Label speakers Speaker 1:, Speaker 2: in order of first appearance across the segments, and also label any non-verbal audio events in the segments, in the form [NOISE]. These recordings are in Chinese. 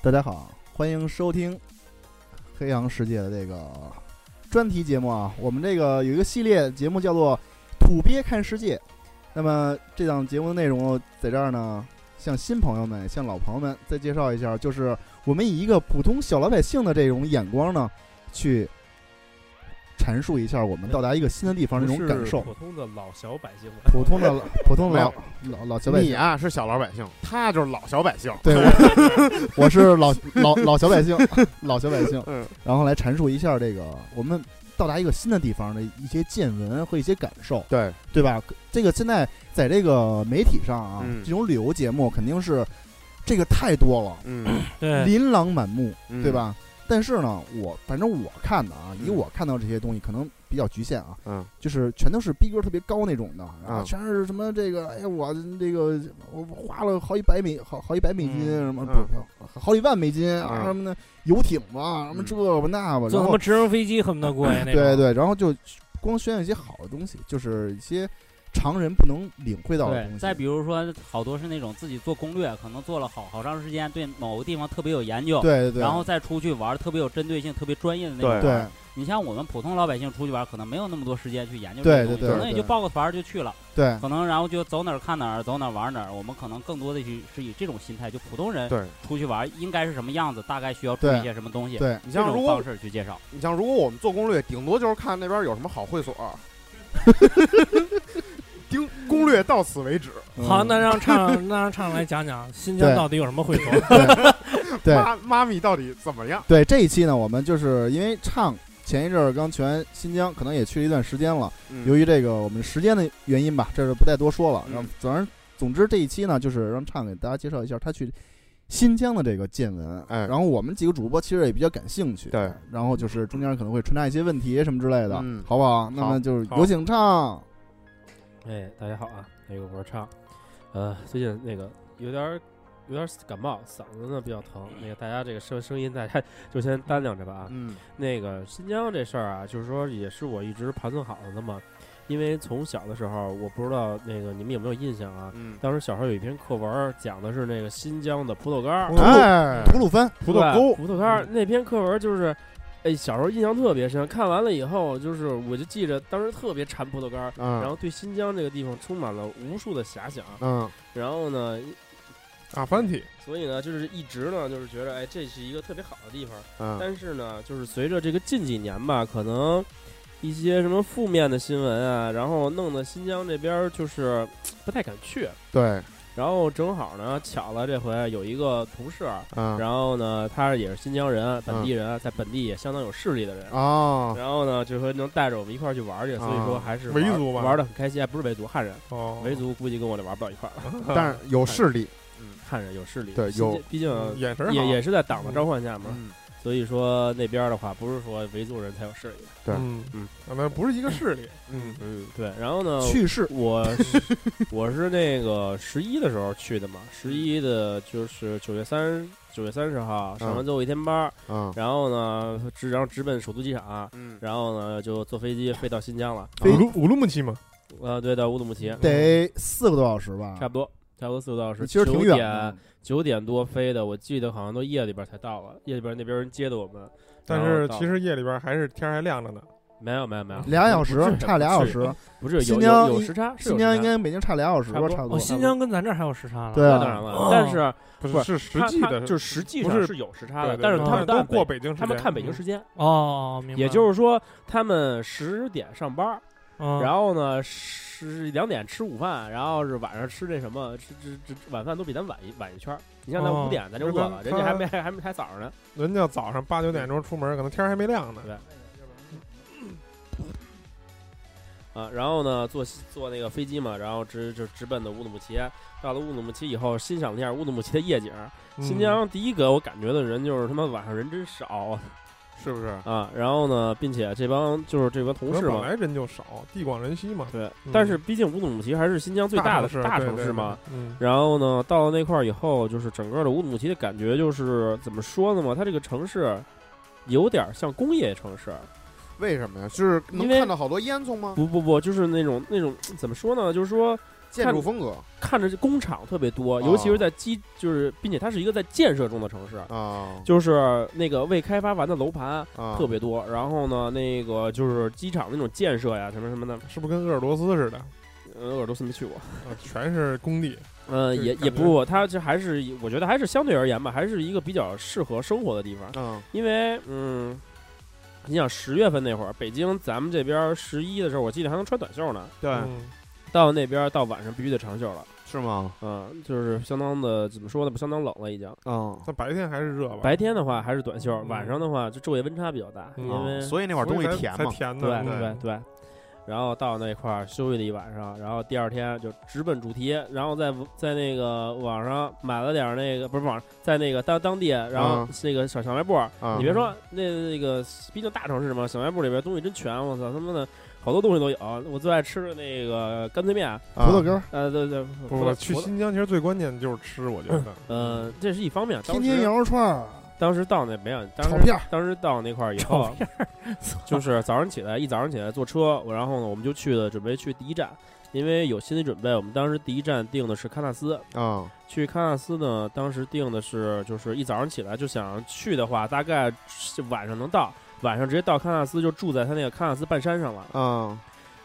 Speaker 1: 大家好，欢迎收听黑羊世界的这个专题节目啊。我们这个有一个系列节目叫做“土鳖看世界”。那么这档节目的内容在这儿呢，向新朋友们、向老朋友们再介绍一下，就是我们以一个普通小老百姓的这种眼光呢，去阐述一下我们到达一个新的地方这
Speaker 2: 不
Speaker 1: 种
Speaker 2: 是
Speaker 1: 感受。
Speaker 2: 普通的老小百
Speaker 3: [LAUGHS]
Speaker 2: 姓吧。
Speaker 1: 普通的普通的老老老小百
Speaker 4: 你
Speaker 1: 姓，
Speaker 4: 啊是小老百姓，他就是老小百姓。 [LAUGHS]
Speaker 1: 对我我 [LAUGHS] 是老老老小百姓，老小百姓，
Speaker 4: 嗯
Speaker 1: 然后来阐述一下这个我们到达一个新的地方的一些见闻和一些感受，
Speaker 4: 对，
Speaker 1: 对吧？这个现在在这个媒体上啊，
Speaker 4: 嗯
Speaker 1: 这种旅游节目肯定是这个太多了，
Speaker 4: 嗯，
Speaker 3: [CLEARS THROAT]
Speaker 2: 对，
Speaker 1: 琳琅满目，
Speaker 4: 嗯
Speaker 1: 对？吧？但是呢，我反正我看的啊，以
Speaker 4: 嗯
Speaker 1: 我看到这些东西可能比较局限啊，
Speaker 4: 嗯，
Speaker 1: 就是全都是逼格特别高那种的，然后
Speaker 4: 嗯
Speaker 1: 全是什么这个，哎呀，我这个我花了好几百美，好好几百美金，
Speaker 2: 嗯
Speaker 1: 什么、
Speaker 4: 嗯
Speaker 1: 不好几万美金啊，
Speaker 4: 嗯
Speaker 1: 什么的游艇啊，什么这吧那吧，
Speaker 2: 坐
Speaker 1: 然
Speaker 2: 他
Speaker 1: 后
Speaker 2: 妈直升飞机恨不得过去那种。
Speaker 1: 对，对，然后就光宣扬一些好的东西，就是一些常人不能领会到的东
Speaker 3: 对，
Speaker 1: 西。
Speaker 3: 再比如说，好多是那种自己做攻略，可能做了好好长时间，对某个地方特别有研究，
Speaker 1: 对对对，
Speaker 3: 然后再出去玩儿，特别有针对性、特别专业的那
Speaker 4: 对
Speaker 3: 种。
Speaker 1: 对，
Speaker 3: 你像我们普通老百姓出去玩儿，可能没有那么多时间去研究
Speaker 1: 对
Speaker 3: 这个东
Speaker 1: 对对
Speaker 3: 西，可能也
Speaker 1: 对
Speaker 3: 就报个团儿就去了，
Speaker 1: 对
Speaker 3: 可能然后就走哪儿看哪儿，走哪儿玩哪儿。我们可能更多的去是以这种心态，就普通人
Speaker 4: 对
Speaker 3: 出去玩儿应该是什么样子，大概需要注
Speaker 1: 对
Speaker 3: 意一些什么东西，
Speaker 1: 对
Speaker 4: 你
Speaker 3: 这
Speaker 4: 像如
Speaker 3: 种
Speaker 4: 果
Speaker 3: 方式去介绍。
Speaker 4: 你像如果我们做攻略，顶多就是看那边有什么好会所。盯攻略到此为止。
Speaker 1: 对，
Speaker 2: 好，
Speaker 1: 嗯
Speaker 2: 那让畅，那让畅来讲讲新疆
Speaker 1: 对
Speaker 2: 到底有什么会所？
Speaker 1: [LAUGHS] 对
Speaker 4: 妈妈咪到底怎么样？
Speaker 1: 对这一期呢，我们就是因为唱前一阵儿刚去完新疆，可能也去了一段时间了。
Speaker 4: 嗯
Speaker 1: 由于这个我们时间的原因吧，这就不再多说了。
Speaker 4: 嗯
Speaker 1: 然后，总而总之这一期呢，就是让畅给大家介绍一下他去新疆的这个见闻。
Speaker 4: 哎
Speaker 1: 然后我们几个主播其实也比较感兴趣。
Speaker 4: 对，
Speaker 1: 然后就是中间可能会穿插一些问题什么之类的，
Speaker 4: 嗯
Speaker 1: 好不好？那么就是有请畅。
Speaker 5: [LAUGHS] 哎，大家好啊，那个我是畅，呃，最近那个有点儿有点儿感冒，嗓子呢比较疼，那个大家这个声声音大家就先担量着吧啊。
Speaker 4: 嗯
Speaker 5: 那个新疆这事儿啊，就是说也是我一直盘算好的嘛，因为从小的时候，我不知道那个你们有没有印象啊，
Speaker 4: 嗯，
Speaker 5: 当时小时候有一篇课文儿讲的是那个新疆的葡萄干儿，
Speaker 1: 嗯
Speaker 4: 哎，
Speaker 1: 吐鲁番，
Speaker 4: 葡萄沟
Speaker 5: 对
Speaker 4: 嗯
Speaker 5: 葡萄干儿那篇课文就是。哎，小时候印象特别深，看完了以后，就是我就记着当时特别馋葡萄干儿，
Speaker 4: 嗯，
Speaker 5: 然后对新疆这个地方充满了无数的遐想。
Speaker 4: 嗯，
Speaker 5: 然后呢，
Speaker 4: 打翻体，
Speaker 5: 所以呢，就是一直呢，就是觉得哎，这是一个特别好的地方。
Speaker 4: 嗯
Speaker 5: 但是呢，就是随着这个近几年吧，可能一些什么负面的新闻啊，然后弄得新疆这边儿就是嘖不太敢去。
Speaker 4: 对，
Speaker 5: 然后正好呢，巧了，这回有一个同事，啊
Speaker 4: 嗯
Speaker 5: 然后呢，他也是新疆人，本地人，啊在本地也相当有势力的人。
Speaker 4: 哦
Speaker 5: 然后呢，就说能带着我们一块儿去玩儿去，所以说
Speaker 4: 啊
Speaker 5: 还是
Speaker 4: 维
Speaker 5: 玩
Speaker 4: 族吧
Speaker 5: 玩的很开心，哎不是维族汉人，
Speaker 4: 哦
Speaker 5: 维族估计跟我这玩不到一块儿了。
Speaker 4: 但是有势力，
Speaker 5: 嗯，汉人有势力，
Speaker 4: 对
Speaker 5: 新疆
Speaker 4: 有嗯
Speaker 5: 毕竟
Speaker 4: 眼神
Speaker 5: 嗯也也是在党的召唤下嘛，
Speaker 4: 嗯，
Speaker 5: 所以说那边儿的话，不是说维族人才有势力的。
Speaker 4: 对
Speaker 2: 嗯
Speaker 4: 嗯，
Speaker 2: 那不是一个势力。
Speaker 4: [LAUGHS] 嗯
Speaker 5: 嗯，对。然后呢，
Speaker 1: 去世
Speaker 5: 我
Speaker 4: [LAUGHS]
Speaker 5: 是我是那个十一的时候去的嘛，十一的就是九月三九月三十号上完最后一天班儿，
Speaker 4: 嗯
Speaker 5: 然后呢直然后直奔首都机场，
Speaker 4: 嗯，
Speaker 5: 然后呢就坐飞机飞到新疆了。
Speaker 1: 飞
Speaker 6: 乌鲁
Speaker 4: 哦
Speaker 6: 乌鲁木齐嘛，
Speaker 5: 呃，对的，乌鲁木齐，嗯
Speaker 1: 得四个多小时吧，
Speaker 5: 差不多。差不多四个多小时，
Speaker 1: 其实挺远
Speaker 5: 9点
Speaker 1: 的。，
Speaker 5: 九点多飞的，我记得好像都夜里边才到了，夜里边那边人接的我们。
Speaker 6: 但
Speaker 5: 然后
Speaker 6: 是
Speaker 5: 到
Speaker 6: 其实夜里边还是天还亮着呢。
Speaker 5: 没有没有没有，
Speaker 1: 俩小时
Speaker 5: 不
Speaker 4: 嗯
Speaker 5: 是
Speaker 1: 差俩小时，
Speaker 5: 不是有
Speaker 1: 新疆
Speaker 5: 有有时差，是有
Speaker 1: 新疆
Speaker 5: 时
Speaker 1: 应
Speaker 5: 差
Speaker 1: 该北京差俩小时吧，
Speaker 5: 差不多
Speaker 1: 差不
Speaker 2: 哦，
Speaker 1: 多。
Speaker 2: 新疆跟咱这儿还有时差呢。
Speaker 1: 对啊
Speaker 5: 那当然了，但是
Speaker 6: 不
Speaker 5: 不
Speaker 6: 是实
Speaker 5: 它
Speaker 6: 际
Speaker 5: 它
Speaker 6: 的，
Speaker 5: 就是实际
Speaker 6: 不
Speaker 5: 上
Speaker 6: 是
Speaker 5: 是有时差
Speaker 6: 对
Speaker 5: 的，
Speaker 6: 对
Speaker 5: 但是
Speaker 6: 对
Speaker 5: 他们
Speaker 6: 都
Speaker 5: 但
Speaker 6: 过北京时间，嗯
Speaker 5: 他们看北京时间，
Speaker 2: 哦，明白。
Speaker 5: 也就是说他们十点上班，
Speaker 2: 嗯，
Speaker 5: 然后呢十两点吃午饭，然后是晚上吃那什么，吃吃吃晚饭都比咱晚一晚一圈儿。你像咱
Speaker 6: 哦
Speaker 5: 五点咱就
Speaker 6: 就是
Speaker 5: 饿了，
Speaker 6: 咱
Speaker 5: 人家还
Speaker 6: 他
Speaker 5: 没还还没还早上呢。
Speaker 6: 人家早上八九点钟出门，可能天还没亮呢。嗯
Speaker 5: 啊，然后呢，坐坐那个飞机嘛，然后直就直奔的乌鲁木齐。啊到了乌鲁木齐以后，欣赏了一下乌鲁木齐的夜景。新疆第一个我感觉的人就是他妈晚上人真少
Speaker 4: 是不是？
Speaker 5: 啊，然后呢，并且这帮就是这帮
Speaker 6: 嗯
Speaker 5: 同
Speaker 6: 可
Speaker 5: 事
Speaker 6: 能本
Speaker 5: 嘛，
Speaker 6: 来人就少，地广人稀嘛，
Speaker 5: 对
Speaker 6: 嗯，
Speaker 5: 但是毕竟乌鲁木齐还是新疆最大的
Speaker 6: 城市
Speaker 5: 大
Speaker 6: 对
Speaker 5: 城
Speaker 6: 对
Speaker 5: 市
Speaker 6: 对
Speaker 5: 嘛。
Speaker 6: 嗯，
Speaker 5: 然后呢，到了那块儿以后，就是整个的乌鲁木齐的感觉就是怎么说呢嘛，它这个城市有点像工业城市，
Speaker 6: 嗯
Speaker 4: 为什么呀？是能
Speaker 5: 因为
Speaker 4: 看到好多烟囱吗？
Speaker 5: 不不不，就是那种那种怎么说呢？就是说
Speaker 4: 建筑风格
Speaker 5: 看着这工厂特别多，
Speaker 4: 哦
Speaker 5: 尤其是在基，就是并且它是一个在建设中的城市，
Speaker 4: 啊，
Speaker 5: 就是那个未开发完的楼盘
Speaker 4: 啊
Speaker 5: 特别多。然后呢，那个就是机场那种建设呀，什么什么的，
Speaker 6: 是不是跟鄂尔多斯似的？
Speaker 5: 呃，鄂尔多斯没去过。
Speaker 6: 啊，全是工地，
Speaker 5: 呃，
Speaker 6: 就是
Speaker 5: 也
Speaker 6: 感
Speaker 5: 也
Speaker 6: 觉
Speaker 5: 不，它这还是我觉得还是相对而言吧，还是一个比较适合生活的地方。
Speaker 4: 嗯
Speaker 5: 因为嗯，你想十月份那会儿，北京咱们这边十一的时候，我记得还能穿短袖呢，
Speaker 4: 对
Speaker 6: 嗯
Speaker 5: 到那边到晚上必须得长袖了，
Speaker 4: 是吗？
Speaker 5: 嗯，就是相当的怎么说呢，不相当冷了已经。
Speaker 4: 嗯，
Speaker 6: 那白天还是热吧？
Speaker 5: 白天的话还是短袖，
Speaker 6: 嗯
Speaker 5: 晚上的话就昼夜温差比较大，
Speaker 6: 嗯
Speaker 5: 因为、
Speaker 4: 嗯所以那碗
Speaker 6: 所
Speaker 4: 东
Speaker 6: 以
Speaker 4: 西
Speaker 6: 才
Speaker 4: 甜
Speaker 6: 才
Speaker 4: 嘛，
Speaker 6: 甜
Speaker 5: 对
Speaker 6: 的，
Speaker 5: 对
Speaker 6: 嗯
Speaker 5: 对然后到那块儿休息了一晚上，然后第二天就直奔主题，然后在在那个网上买了点儿那个不是网，在那个当当地，然后
Speaker 4: 嗯
Speaker 5: 那个小小卖部儿，
Speaker 4: 嗯
Speaker 5: 你别说那那个，毕竟大城市嘛，小卖部里边东西真全，我操他妈的，好多东西都有。我最爱吃的那个干脆面，
Speaker 1: 土豆干
Speaker 4: 啊
Speaker 1: 儿、
Speaker 5: 呃，对对，
Speaker 6: 不
Speaker 5: 不
Speaker 6: 不，去新疆其实最关键的就是吃，我觉得。
Speaker 5: 呃，这是一方面。当
Speaker 1: 天津
Speaker 5: 时
Speaker 1: 羊肉串儿、
Speaker 5: 当时到那没有，当
Speaker 1: 炒
Speaker 5: 时
Speaker 1: 片儿，
Speaker 5: 当时到那块儿以
Speaker 2: 照
Speaker 5: 后，
Speaker 2: 片儿，
Speaker 5: 就是早上起来，一早上起来坐车，我然后呢，我们就去了，准备去第一站，因为有心理准备。我们当时第一站定的是喀纳斯，
Speaker 4: 啊
Speaker 5: 去喀纳斯呢，当时定的是就是一早上起来就想去的话，大概晚上能到，晚上直接到喀纳斯就住在他那个喀纳斯半山上了，
Speaker 4: 啊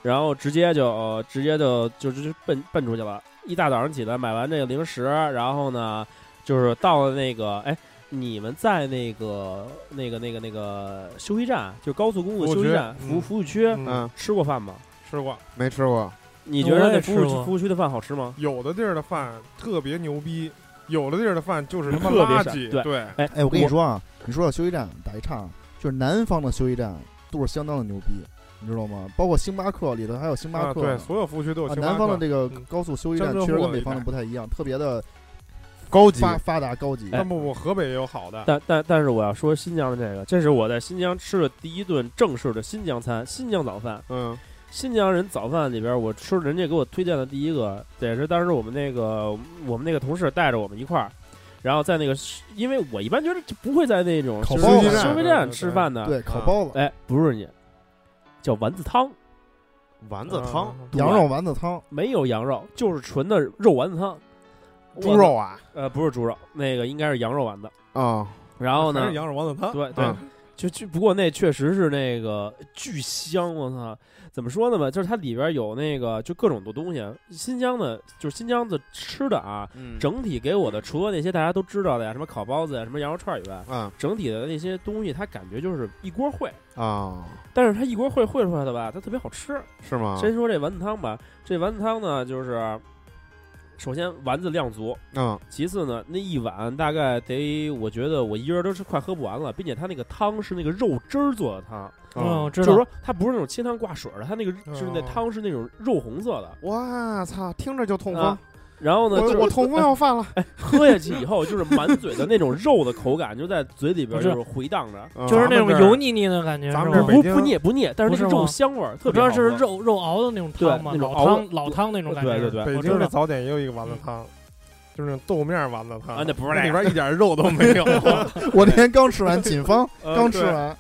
Speaker 5: 然后直接就、呃直接就就就就奔奔出去了。一大早上起来买完这个零食，然后呢，就是到了那个哎。你们在那个、那个、那个、那个休息站，就高速公路
Speaker 6: 服务
Speaker 5: 休息
Speaker 6: 区
Speaker 5: 站、服务
Speaker 6: 嗯
Speaker 5: 服务区，
Speaker 6: 嗯，
Speaker 4: 嗯，
Speaker 5: 吃过饭吗？
Speaker 6: 吃过
Speaker 4: 没吃过，
Speaker 5: 你觉得
Speaker 2: 我
Speaker 5: 那
Speaker 2: 也
Speaker 5: 服
Speaker 2: 吃
Speaker 5: 务区
Speaker 2: 过
Speaker 5: 服务区的饭好吃吗？
Speaker 6: 有的地儿的饭特别牛逼，有的地儿的饭就是他妈
Speaker 5: 特别
Speaker 6: 垃
Speaker 5: 傻
Speaker 6: 圾。
Speaker 5: 对
Speaker 6: 对，
Speaker 1: 哎，我跟你说啊，你说到休息站，打一岔啊，就是南方的休息站都是相当的牛逼，你知道吗？包括星巴克里头还有星巴
Speaker 6: 啊，
Speaker 1: 克，
Speaker 6: 对，所有服务区都有
Speaker 1: 啊
Speaker 6: 星巴克。
Speaker 1: 南方的这个
Speaker 6: 嗯
Speaker 1: 高速休息站
Speaker 6: 江浙
Speaker 1: 确实
Speaker 6: 沪
Speaker 1: 跟
Speaker 6: 的
Speaker 1: 北
Speaker 6: 一
Speaker 1: 方的
Speaker 6: 带
Speaker 1: 不太一样，特别的
Speaker 4: 高级
Speaker 1: 发发达高级。
Speaker 6: 但不不，河北也有好的。
Speaker 5: 但但但是我要说新疆的这个，这是我在新疆吃的第一顿正式的新疆餐，新疆早饭。
Speaker 4: 嗯
Speaker 5: 新疆人早饭里边，我吃人家给我推荐的第一个，也是当时我们那个我们那个同事带着我们一块儿，然后在那个，因为我一般觉得就不会在那种
Speaker 1: 烤
Speaker 5: 就是
Speaker 1: 包子
Speaker 5: 休息
Speaker 6: 对
Speaker 5: 站
Speaker 6: 对
Speaker 5: 吃
Speaker 6: 对
Speaker 5: 饭的。
Speaker 1: 对，烤
Speaker 6: 啊
Speaker 1: 包子、
Speaker 5: 哎，不是你，叫丸子汤，
Speaker 4: 丸子汤
Speaker 6: 嗯，
Speaker 1: 羊肉丸子汤，
Speaker 5: 没有羊肉，就是纯的肉丸子汤。
Speaker 4: 猪肉啊
Speaker 5: 呃，不是猪肉，那个应该是羊肉丸子。
Speaker 4: 啊
Speaker 5: 然后
Speaker 6: 还
Speaker 5: 呢
Speaker 6: 是，羊肉丸子汤。
Speaker 5: 对对，就就不过那确实是那个巨香，我操！怎么说呢吧，就是它里边有那个就各种的东西。啊新疆的，就是新疆的吃的啊，
Speaker 4: 嗯
Speaker 5: 整体给我的除了那些大家都知道的呀，什么烤包子呀，什么羊肉串以外，
Speaker 4: 嗯
Speaker 5: 整体的那些东西，它感觉就是一锅烩。
Speaker 4: 啊
Speaker 5: 但是它一锅烩烩出来的吧，它特别好吃。
Speaker 4: 是吗？
Speaker 5: 先说这丸子汤吧，这丸子汤呢，就是首先丸子量足，
Speaker 4: 嗯
Speaker 5: 其次呢，那一碗大概得，我觉得我一个人都是快喝不完了，并且它那个汤是那个肉汁儿做的汤，
Speaker 2: 嗯，我
Speaker 5: 就
Speaker 2: 知
Speaker 5: 是
Speaker 2: 道
Speaker 5: 说，它不是那种清汤挂水的，它那个就是那
Speaker 6: 哦
Speaker 5: 汤是那种肉红色的。
Speaker 4: 哇操，听着就痛风
Speaker 5: 啊，然后呢，
Speaker 4: 我
Speaker 5: 就是
Speaker 4: 我痛风要犯了，
Speaker 5: 喝下去以后，就是满嘴的那种肉的口感，就在嘴里边
Speaker 2: 不是
Speaker 5: 就是回荡着，
Speaker 4: 嗯
Speaker 2: 就是那
Speaker 6: 咱
Speaker 2: 种
Speaker 6: 们这儿
Speaker 2: 油腻腻的感觉，
Speaker 6: 咱们
Speaker 2: 是
Speaker 6: 这儿
Speaker 2: 吧
Speaker 6: 北
Speaker 5: 不
Speaker 6: 京
Speaker 5: 不腻不腻，但是那个
Speaker 2: 不是吗
Speaker 5: 肉香味儿特
Speaker 2: 我知
Speaker 5: 别
Speaker 2: 道
Speaker 5: 好
Speaker 2: 这
Speaker 5: 喝。
Speaker 2: 是肉肉熬的那种汤嘛，
Speaker 5: 对那种
Speaker 2: 老
Speaker 5: 熬的
Speaker 2: 汤老汤那种感觉，
Speaker 5: 对对对，
Speaker 6: 北
Speaker 2: 我
Speaker 6: 京
Speaker 2: 知
Speaker 6: 那
Speaker 2: 道
Speaker 6: 早点也有一个丸子汤，就是那种豆面丸子汤
Speaker 5: 啊那不是
Speaker 6: 那
Speaker 5: 那
Speaker 6: 里
Speaker 5: 个
Speaker 6: 边一点肉 [LAUGHS] 都没有。
Speaker 1: 我那天刚吃完，锦芳
Speaker 5: 呃
Speaker 1: 刚吃
Speaker 5: 对
Speaker 1: 完，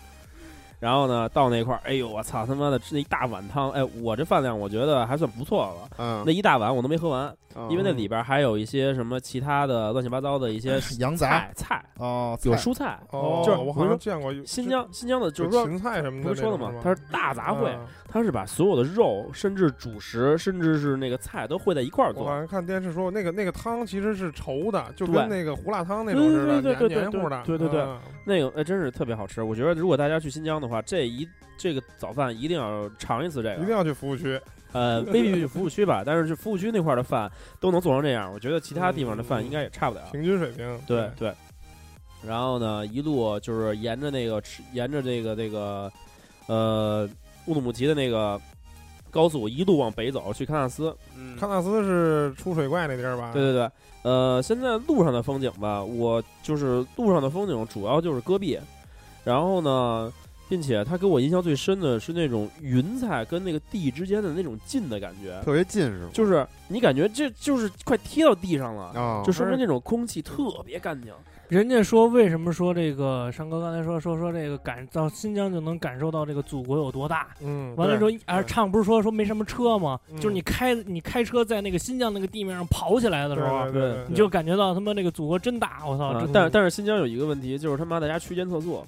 Speaker 5: 然后呢，到那块儿，哎呦我操他妈的，吃那一大碗汤，哎，我这饭量我觉得还算不错了，
Speaker 4: 嗯
Speaker 5: [LAUGHS] 那一大碗我都没喝完。
Speaker 4: 嗯
Speaker 6: 哦
Speaker 5: 因为那里边还有一些什么其他的乱七八糟的一些
Speaker 1: 羊杂
Speaker 5: 菜菜，
Speaker 1: 哦，
Speaker 5: 有
Speaker 1: 菜
Speaker 5: 蔬菜。
Speaker 6: 哦，
Speaker 5: 就是
Speaker 6: 我
Speaker 5: 比
Speaker 6: 好
Speaker 5: 如说
Speaker 6: 像见过有
Speaker 5: 新
Speaker 6: 就
Speaker 5: 疆新疆的就
Speaker 6: 有
Speaker 5: 是说，
Speaker 6: 芹菜什么的
Speaker 5: 不
Speaker 6: 那种，
Speaker 5: 是说了吗？它
Speaker 6: 是
Speaker 5: 是大杂烩，
Speaker 6: 嗯
Speaker 5: 它是把所有的肉，甚至主食，甚至是那个菜都烩在一块儿
Speaker 6: 我
Speaker 5: 做
Speaker 6: 好。像看电视说过，那个那个汤其实是稠的，就
Speaker 5: 对
Speaker 6: 跟那个胡辣汤那种似的，
Speaker 5: 对对对对
Speaker 6: 黏黏
Speaker 5: 对
Speaker 6: 糊的。
Speaker 5: 对对对
Speaker 6: 嗯
Speaker 5: 那个哎，真是特别好吃。我觉得如果大家去新疆的话，这一这个早饭一定要尝一次这
Speaker 6: 嗯一定
Speaker 5: 个。
Speaker 6: 要去服务区。
Speaker 5: 呃，未必去服务区吧，但是去服务区那块儿的饭都能做成这样，我觉得其他地方的饭应该也差不了。
Speaker 6: 平均水平。
Speaker 5: 对，对。然后呢，一路就是沿着那个吃，沿着这个这个，呃，乌鲁木齐的那个高速一路往北走去喀纳斯。
Speaker 4: 嗯
Speaker 6: 喀纳斯是出水怪那地儿吧？
Speaker 5: 对对对，呃，现在路上的风景吧，我就是路上的风景主要就是戈壁，然后呢，并且它给我印象最深的是那种云彩跟那个地之间的那种近的感觉，
Speaker 4: 特别近是吗？
Speaker 5: 就是你感觉这就是快贴到地上了，
Speaker 4: 啊，
Speaker 5: 就说明那种空气特别干净。
Speaker 2: 人家说为什么说这个山哥刚才说说说这个感到新疆就能感受到这个祖国有多大？
Speaker 6: 嗯，
Speaker 2: 完了之
Speaker 6: 对
Speaker 2: 后，啊，唱不是说说没什么车吗？
Speaker 6: 嗯
Speaker 2: 就是你开你开车在那个新疆那个地面上跑起来的时候，
Speaker 6: 对对对，
Speaker 2: 你就感觉到他妈那个祖国真大！我操，
Speaker 5: 啊
Speaker 2: 这
Speaker 5: 但但是新疆有一个问题，就是他妈大家区间测速，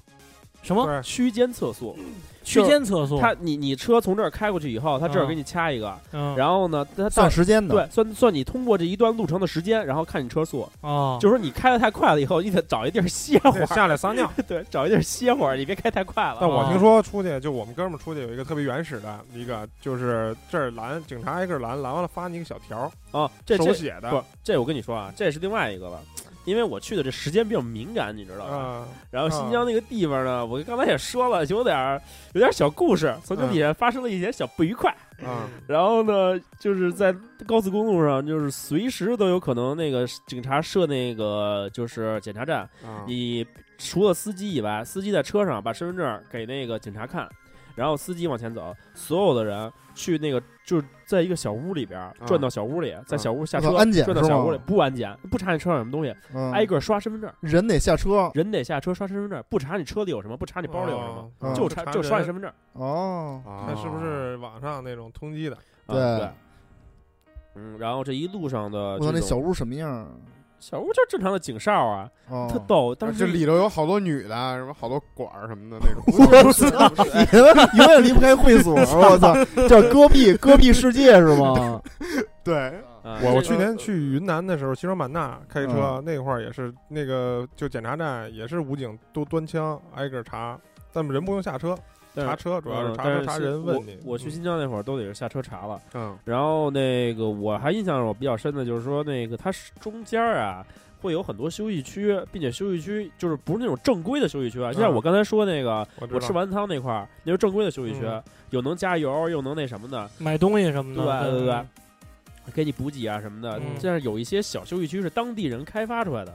Speaker 2: 什么
Speaker 6: 对
Speaker 5: 区间测速，
Speaker 2: 区间测速？
Speaker 5: 他你你车从这儿开过去以后，他这儿
Speaker 2: 嗯
Speaker 5: 给你掐一个，
Speaker 2: 嗯，
Speaker 5: 然后呢，他
Speaker 1: 算
Speaker 5: 到
Speaker 1: 时间的，
Speaker 5: 对算算你通过这一段路程的时间，然后看你车速，
Speaker 2: 哦，
Speaker 5: 就是说你开的太快了以后，你得找一地儿歇会
Speaker 6: 对
Speaker 5: 儿，
Speaker 6: 下来
Speaker 5: [LAUGHS]
Speaker 6: 撒尿。
Speaker 5: 对，找一地儿歇会儿，你别开太快
Speaker 6: 但
Speaker 5: 了。
Speaker 6: 我
Speaker 2: 啊
Speaker 6: 听说出去，就我们哥们儿出去有一个特别原始的一个，就是这儿拦警察挨个儿拦，拦完了发你一个小条儿，
Speaker 5: 啊，这
Speaker 6: 手
Speaker 5: 这
Speaker 6: 写的，
Speaker 5: 不，这我跟你说啊，这是另外一个了，因为我去的这时间比较敏感，你知道吧？
Speaker 6: 啊，
Speaker 5: 然后新疆那个地方呢，我刚才也说了，有点儿有点儿小故事，曾经
Speaker 6: 嗯
Speaker 5: 也发生了一些小不愉快。
Speaker 6: 啊，
Speaker 5: 然后呢，就是在高速公路上，就是随时都有可能那个警察设那个就是检查站，
Speaker 6: 嗯
Speaker 4: 啊
Speaker 5: 你除了司机以外，司机在车上把身份证给那个警察看，然后司机往前走，所有的人去那个就是在一个小屋里边儿
Speaker 4: 啊
Speaker 5: 转到小屋里，在小屋下车
Speaker 1: 啊安检
Speaker 5: 转到小屋里
Speaker 1: 是吗
Speaker 5: 不安检，不查你车上有什么东西，
Speaker 1: 嗯
Speaker 5: 挨个刷身份证，
Speaker 1: 人得下车
Speaker 5: 人得下车刷身份证，不查你车里有什么，不查你包里有什么，
Speaker 1: 哦
Speaker 5: 就
Speaker 1: 嗯
Speaker 5: 查就刷你身
Speaker 6: 么？
Speaker 5: 份证，
Speaker 1: 哦，
Speaker 4: 啊
Speaker 6: 看是不是网上那种通缉的？
Speaker 5: 啊
Speaker 1: 对
Speaker 5: 对。嗯，然后这一路上的
Speaker 1: 我
Speaker 5: 这
Speaker 1: 操，那
Speaker 5: 种
Speaker 1: 小屋什么样啊儿？
Speaker 5: 小屋就是正常的警哨啊，
Speaker 1: 哦，
Speaker 5: 特逗。
Speaker 4: 啊
Speaker 5: 当
Speaker 4: 这
Speaker 5: 时
Speaker 4: 里头有好多女的，什么好多管儿什么的那种。
Speaker 1: 我操， [LAUGHS] 你永远离不开会所，我操，叫戈壁戈壁世界是
Speaker 2: [LAUGHS]
Speaker 1: 吗？
Speaker 4: 对，
Speaker 5: 啊
Speaker 6: 我我
Speaker 5: 这
Speaker 6: 去年去云南的时候，西双版纳开车
Speaker 1: 嗯
Speaker 6: 那块儿也是那个就检查站也是武警都端枪挨个儿查，但人不用下车，
Speaker 5: 但是
Speaker 6: 查车主要是
Speaker 5: 嗯
Speaker 6: 查
Speaker 5: 但
Speaker 6: 车
Speaker 5: 是
Speaker 6: 查
Speaker 5: 新
Speaker 6: 人
Speaker 5: 我
Speaker 6: 问你。
Speaker 5: 我去
Speaker 6: 嗯
Speaker 5: 新疆那会儿都得是下车查了，
Speaker 4: 嗯，
Speaker 5: 然后那个我还印象我比较深的就是说那个它是中间儿啊会有很多休息区，并且休息区就是不是那种正规的休息区啊，就像
Speaker 6: 嗯
Speaker 5: 我刚才说那个。
Speaker 6: 我知
Speaker 5: 我吃
Speaker 6: 道
Speaker 5: 完汤那块儿，那是正规的休息区，
Speaker 6: 嗯
Speaker 5: 有能加油，又能那什么的，
Speaker 2: 买东西什么
Speaker 5: 对
Speaker 2: 的，
Speaker 5: 对对
Speaker 6: 嗯
Speaker 2: 对，
Speaker 5: 给你补给啊什么的。
Speaker 2: 嗯
Speaker 5: 但是有一些小休息区是当地人开发出来的，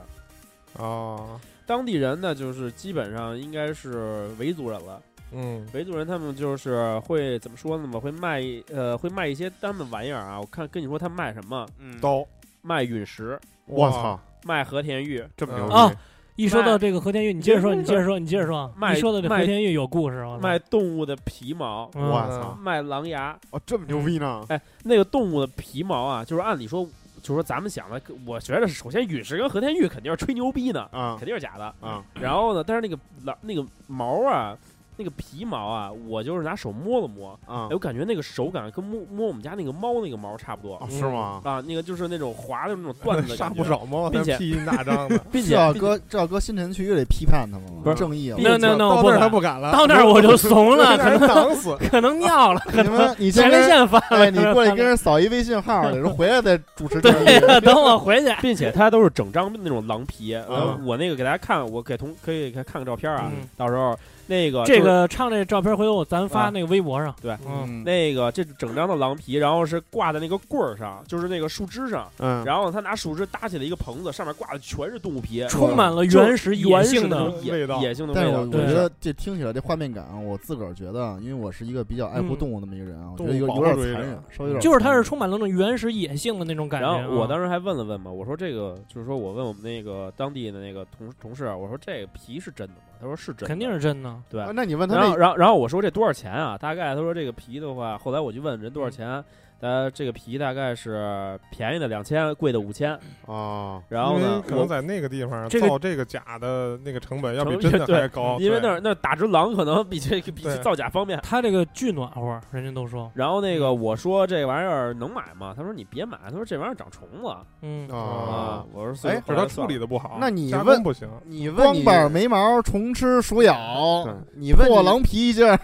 Speaker 6: 哦，
Speaker 5: 当地人呢就是基本上应该是维族人了，
Speaker 6: 嗯
Speaker 5: 维族人他们就是会怎么说呢嘛？会卖呃，会卖一些他们玩意儿啊。我看跟你说他们卖什么？
Speaker 6: 刀，
Speaker 5: 卖陨石，
Speaker 4: [LAUGHS] 我操，
Speaker 5: 卖和田玉，
Speaker 4: 这么牛
Speaker 2: 啊
Speaker 4: 逼！
Speaker 2: 一说到这个和田玉，你接着说，你接着说，你接着说。
Speaker 5: 嗯卖
Speaker 2: 一说到这
Speaker 5: 卖
Speaker 2: 和田玉有故事，啊
Speaker 4: 哦
Speaker 2: 我操
Speaker 5: 卖动物的皮毛，
Speaker 2: 嗯
Speaker 4: 我操，
Speaker 5: 卖狼牙。
Speaker 4: 哦，这么牛逼呢？
Speaker 5: 那个动物的皮毛啊，就是按理说，就是说咱们想的，我觉得首先陨石跟和田玉肯定是吹牛逼呢，
Speaker 4: 啊
Speaker 5: 肯定是假的。
Speaker 4: 啊
Speaker 5: 然后呢，但是那个狼那个毛啊，那个皮毛啊，我就是拿手摸了摸，
Speaker 4: 啊
Speaker 5: 哎，我感觉那个手感跟摸摸我们家那个猫那个毛差不多。
Speaker 4: 啊，是吗？
Speaker 5: 啊，那个就是那种滑的那种
Speaker 6: [LAUGHS]
Speaker 5: 缎子的
Speaker 6: 杀
Speaker 5: 感
Speaker 6: 不
Speaker 5: 觉，
Speaker 6: 少猫，
Speaker 5: 并
Speaker 6: 但
Speaker 5: 且
Speaker 6: 屁一
Speaker 5: [LAUGHS]
Speaker 6: 大张的，
Speaker 5: 并
Speaker 1: 这
Speaker 5: 且
Speaker 1: 要
Speaker 5: 并且
Speaker 1: 搁这要搁新城区，又得批判他们了，
Speaker 5: 不是
Speaker 1: 正义啊了。
Speaker 5: 并且
Speaker 2: 那那那我
Speaker 6: 到
Speaker 2: 不
Speaker 6: 那儿他
Speaker 2: 敢
Speaker 6: 不敢了。
Speaker 2: 到那儿我就
Speaker 6: [LAUGHS]
Speaker 2: 怂了，可能
Speaker 6: 挡死。
Speaker 2: 可能
Speaker 5: [LAUGHS]
Speaker 2: 尿了，
Speaker 1: 你们你
Speaker 2: 前
Speaker 1: 先
Speaker 2: 列
Speaker 1: 跟人
Speaker 2: 腺犯了。
Speaker 1: 哎，你过来跟人扫一微信号去，说回来再主持正义。
Speaker 2: 对
Speaker 5: [LAUGHS]
Speaker 2: 啊呀，等我回去。
Speaker 5: 并且它都是整张那种狼皮。呃我那个给大家看，我给同可以给看个照片啊
Speaker 2: 嗯，
Speaker 5: 到时候那个
Speaker 2: 这
Speaker 5: 就是啊
Speaker 2: 个唱这照片，回头我咱发那个微博上。
Speaker 5: 对
Speaker 2: 嗯，
Speaker 1: 嗯，
Speaker 5: 那个这整张的狼皮，然后是挂在那个棍儿上，就是那个树枝上，
Speaker 4: 嗯，
Speaker 5: 然后他拿树枝搭起了一个棚子，上面挂的全是动物皮，
Speaker 2: 充满了
Speaker 5: 就
Speaker 2: 原始野
Speaker 5: 原始
Speaker 2: 性
Speaker 5: 的那
Speaker 2: 的
Speaker 5: 种野
Speaker 6: 味道
Speaker 5: 野性的
Speaker 1: 但是
Speaker 5: 味
Speaker 1: 我
Speaker 5: 道。
Speaker 1: 我
Speaker 2: 对
Speaker 1: 觉得这听起来这画面感啊，我自个儿觉得啊，因为我是一个比较爱护
Speaker 2: 嗯
Speaker 1: 动物那么一个人啊，我觉
Speaker 6: 动
Speaker 1: 得
Speaker 6: 物
Speaker 1: 有
Speaker 6: 保
Speaker 1: 有
Speaker 6: 护
Speaker 1: 点
Speaker 6: 主义
Speaker 1: 残
Speaker 6: 者
Speaker 1: 忍，稍微有点
Speaker 2: 就是它
Speaker 1: 残
Speaker 2: 是
Speaker 1: 忍
Speaker 2: 充满了那种原始野性的那种感觉。啊
Speaker 5: 然后我当
Speaker 2: 时，
Speaker 5: 时还问了问嘛，我说这个就是说我问我们那个当地的那个同同事，啊我说这个皮是真的吗？他说是真的，
Speaker 2: 肯定是真的。
Speaker 5: 对
Speaker 4: 啊。那你问他
Speaker 5: 然后
Speaker 4: 那
Speaker 5: 然后然后我说这多少钱啊？大概他说这个皮的话，后来我就问人多
Speaker 2: 嗯
Speaker 5: 少钱，呃，这个皮大概是便宜的两千，贵的五千。
Speaker 4: 啊，
Speaker 5: 然后
Speaker 6: 因为
Speaker 5: 呢，
Speaker 6: 可能
Speaker 5: 我
Speaker 6: 在那个地方
Speaker 2: 这个
Speaker 6: 造这个假的那个成本要比
Speaker 5: 成
Speaker 6: 真的
Speaker 5: 对
Speaker 6: 还高，
Speaker 5: 因为那
Speaker 6: 对
Speaker 5: 儿那儿打只狼可能比这个比
Speaker 6: 对
Speaker 5: 造假方便。
Speaker 2: 它这个巨暖和，人家都说，
Speaker 5: 然后那
Speaker 6: 嗯
Speaker 5: 个我说这玩意儿能买吗？他说你别买，他说这玩意儿长虫子
Speaker 2: 嗯，
Speaker 4: 啊，，
Speaker 5: 我说所以
Speaker 1: 哎
Speaker 5: 后
Speaker 6: 就是
Speaker 5: 来
Speaker 6: 它
Speaker 5: 算
Speaker 6: 处
Speaker 5: 了
Speaker 6: 理的不好，
Speaker 1: 那你
Speaker 6: 加
Speaker 1: 问
Speaker 6: 工不行，
Speaker 1: 你问
Speaker 4: 光
Speaker 1: 你
Speaker 4: 板
Speaker 1: 眉毛，虫吃鼠咬
Speaker 4: 对，
Speaker 1: 你问
Speaker 4: 破
Speaker 1: 破狼皮一件，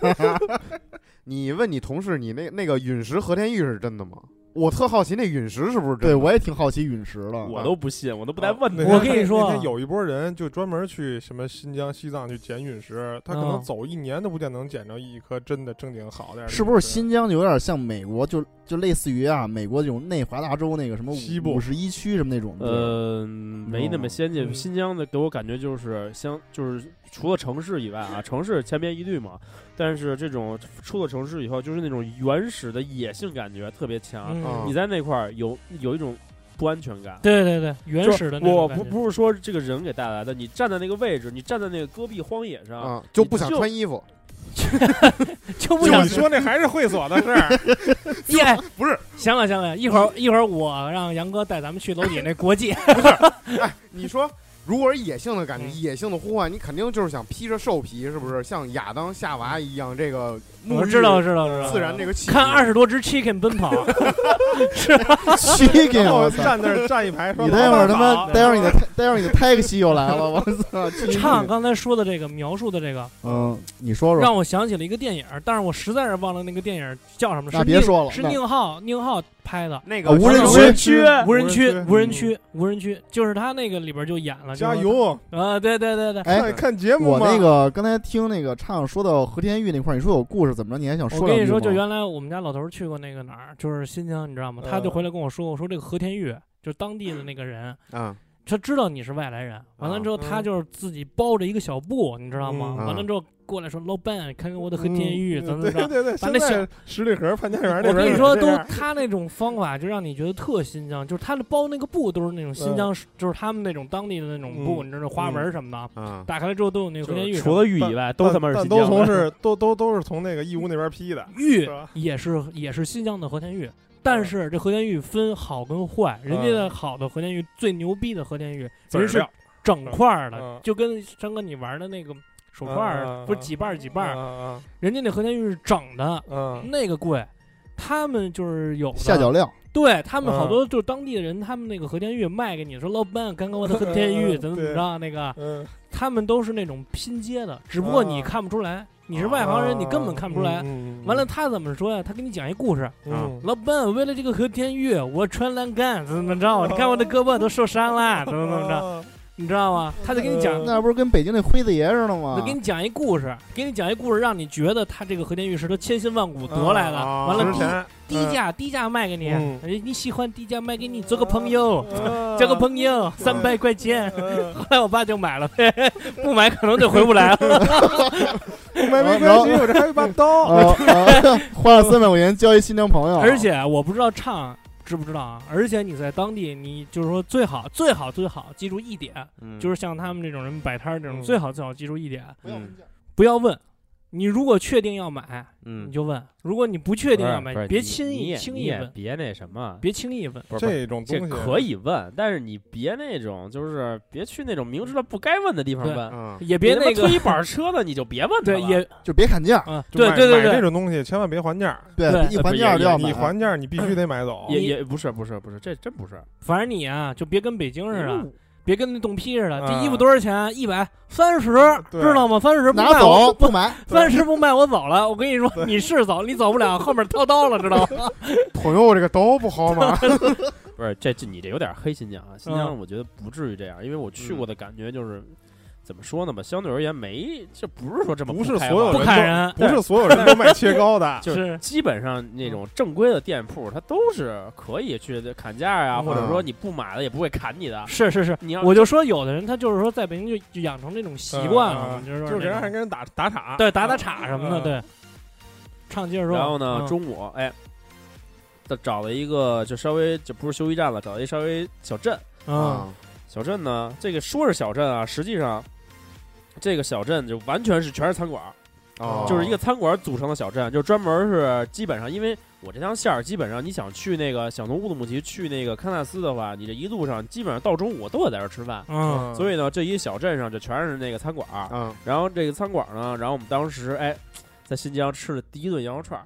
Speaker 4: 你问你同事，你那那个陨石和田玉是真的吗？我特好奇那陨石是不是真的？
Speaker 1: 对我也挺好奇陨石的，
Speaker 5: 我都不信，我都不带问
Speaker 6: 那
Speaker 5: 的。
Speaker 6: 天
Speaker 2: 我跟你说啊
Speaker 6: 那天有一波人就专门去什么新疆、西藏去捡陨石，他可能
Speaker 2: 嗯
Speaker 6: 走一年都不见能捡着一颗真的正经好点儿的。
Speaker 1: 是不是？新疆就有点像美国，就就类似于啊，美国这种内华达州那个什么
Speaker 6: 西部
Speaker 1: 五十一区什么那种，
Speaker 5: 呃，没那么先进。
Speaker 6: 嗯
Speaker 5: 新疆的给我感觉就是相，就是除了城市以外 [LAUGHS] 啊，城市千篇一律嘛。但是这种出了城市以后，就是那种原始的野性感觉特别强。
Speaker 6: 啊
Speaker 2: 嗯，
Speaker 5: 你在那块儿有有一种不安全感。
Speaker 2: 对对对，原始的那
Speaker 5: 我
Speaker 2: 种感
Speaker 5: 不
Speaker 2: 觉。
Speaker 5: 不是说这个人给带来的，你站在那个位置，你站在那个戈壁荒野上，
Speaker 4: 啊，就不想
Speaker 5: 就
Speaker 4: 穿衣服，
Speaker 2: 就不
Speaker 6: 就
Speaker 2: 想
Speaker 6: 你说那还是会所的事
Speaker 1: [LAUGHS]
Speaker 6: 儿，
Speaker 2: 一 [LAUGHS] 哎，
Speaker 6: 不是，
Speaker 2: 行了行了，一会儿一会儿我让杨哥带咱们去楼底那国际，
Speaker 4: 你说， [LAUGHS] 如果是野性的感觉，
Speaker 2: 嗯
Speaker 4: 野性的呼唤，你肯定就是想披着兽皮，是不是？像亚当夏娃一样，这个
Speaker 2: 我
Speaker 4: 沐浴
Speaker 2: 知道知道知道，
Speaker 4: 自然这个气息。
Speaker 2: 看二十多只 chicken 奔跑，
Speaker 1: c h i c
Speaker 6: 然
Speaker 1: k
Speaker 6: [LAUGHS] 后
Speaker 1: 我操！
Speaker 6: 站那儿站一排
Speaker 1: [LAUGHS]
Speaker 6: 说：“
Speaker 1: 你待会儿他
Speaker 6: 老
Speaker 1: 妈
Speaker 6: 板
Speaker 1: 待会儿你的待会儿你的 taxi 又来了，我操！去
Speaker 2: 唱刚才说的这个描述的这个，
Speaker 1: 嗯，你说说，
Speaker 2: 让我想起了一个电影，但是我实在是忘了那个电影叫什么了。
Speaker 1: 那
Speaker 2: 是
Speaker 1: 别
Speaker 2: 宁
Speaker 1: 说了
Speaker 2: 是
Speaker 1: 那
Speaker 2: 宁浩宁浩拍的
Speaker 4: 那个
Speaker 1: 啊无人
Speaker 2: 无人
Speaker 1: 区
Speaker 2: 无人区，无
Speaker 6: 无
Speaker 2: 人
Speaker 6: 人
Speaker 2: 区，无人区，就是他那个里边就演了。
Speaker 6: 加
Speaker 2: 就是
Speaker 6: 油！
Speaker 2: 啊！对对对对，
Speaker 1: 哎
Speaker 6: 看，看节目
Speaker 1: 我
Speaker 6: 吗？
Speaker 1: 那个刚才听那个唱说到和田玉那块儿，你说有故事怎么着？你还想
Speaker 2: 我
Speaker 1: 说两
Speaker 2: 跟
Speaker 1: 句
Speaker 2: 你
Speaker 1: 吗？
Speaker 2: 说，就原来我们家老头儿去过那个哪儿，就是新疆，你知道吗？他就回来跟我说，我说这个和田玉就是当地的那个人，
Speaker 4: 啊，
Speaker 2: 他知道你是外来人，完了之后
Speaker 6: 嗯啊
Speaker 2: 他就是自己包着一个小布，你知道吗？
Speaker 4: 嗯
Speaker 2: 完了之后过来说老板，看看我的和田玉
Speaker 6: 嗯
Speaker 2: 怎么
Speaker 6: 对
Speaker 2: 怎么着。
Speaker 6: 对对，
Speaker 2: 把
Speaker 6: 现
Speaker 2: 那
Speaker 6: 在十里河潘家园那边
Speaker 2: 我跟你
Speaker 6: 也
Speaker 2: 说，
Speaker 6: 这
Speaker 2: 都
Speaker 6: 样
Speaker 2: 他那种方法，就让你觉得特新疆，就是他的包那个布都是那种新疆，就是他们那种当地的那种布，
Speaker 6: 嗯
Speaker 2: 你知道花纹什么的，
Speaker 4: 啊，
Speaker 2: 打开了之后都有那个和田玉什
Speaker 5: 除
Speaker 2: 么的，
Speaker 5: 了玉以外，都他妈是
Speaker 6: 但
Speaker 5: 新
Speaker 6: 都
Speaker 5: 疆
Speaker 6: 从
Speaker 5: 的。
Speaker 6: 是都都都是从那个义乌那边批
Speaker 2: [LAUGHS]
Speaker 6: 的，
Speaker 2: 玉
Speaker 6: 是吧？嗯
Speaker 2: 也是也是新疆的和田玉，但是这和田玉分好跟坏，人家的好的和田玉最牛逼的和田玉，
Speaker 6: 籽
Speaker 2: 人
Speaker 6: 嗯儿
Speaker 2: 是
Speaker 6: 料
Speaker 2: 整块儿的
Speaker 6: 嗯，
Speaker 2: 就跟山哥你玩的那个手串儿似
Speaker 6: 嗯嗯嗯
Speaker 2: 的，不是几瓣儿几瓣儿，
Speaker 6: 嗯
Speaker 2: 人家那和田玉是整的，
Speaker 6: 嗯
Speaker 2: 那个贵。他们就是有的
Speaker 1: 下脚料，
Speaker 2: 对他们好
Speaker 6: 嗯
Speaker 2: 多就是当地的人，他们那个和田玉卖给你说老板，刚刚我的和田玉怎么怎么着那个，
Speaker 6: 嗯，
Speaker 2: 他们都是那种拼接的，只不过你
Speaker 6: 啊
Speaker 2: 看不出来，你是外行人，你根本看不出来。
Speaker 6: 嗯。
Speaker 2: 完了，啊他怎么说呀？他给你讲一故事，
Speaker 6: 嗯，
Speaker 2: 老板为了这个和田玉，我穿栏杆怎么怎么着，你看我的胳膊都受伤了，怎么怎么着，
Speaker 6: 着？
Speaker 2: 你知道吗？他就给你讲，
Speaker 1: 呃那不是跟北京那辉子爷似的
Speaker 3: 啊
Speaker 1: 吗
Speaker 2: 他？给你讲一故事，给你讲一故事，让你觉得他这个和田玉是他千辛万苦得来的，
Speaker 6: 啊
Speaker 2: 完
Speaker 6: 值
Speaker 2: 了低
Speaker 6: 钱
Speaker 2: 低价低价卖给你，
Speaker 6: 嗯
Speaker 2: 哎你喜欢低价卖给你做个朋友， [LAUGHS]
Speaker 6: 嗯
Speaker 2: 交个朋友，
Speaker 3: 啊
Speaker 2: 三百块钱。
Speaker 6: 嗯
Speaker 2: 后来我爸就买了， [LAUGHS] 嘿嘿不买可能就回不来了。
Speaker 6: 不哦买没关系，我这还有一把刀。
Speaker 1: 呃，呃 [LAUGHS] 花了三百块钱交一新疆
Speaker 3: 啊
Speaker 1: 朋友，
Speaker 2: 而且我不知道唱知不知道啊，而且你在当地，你就是说最好最好最好记住一点，
Speaker 3: 嗯
Speaker 5: 嗯
Speaker 2: 就是像他们这种人摆摊儿这种，
Speaker 6: 嗯
Speaker 2: 最好最好记住一点，
Speaker 1: 不要分
Speaker 2: 不要问。你如果确定要买，
Speaker 3: 嗯
Speaker 2: 你，就问；如果你不确定要买
Speaker 3: 不，
Speaker 5: 嗯
Speaker 3: 是
Speaker 2: 别
Speaker 3: 你
Speaker 2: 轻
Speaker 3: 你
Speaker 2: 易
Speaker 3: 也
Speaker 2: 轻
Speaker 3: 你
Speaker 2: 易
Speaker 3: 也
Speaker 2: 问，
Speaker 3: 别那什么，
Speaker 2: 别轻易问。
Speaker 3: 不是不是
Speaker 6: 这种
Speaker 3: 这
Speaker 6: 东西
Speaker 3: 可以问，但是你别那种，就是别去那种明知道不该问的地方
Speaker 2: 对
Speaker 3: 问。
Speaker 4: [LAUGHS] 嗯，
Speaker 2: 也别
Speaker 3: 你他
Speaker 2: 那
Speaker 3: 妈
Speaker 2: 个
Speaker 3: 推一板车的，你就别问他
Speaker 2: 对
Speaker 3: 了
Speaker 2: 也
Speaker 1: 就别砍价，
Speaker 2: 啊
Speaker 6: 就
Speaker 2: 对
Speaker 6: 买
Speaker 2: 对对啊
Speaker 6: 买这
Speaker 2: 对，
Speaker 6: 种东西千万别还价，
Speaker 1: 对，一还价就要
Speaker 6: 你
Speaker 1: 买。
Speaker 6: 还价你必须得买走。
Speaker 3: 也也不是不是不是，这真不是。
Speaker 2: 反正你啊就别跟北京似的，别跟那冻批似的，
Speaker 6: 啊
Speaker 2: 这衣服多少钱？一百三十，
Speaker 6: 对
Speaker 2: 知道吗？三十不
Speaker 1: 拿
Speaker 2: 卖
Speaker 1: 走
Speaker 2: 我
Speaker 1: 不 [LAUGHS] 买，
Speaker 2: 三十不卖我走了。我跟你说，你是走你走不了，后面掏刀了，知道吗？
Speaker 4: 朋友这个刀不好 [LAUGHS] 吗？
Speaker 3: 不是，这这你这有点黑新疆啊！新疆
Speaker 2: 嗯
Speaker 3: 我觉得不至于这样，因为我去过的感觉就是，怎么说呢吧，相对而言没，这不是说这么
Speaker 6: 不是
Speaker 3: 开
Speaker 6: 所
Speaker 3: 化
Speaker 6: 有
Speaker 2: [LAUGHS] 不
Speaker 3: 的，
Speaker 6: 人都 [LAUGHS]
Speaker 2: 砍人，
Speaker 6: 不是所有人都卖切糕的
Speaker 3: 就是
Speaker 2: 是
Speaker 3: 基本上那种正规的店铺，它都是可以去砍价呀、
Speaker 6: 嗯
Speaker 3: 或者说你不买了也不会砍你的。
Speaker 2: 是是是，
Speaker 3: 你要
Speaker 2: 我就说有的人他就是说在北京就就养成这种 [LAUGHS] 习惯了，
Speaker 6: 嗯
Speaker 2: 就是说
Speaker 6: 就是给
Speaker 2: 那
Speaker 6: 让人
Speaker 2: 种
Speaker 6: 跟人打打岔。
Speaker 2: 对打打岔什么的，
Speaker 6: 嗯
Speaker 2: 对。唱接着说，
Speaker 5: 然后呢，
Speaker 2: 嗯
Speaker 5: 中午哎，他找了一个就稍微就不是休息站了，找了一稍微小镇。
Speaker 4: 啊
Speaker 2: 嗯，
Speaker 5: 小镇呢，这个说是小镇啊，实际上这个小镇就完全是全是餐馆儿，
Speaker 4: 哦，
Speaker 5: 就是一个餐馆组成的小镇，就专门是基本上，因为我这条线儿基本上你想去那个想从乌鲁木齐去那个喀纳斯的话，你这一路上基本上到中午都得在这儿吃饭。
Speaker 6: 啊
Speaker 2: 嗯
Speaker 5: 所
Speaker 6: 以
Speaker 5: 以呢，这一小镇上就全是那个餐馆儿，
Speaker 4: 啊，
Speaker 5: 然后这个餐馆呢，然后我们当时哎，在新疆吃了第一顿羊肉串儿，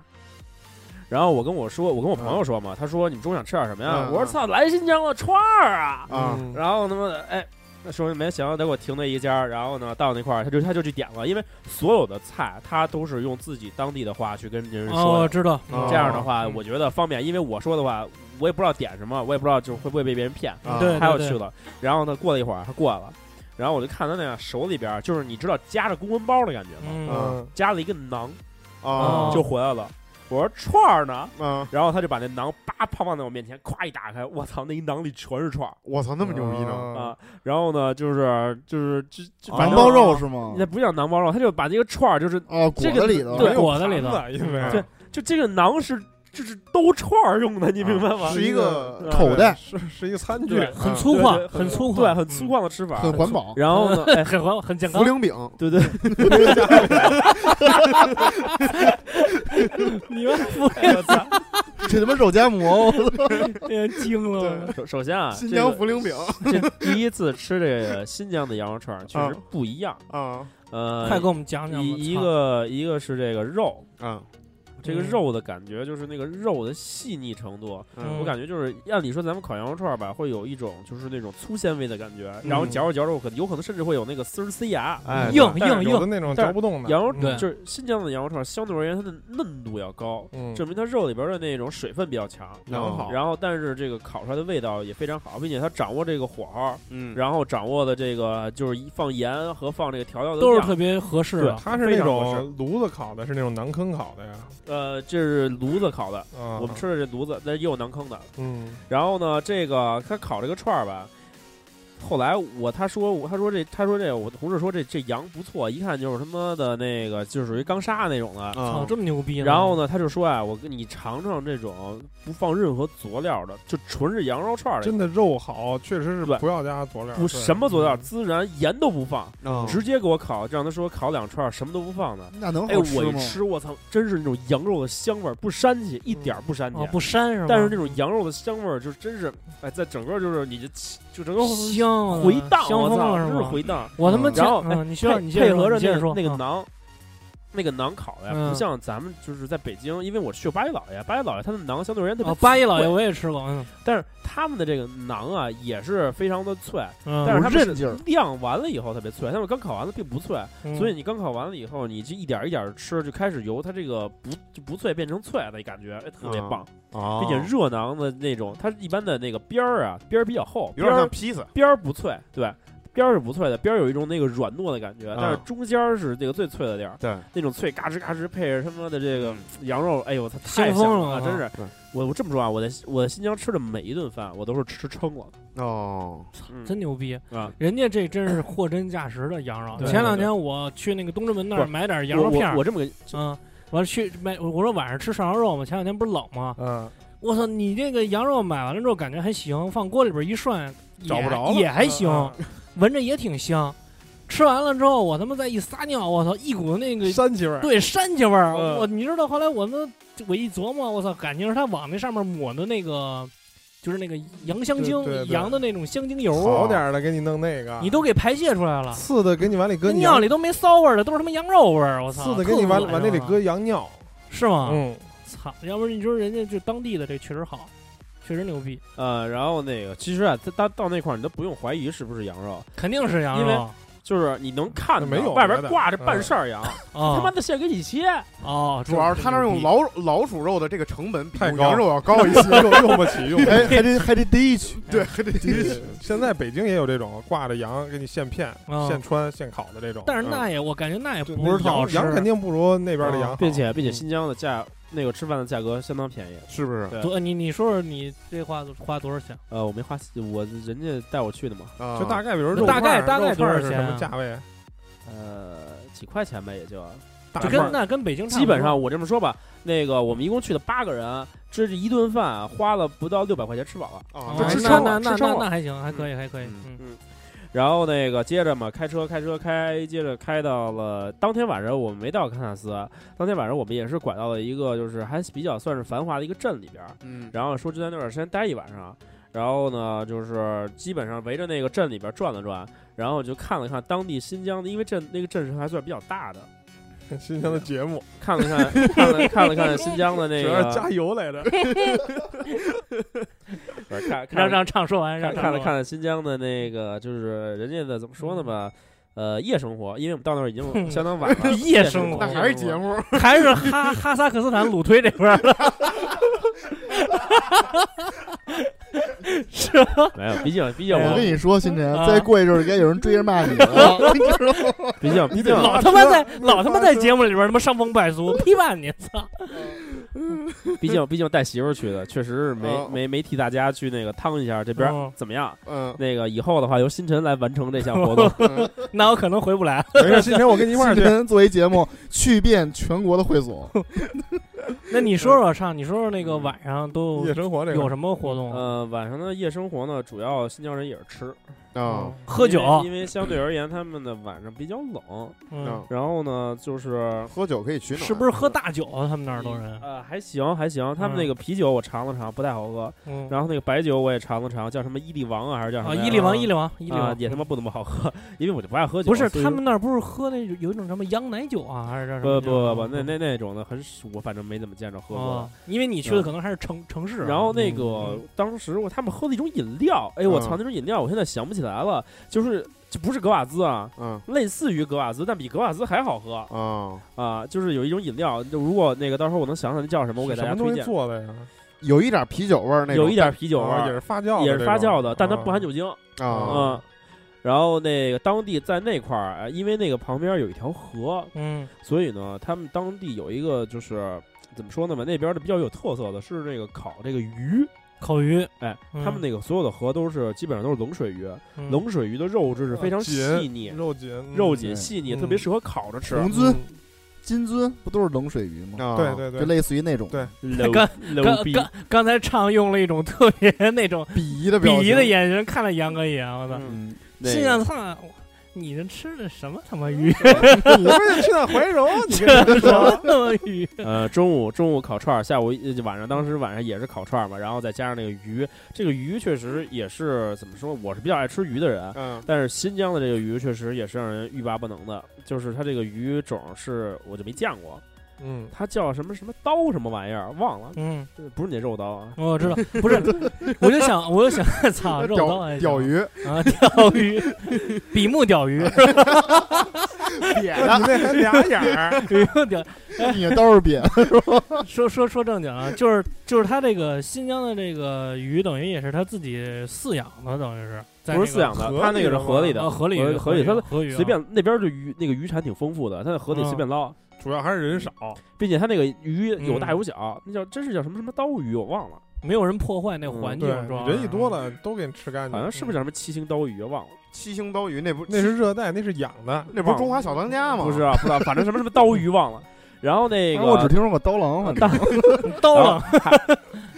Speaker 5: 然后我跟我说，我跟我朋友说嘛，他说你们中午想吃点什么呀？我
Speaker 4: 嗯
Speaker 5: 说
Speaker 4: 嗯
Speaker 5: 操，来新疆了串儿啊！
Speaker 4: 啊，
Speaker 6: 嗯
Speaker 2: 嗯
Speaker 5: 然后他妈的哎，那说没行，得给我停那一家儿，然后呢到那块儿他就他就去点了，因为所有的菜他都是用自己当地的话去跟人说
Speaker 2: 哦，
Speaker 5: 的。
Speaker 2: 知道，
Speaker 6: 哦
Speaker 5: 这样的话，
Speaker 2: 嗯
Speaker 5: 我觉得方便，因为我说的话，我也不知道点什么，我也不知道就是会不会被别人骗，
Speaker 6: 啊
Speaker 2: 对
Speaker 5: 他又去了。然后呢，过了一会儿他过来了，然后我就看他那样手里边儿就是你知道夹着公文包的感觉吗？
Speaker 2: 嗯，
Speaker 6: 嗯
Speaker 5: 夹了一个馕
Speaker 6: 啊
Speaker 4: 嗯
Speaker 2: 哦
Speaker 5: 就回来了。我说串儿呢？
Speaker 6: 啊，
Speaker 5: 然后他就把那馕叭啪放在我面前，咵一打开，我操，那一馕里全是串儿
Speaker 6: 我操，那
Speaker 4: 那么牛逼呢？
Speaker 6: 嗯
Speaker 5: 啊！然后呢，就是就是这这
Speaker 1: 囊
Speaker 5: 反正
Speaker 1: 哦包肉是吗？
Speaker 5: 那不叫馕包肉，他就把这个串儿就是
Speaker 1: 哦，裹
Speaker 5: 这个
Speaker 1: 在里头
Speaker 5: 对
Speaker 1: 了，
Speaker 6: 没有
Speaker 2: 裹在里头
Speaker 6: 盘子因为
Speaker 5: 对就这个馕是就是兜串儿用的，你明白吗？
Speaker 4: 是一个
Speaker 1: 口袋
Speaker 6: 是是一个餐具
Speaker 5: 对，
Speaker 2: 很
Speaker 6: 啊
Speaker 2: 粗
Speaker 5: 对
Speaker 2: 犷
Speaker 5: 对，
Speaker 2: 很粗犷，嗯
Speaker 5: 对，很粗犷的吃法，
Speaker 1: 嗯很环保。
Speaker 5: 然后呢，哎，
Speaker 2: 很很很健康。
Speaker 4: 茯苓饼，
Speaker 5: 对对，
Speaker 2: 你们不
Speaker 1: 这他妈肉夹馍，
Speaker 2: 也惊了？
Speaker 5: 首首先啊，
Speaker 4: 新
Speaker 5: 这
Speaker 4: 疆
Speaker 5: 个
Speaker 4: 茯苓饼
Speaker 5: 这第一次吃这个新疆的羊肉串儿确实不一样。
Speaker 4: 啊
Speaker 5: 呃，
Speaker 2: 快给我们讲讲吧。
Speaker 5: 一一
Speaker 2: 操
Speaker 5: 个一个是这个肉，
Speaker 4: 啊，
Speaker 5: 这个
Speaker 2: 嗯
Speaker 5: 肉的感觉就是那个肉的细腻程度，
Speaker 2: 嗯
Speaker 5: 我感觉就是按理说咱们烤羊肉串儿吧，会有一种就是那种粗纤维的感觉，然后
Speaker 6: 嗯
Speaker 5: 嚼着嚼着可有可能甚至会有那个丝儿塞牙。
Speaker 6: 哎
Speaker 2: 硬
Speaker 6: 但是
Speaker 2: 硬
Speaker 6: 有的那种嚼不动的
Speaker 5: 羊肉
Speaker 6: 嗯
Speaker 2: 对
Speaker 5: 就是新疆的羊肉串儿，相对而言它的嫩度要高，
Speaker 6: 嗯
Speaker 5: 证明它肉里边的那种水分比较强。
Speaker 6: 然后好
Speaker 5: 然后，但是这个烤出来的味道也非常好，并且它掌握这个火候，
Speaker 4: 嗯
Speaker 5: 然后掌握的这个就是一放盐和放这个调料的
Speaker 2: 都是
Speaker 5: 量
Speaker 2: 特别合适
Speaker 5: 对啊
Speaker 2: 的。
Speaker 6: 它是
Speaker 5: 非
Speaker 6: 那
Speaker 5: 常合适
Speaker 6: 种炉子烤的，是那种馕坑烤的呀。
Speaker 5: 呃，这是炉子烤的，
Speaker 6: 啊，
Speaker 5: 我们吃的这炉子，但是也有馕坑的。
Speaker 6: 嗯
Speaker 5: 然后呢，这个他烤这个串儿吧，后来我他说我他说这他说这我同事说这这羊不错，一看就是他妈的那个就属于刚杀那种的。
Speaker 2: 操，
Speaker 4: 啊
Speaker 2: 哦这么牛逼！
Speaker 5: 然后？呢，他就说啊，我跟你尝尝这种不放任何佐料的，就纯是羊肉串儿的，
Speaker 6: 真的肉好，确实是
Speaker 5: 对
Speaker 6: 不要加佐料，
Speaker 5: 不
Speaker 6: 对
Speaker 5: 什么佐料，孜然盐都不放，
Speaker 4: 啊
Speaker 2: 嗯
Speaker 5: 直接给我烤，让他说烤两串儿什么都不放的。
Speaker 1: 那能
Speaker 5: 哎，
Speaker 1: 好吃
Speaker 5: 我一
Speaker 1: 吗？
Speaker 5: 吃，我操，真是那种羊肉的香味儿，不膻气，一点儿不膻气。
Speaker 2: 啊，不膻是吧？
Speaker 5: 但是那种羊肉的香味儿，就真是，哎，在整个就是你的气，就整个
Speaker 2: 香啊
Speaker 5: 回荡，
Speaker 2: 香
Speaker 5: 我
Speaker 2: 疯
Speaker 5: 操
Speaker 2: 了是
Speaker 5: 真是
Speaker 2: 吗？
Speaker 5: 回荡。
Speaker 2: 我他妈
Speaker 6: 嗯
Speaker 2: 前
Speaker 5: 然后哎
Speaker 2: 嗯，你需要
Speaker 5: 配
Speaker 2: 你先
Speaker 5: 配合
Speaker 2: 说
Speaker 5: 着
Speaker 2: 你接
Speaker 5: 那
Speaker 2: 着
Speaker 5: 个
Speaker 2: 说
Speaker 5: 那个
Speaker 2: 嗯
Speaker 5: 馕，那个馕烤的呀，
Speaker 2: 嗯
Speaker 5: 不像咱们就是在北京，因为我去过八一老爷，八一老爷他的馕相对而言特别
Speaker 2: 哦，八一老爷
Speaker 5: 爷，
Speaker 2: 我也吃过，嗯
Speaker 5: 但是他们的这个馕啊也是非常的脆，
Speaker 2: 嗯，
Speaker 5: 但是他
Speaker 1: 韧
Speaker 5: 们
Speaker 1: 劲儿
Speaker 5: 是晾完了以后特别脆，他们刚烤完了并不脆，
Speaker 2: 嗯
Speaker 5: 所以你刚烤完了以后，你就一点儿一点儿吃，就开始由它这个不就不脆变成脆的感觉，哎特别
Speaker 4: 嗯
Speaker 5: 棒。
Speaker 4: 啊
Speaker 5: 并且热馕的那种，它一般的那个边儿啊，边儿比较厚，
Speaker 4: 有
Speaker 5: 边
Speaker 4: 点像
Speaker 5: 儿
Speaker 4: 披萨，
Speaker 5: 边儿不脆，对吧？边儿是不脆的，边儿有一种那个软糯的感觉，但
Speaker 6: 嗯
Speaker 5: 是
Speaker 4: 啊
Speaker 5: 中间儿是这个最脆的地儿，
Speaker 4: 对，
Speaker 5: 那种脆嘎吱嘎吱配着他妈的这个羊肉，哎呦我操，
Speaker 2: 香
Speaker 5: 太
Speaker 2: 疯
Speaker 5: 香
Speaker 2: 了
Speaker 5: 了，
Speaker 2: 啊
Speaker 5: 真
Speaker 6: 嗯
Speaker 5: 是
Speaker 4: 对！
Speaker 5: 我我这么说啊，我在我在新疆吃的每一顿饭，我都是吃撑了
Speaker 4: 哦，
Speaker 5: 嗯
Speaker 2: 真牛逼
Speaker 5: 啊！
Speaker 2: 人家这真是货真价实的羊肉。
Speaker 5: 对
Speaker 2: 前两天我去那个东直门那
Speaker 5: 不
Speaker 2: 儿
Speaker 5: 是
Speaker 2: 买点羊
Speaker 5: 我
Speaker 2: 肉片
Speaker 5: 我
Speaker 2: 儿
Speaker 5: 我，这么给
Speaker 2: 嗯，完了去买，我说晚上吃涮羊肉嘛，前两天不是冷吗？
Speaker 6: 嗯
Speaker 2: 我操，你这个羊肉买完了之后感觉还行，放锅里边一涮，也
Speaker 6: 找不着了
Speaker 2: 也还
Speaker 6: 嗯
Speaker 2: 行，
Speaker 6: 嗯
Speaker 2: 闻着也挺香。吃完了之后，我他妈再一撒尿，我操，一股那个
Speaker 6: 膻气味儿，
Speaker 2: 对膻气味儿，
Speaker 6: 嗯
Speaker 2: 我你知道后来我们我一琢磨，我操，感情是他往那上面抹的那个，就是那个羊香精
Speaker 6: 对对、对
Speaker 2: 羊的那种香精油，
Speaker 6: 好点儿的给你弄那个，
Speaker 2: 你都给排泄出来了，
Speaker 6: 次的给你往里
Speaker 2: 那
Speaker 6: 搁
Speaker 2: 尿
Speaker 6: 羊，
Speaker 2: 里都没骚味儿的，都是他妈羊肉味儿，我操，
Speaker 6: 次的给你往
Speaker 2: 特恶心啊
Speaker 6: 往那里
Speaker 2: 我操
Speaker 6: 搁羊尿，
Speaker 2: 是吗？
Speaker 6: 嗯，
Speaker 2: 操，要不然你说人家就当地的这确实好，确实牛逼，
Speaker 5: 呃，然后那个其实啊，它到到那块儿你都不用怀疑是不是羊肉，
Speaker 2: 肯定是羊
Speaker 5: 因为
Speaker 2: 肉。
Speaker 5: 就是你能看到
Speaker 6: 没有
Speaker 5: 外边
Speaker 6: 别的
Speaker 5: 挂着半
Speaker 6: 嗯
Speaker 5: 扇儿羊，他妈
Speaker 2: 哦
Speaker 5: 的现给你切，啊
Speaker 2: 哦，
Speaker 4: 主要是他那儿用
Speaker 2: 老
Speaker 4: 老老鼠肉的这个成本比
Speaker 6: 太
Speaker 4: 用
Speaker 6: 高
Speaker 4: 羊肉要高一些，
Speaker 6: 用用 [LAUGHS] 不起，用不 [LAUGHS]
Speaker 1: 哎，[LAUGHS]
Speaker 6: 起。
Speaker 1: 还得还得逮一曲，
Speaker 4: 对，还得
Speaker 6: 现在北京也有这种挂着羊给你现片、
Speaker 2: 嗯
Speaker 6: 现穿、现烤的这种，
Speaker 2: 但是
Speaker 6: 嗯
Speaker 2: 那也我感觉那也
Speaker 6: 对
Speaker 2: 不是特好
Speaker 6: 羊
Speaker 2: 吃，啊
Speaker 6: 羊肯定不如那 [LAUGHS] 边的羊好，
Speaker 5: 并且并且
Speaker 6: 嗯
Speaker 5: 新疆的价那个吃饭的价格相当便宜。
Speaker 4: 是不是？
Speaker 5: 对
Speaker 2: 多。呃你你说说你这花花多少钱？
Speaker 5: 呃，我没花，我人家带我去的嘛，
Speaker 4: 啊
Speaker 6: 就大概比如肉
Speaker 2: 大概
Speaker 6: 串儿
Speaker 2: 大概
Speaker 6: 肉串儿是
Speaker 2: 多少钱啊
Speaker 6: 什么价位？
Speaker 5: 呃，几块钱吧，也就
Speaker 6: 大
Speaker 2: 就
Speaker 6: 块
Speaker 2: 跟
Speaker 6: 儿
Speaker 2: 那跟北京差不
Speaker 5: 基
Speaker 2: 多
Speaker 5: 本上我这么说吧，那个我们一共去了八个人，这一顿饭花了不到六百块钱吃饱了。
Speaker 2: 哦
Speaker 4: 啊
Speaker 5: 就吃
Speaker 2: 那
Speaker 5: 撑
Speaker 2: 那
Speaker 5: 了
Speaker 2: 那
Speaker 5: 吃撑
Speaker 2: 那
Speaker 5: 了
Speaker 2: 那还行，还可以，还可以。嗯，
Speaker 5: 然后那个接着嘛，开车开车开，接着开到了当天晚上我们没到喀纳斯，当天晚上我们也是拐到了一个就是还比较算是繁华的一个镇里边儿，
Speaker 4: 嗯，
Speaker 5: 然后说就在那段时间待一晚上，然后呢，就是基本上围着那个镇里边转了转，然后就看了看当地新疆的，因为镇那个镇是还算比较大的，
Speaker 6: 新疆的节目，
Speaker 5: 看了看看
Speaker 2: [LAUGHS]
Speaker 5: 了看了看新疆的那
Speaker 6: 主
Speaker 5: 个
Speaker 6: 要是，加油来着。
Speaker 5: 不是看看
Speaker 2: 让让唱说完，让
Speaker 5: 看
Speaker 2: 唱
Speaker 5: 看了
Speaker 2: 说完，
Speaker 5: 看了新疆的那个，就是人家的怎么说呢吧，呃，夜生活，因为我们到那儿已经相当晚了
Speaker 2: 嗯 [LAUGHS] 夜生活
Speaker 4: 那还是节目
Speaker 2: [LAUGHS]
Speaker 5: [LAUGHS]
Speaker 2: 还是哈哈萨克斯坦鲁推这边儿的。是吧
Speaker 5: 没有，毕竟毕竟
Speaker 1: 我
Speaker 5: 我
Speaker 4: 哎
Speaker 1: 跟你说，星辰，
Speaker 2: 啊
Speaker 1: 再过一阵儿该有人追着骂你 [LAUGHS] 了，你知道吗？
Speaker 5: [LAUGHS] 毕竟毕竟
Speaker 2: 老他妈在老他妈在节目里边他妈伤风败俗，批判你，操！
Speaker 5: 毕竟毕竟带媳妇儿去的，确实是没
Speaker 4: 哦
Speaker 5: 没没替大家去那个趟一下这边儿
Speaker 2: 哦
Speaker 5: 怎么样？
Speaker 4: 嗯，
Speaker 5: 那个以后的话由星辰来完成这项活
Speaker 2: 哦
Speaker 5: 动，
Speaker 4: 嗯
Speaker 2: 那我可能回不来。
Speaker 6: 没事，今天我跟你一块儿
Speaker 1: 星
Speaker 6: 去。
Speaker 1: 辰作为节目去遍全国的会所，
Speaker 2: [LAUGHS] 那你说说上，你说说那个晚上都
Speaker 6: 夜生活这个
Speaker 2: 有什么活动？啊
Speaker 5: 呃，晚上的夜生活呢，主要新疆人也是吃，嗯
Speaker 4: 啊，
Speaker 2: 喝酒
Speaker 5: 因为因为相对而言他们的晚上比较冷，
Speaker 2: 嗯，
Speaker 5: 然后呢就是
Speaker 4: 喝酒可以取暖，
Speaker 2: 是不是喝大酒啊？他们那儿都人，
Speaker 5: 呃还行还行，他们那个啤酒我尝了尝不太好喝，
Speaker 2: 嗯
Speaker 5: 然后那个白酒我也尝了尝，叫什么伊利王啊还是叫什
Speaker 2: 啊，
Speaker 5: 么呀？
Speaker 2: 伊利王，伊利王，伊利
Speaker 5: 啊
Speaker 2: 王
Speaker 5: 也他妈不怎么好喝，因为我就不爱喝酒，
Speaker 2: 不是
Speaker 5: 所以
Speaker 2: 他们那儿不是喝那有一种什么洋奶酒啊，还是叫什
Speaker 5: 不
Speaker 2: 么
Speaker 5: 不
Speaker 2: 酒？
Speaker 5: 不不那那那种的很少我反正没怎么见着喝过的
Speaker 2: 啊，因为你去的可能还是城城市啊。嗯
Speaker 5: 然后那个当时我他们喝的一种饮料，哎呦我操，
Speaker 4: 嗯
Speaker 5: 那种饮料我现在想不起来了，就是就不是格瓦兹啊，
Speaker 4: 嗯
Speaker 5: 类似于格瓦兹，但比格瓦兹还好喝
Speaker 4: 啊，
Speaker 5: 啊，就是有一种饮料，就如果那个到时候我能想想那叫什么，我给大
Speaker 6: 什
Speaker 5: 家
Speaker 6: 么东西
Speaker 5: 推荐。
Speaker 6: 做的呀？
Speaker 4: 有一点啤酒味儿那种，
Speaker 5: 有一点啤酒味
Speaker 2: 哦
Speaker 6: 啊也
Speaker 5: 儿
Speaker 6: 是，发酵的这种，
Speaker 5: 也是发酵的，但它
Speaker 6: 啊
Speaker 5: 不含酒精
Speaker 4: 啊，
Speaker 5: 啊。然后那个当地在那块儿，呃因为那个旁边有一条河，
Speaker 2: 嗯
Speaker 5: 所以呢，他们当地有一个就是怎么说呢吧，那边的比较有特色的是那个烤这个鱼，
Speaker 2: 烤鱼，
Speaker 5: 哎，
Speaker 2: 嗯
Speaker 5: 他们那个所有的河都是基本上都是冷水鱼，
Speaker 2: 嗯
Speaker 5: 冷水鱼的肉质是非常细
Speaker 6: 紧
Speaker 5: 腻，
Speaker 6: 肉紧，
Speaker 5: 肉
Speaker 6: 紧。
Speaker 5: 紧
Speaker 1: 嗯
Speaker 5: 细腻，
Speaker 6: 嗯
Speaker 5: 特别适合烤着吃。
Speaker 1: 红
Speaker 6: 嗯
Speaker 1: 鳟、金鳟不都是冷水鱼吗？
Speaker 4: 啊
Speaker 6: 对对对，
Speaker 1: 就类似于那种
Speaker 6: 对
Speaker 5: [LAUGHS] 楼
Speaker 2: 刚
Speaker 5: 楼
Speaker 2: 刚
Speaker 5: 逼
Speaker 2: 刚刚才唱用了一种特别 [LAUGHS] 那种
Speaker 4: 鄙夷的表
Speaker 2: 鄙夷的
Speaker 4: 情
Speaker 2: 眼神看了杨哥一眼，我操！
Speaker 5: 嗯
Speaker 1: 嗯，
Speaker 5: 那
Speaker 2: 心
Speaker 5: 个
Speaker 2: 想操，你这吃的什么他
Speaker 5: [LAUGHS]
Speaker 2: 妈鱼？
Speaker 6: 你不是去那怀柔？你
Speaker 2: 这
Speaker 6: 跟人
Speaker 2: 什么他妈鱼？ [LAUGHS]
Speaker 5: 呃，中午中午烤串儿，下午呃晚上当时晚上也是烤串儿嘛，然后再加上那个鱼，这个鱼确实也是怎么说，我是比较爱吃鱼的人，
Speaker 4: 嗯
Speaker 5: 但是新疆的这个鱼确实也是让人欲罢不能的，就是它这个鱼种是我就没见过，
Speaker 6: 嗯，
Speaker 5: 它叫什么什么刀什么玩意儿忘了，
Speaker 2: 嗯，
Speaker 5: 不是你那肉刀啊，
Speaker 2: 我知道，不是，我就想，我就想， [LAUGHS] 操，肉刀
Speaker 4: 钓
Speaker 2: 还行
Speaker 4: 钓鱼，
Speaker 2: 啊，钓鱼，比目钓
Speaker 5: [LAUGHS]
Speaker 2: 鱼，
Speaker 4: 点
Speaker 6: 那你那还俩眼
Speaker 5: [LAUGHS]
Speaker 6: 儿，
Speaker 2: 比 [LAUGHS] 目钓。
Speaker 1: 你的都是扁，
Speaker 2: 说说说正经啊，就是就是他这个新疆的这个鱼，等于也是他自己饲养的，等于是 [LAUGHS] 在
Speaker 5: 不
Speaker 2: 那
Speaker 5: 是饲
Speaker 2: 个
Speaker 5: 养的，
Speaker 6: 河
Speaker 5: 它那
Speaker 6: 里
Speaker 5: 个是
Speaker 6: 的
Speaker 5: 河
Speaker 6: 吗
Speaker 5: 里的，
Speaker 2: 啊河里
Speaker 5: 河里，它
Speaker 2: 的河鱼啊嗯
Speaker 5: 随便那边儿就鱼那个渔产挺丰富的，它在河里随便捞，
Speaker 6: 主要还是人少。
Speaker 5: 并且它那个鱼有大
Speaker 2: 嗯
Speaker 5: 有小，那叫真是叫什么什么刀鱼，我忘了，
Speaker 2: 没有人破坏那个
Speaker 5: 嗯
Speaker 2: 环境啊
Speaker 6: 对，，
Speaker 2: 主要
Speaker 6: 人一
Speaker 2: 是
Speaker 6: 多了都给你吃干净。
Speaker 5: 好像是
Speaker 2: 嗯
Speaker 5: 不是叫什么七星刀鱼，忘了，
Speaker 4: 七星刀鱼那不
Speaker 6: 那是热带，那是养的。
Speaker 4: 那不是中华小当家吗？
Speaker 5: 不知道不知道，反正什么什么刀鱼忘了。然后那个，
Speaker 1: 我只听说过刀郎，反正
Speaker 2: 刀
Speaker 5: 然后
Speaker 2: 了，
Speaker 5: 还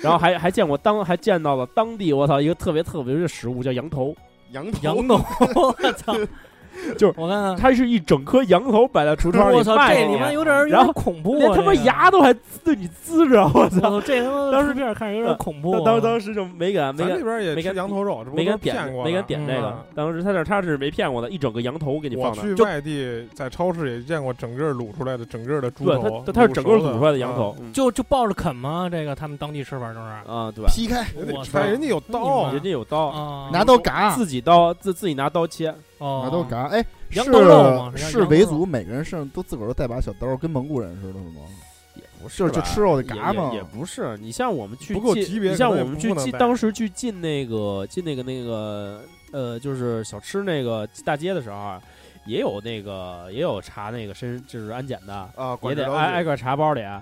Speaker 5: 然后还还见过当还见到了当地我操一个特别特别的食物叫羊头，
Speaker 4: 羊头
Speaker 2: 羊头，我操，
Speaker 5: [LAUGHS] 就是
Speaker 2: 我看看，
Speaker 5: 它是一整颗羊头摆在橱窗
Speaker 2: 嗯我
Speaker 5: 里
Speaker 2: 操，
Speaker 5: 卖
Speaker 2: 这
Speaker 5: 给
Speaker 2: 里
Speaker 5: 你
Speaker 2: 面有点有
Speaker 5: 然
Speaker 2: 点
Speaker 5: 后
Speaker 2: 恐怖啊，
Speaker 5: 连他妈
Speaker 2: 这个，
Speaker 5: 牙都还对你呲着，我
Speaker 2: 我
Speaker 5: 操！
Speaker 2: 操，这他妈
Speaker 5: 当时嗯
Speaker 2: 图片看着有点恐怖啊，
Speaker 5: 当当时就没敢没
Speaker 6: 咱
Speaker 5: 敢
Speaker 6: 这边也
Speaker 5: 没
Speaker 6: 吃
Speaker 5: 敢
Speaker 6: 羊头肉，这不
Speaker 5: 没
Speaker 6: 都
Speaker 5: 敢点
Speaker 6: 骗过
Speaker 5: 没敢
Speaker 6: 的
Speaker 5: 点
Speaker 2: 嗯
Speaker 5: 这个
Speaker 6: 啊。
Speaker 5: 当时他那他是没骗我的，一整个羊头给你
Speaker 6: 我
Speaker 5: 放
Speaker 6: 去
Speaker 5: 的，就
Speaker 6: 外地，在超市也见过整个卤出来的，整个的猪
Speaker 5: 对
Speaker 6: 头，
Speaker 5: 他他是整个卤出来
Speaker 6: 的啊
Speaker 5: 的羊头，嗯
Speaker 2: 就就抱着啃吗？这个他们当地吃法就是，
Speaker 5: 啊对，
Speaker 1: 劈开
Speaker 6: 嗯人
Speaker 2: 我
Speaker 6: 家
Speaker 2: 操
Speaker 6: 但人家有刀
Speaker 2: 啊，
Speaker 5: 人家有刀，
Speaker 2: 啊，
Speaker 1: 拿刀嘎，
Speaker 5: 自己刀自自己拿刀切，
Speaker 2: 哦
Speaker 1: 拿刀嘎。哎，
Speaker 2: 羊刀肉嘛
Speaker 1: 是
Speaker 2: 羊
Speaker 1: 是
Speaker 2: 羊
Speaker 1: 维
Speaker 2: 肉
Speaker 1: 族，每个人身上都自个儿都带把小刀，跟蒙古人似的，是吗？
Speaker 5: 也不
Speaker 1: 就是就
Speaker 5: 吧
Speaker 1: 吃肉
Speaker 5: 也
Speaker 1: 就嘎嘛
Speaker 5: 也，也不是，你像我们去
Speaker 6: 不够
Speaker 5: 进
Speaker 6: 级别
Speaker 5: 你像
Speaker 6: 可能
Speaker 5: 我
Speaker 6: 也
Speaker 5: 们
Speaker 6: 不
Speaker 5: 去
Speaker 6: 能
Speaker 5: 进
Speaker 6: 带
Speaker 5: 当时去进那个进那个那个呃，就是小吃那个大街的时候啊，也有那个也有查那个身就是安检的，
Speaker 4: 啊，
Speaker 5: 也
Speaker 4: 管制
Speaker 5: 得
Speaker 4: 刀
Speaker 5: 挨挨
Speaker 4: 具
Speaker 5: 个查包里啊，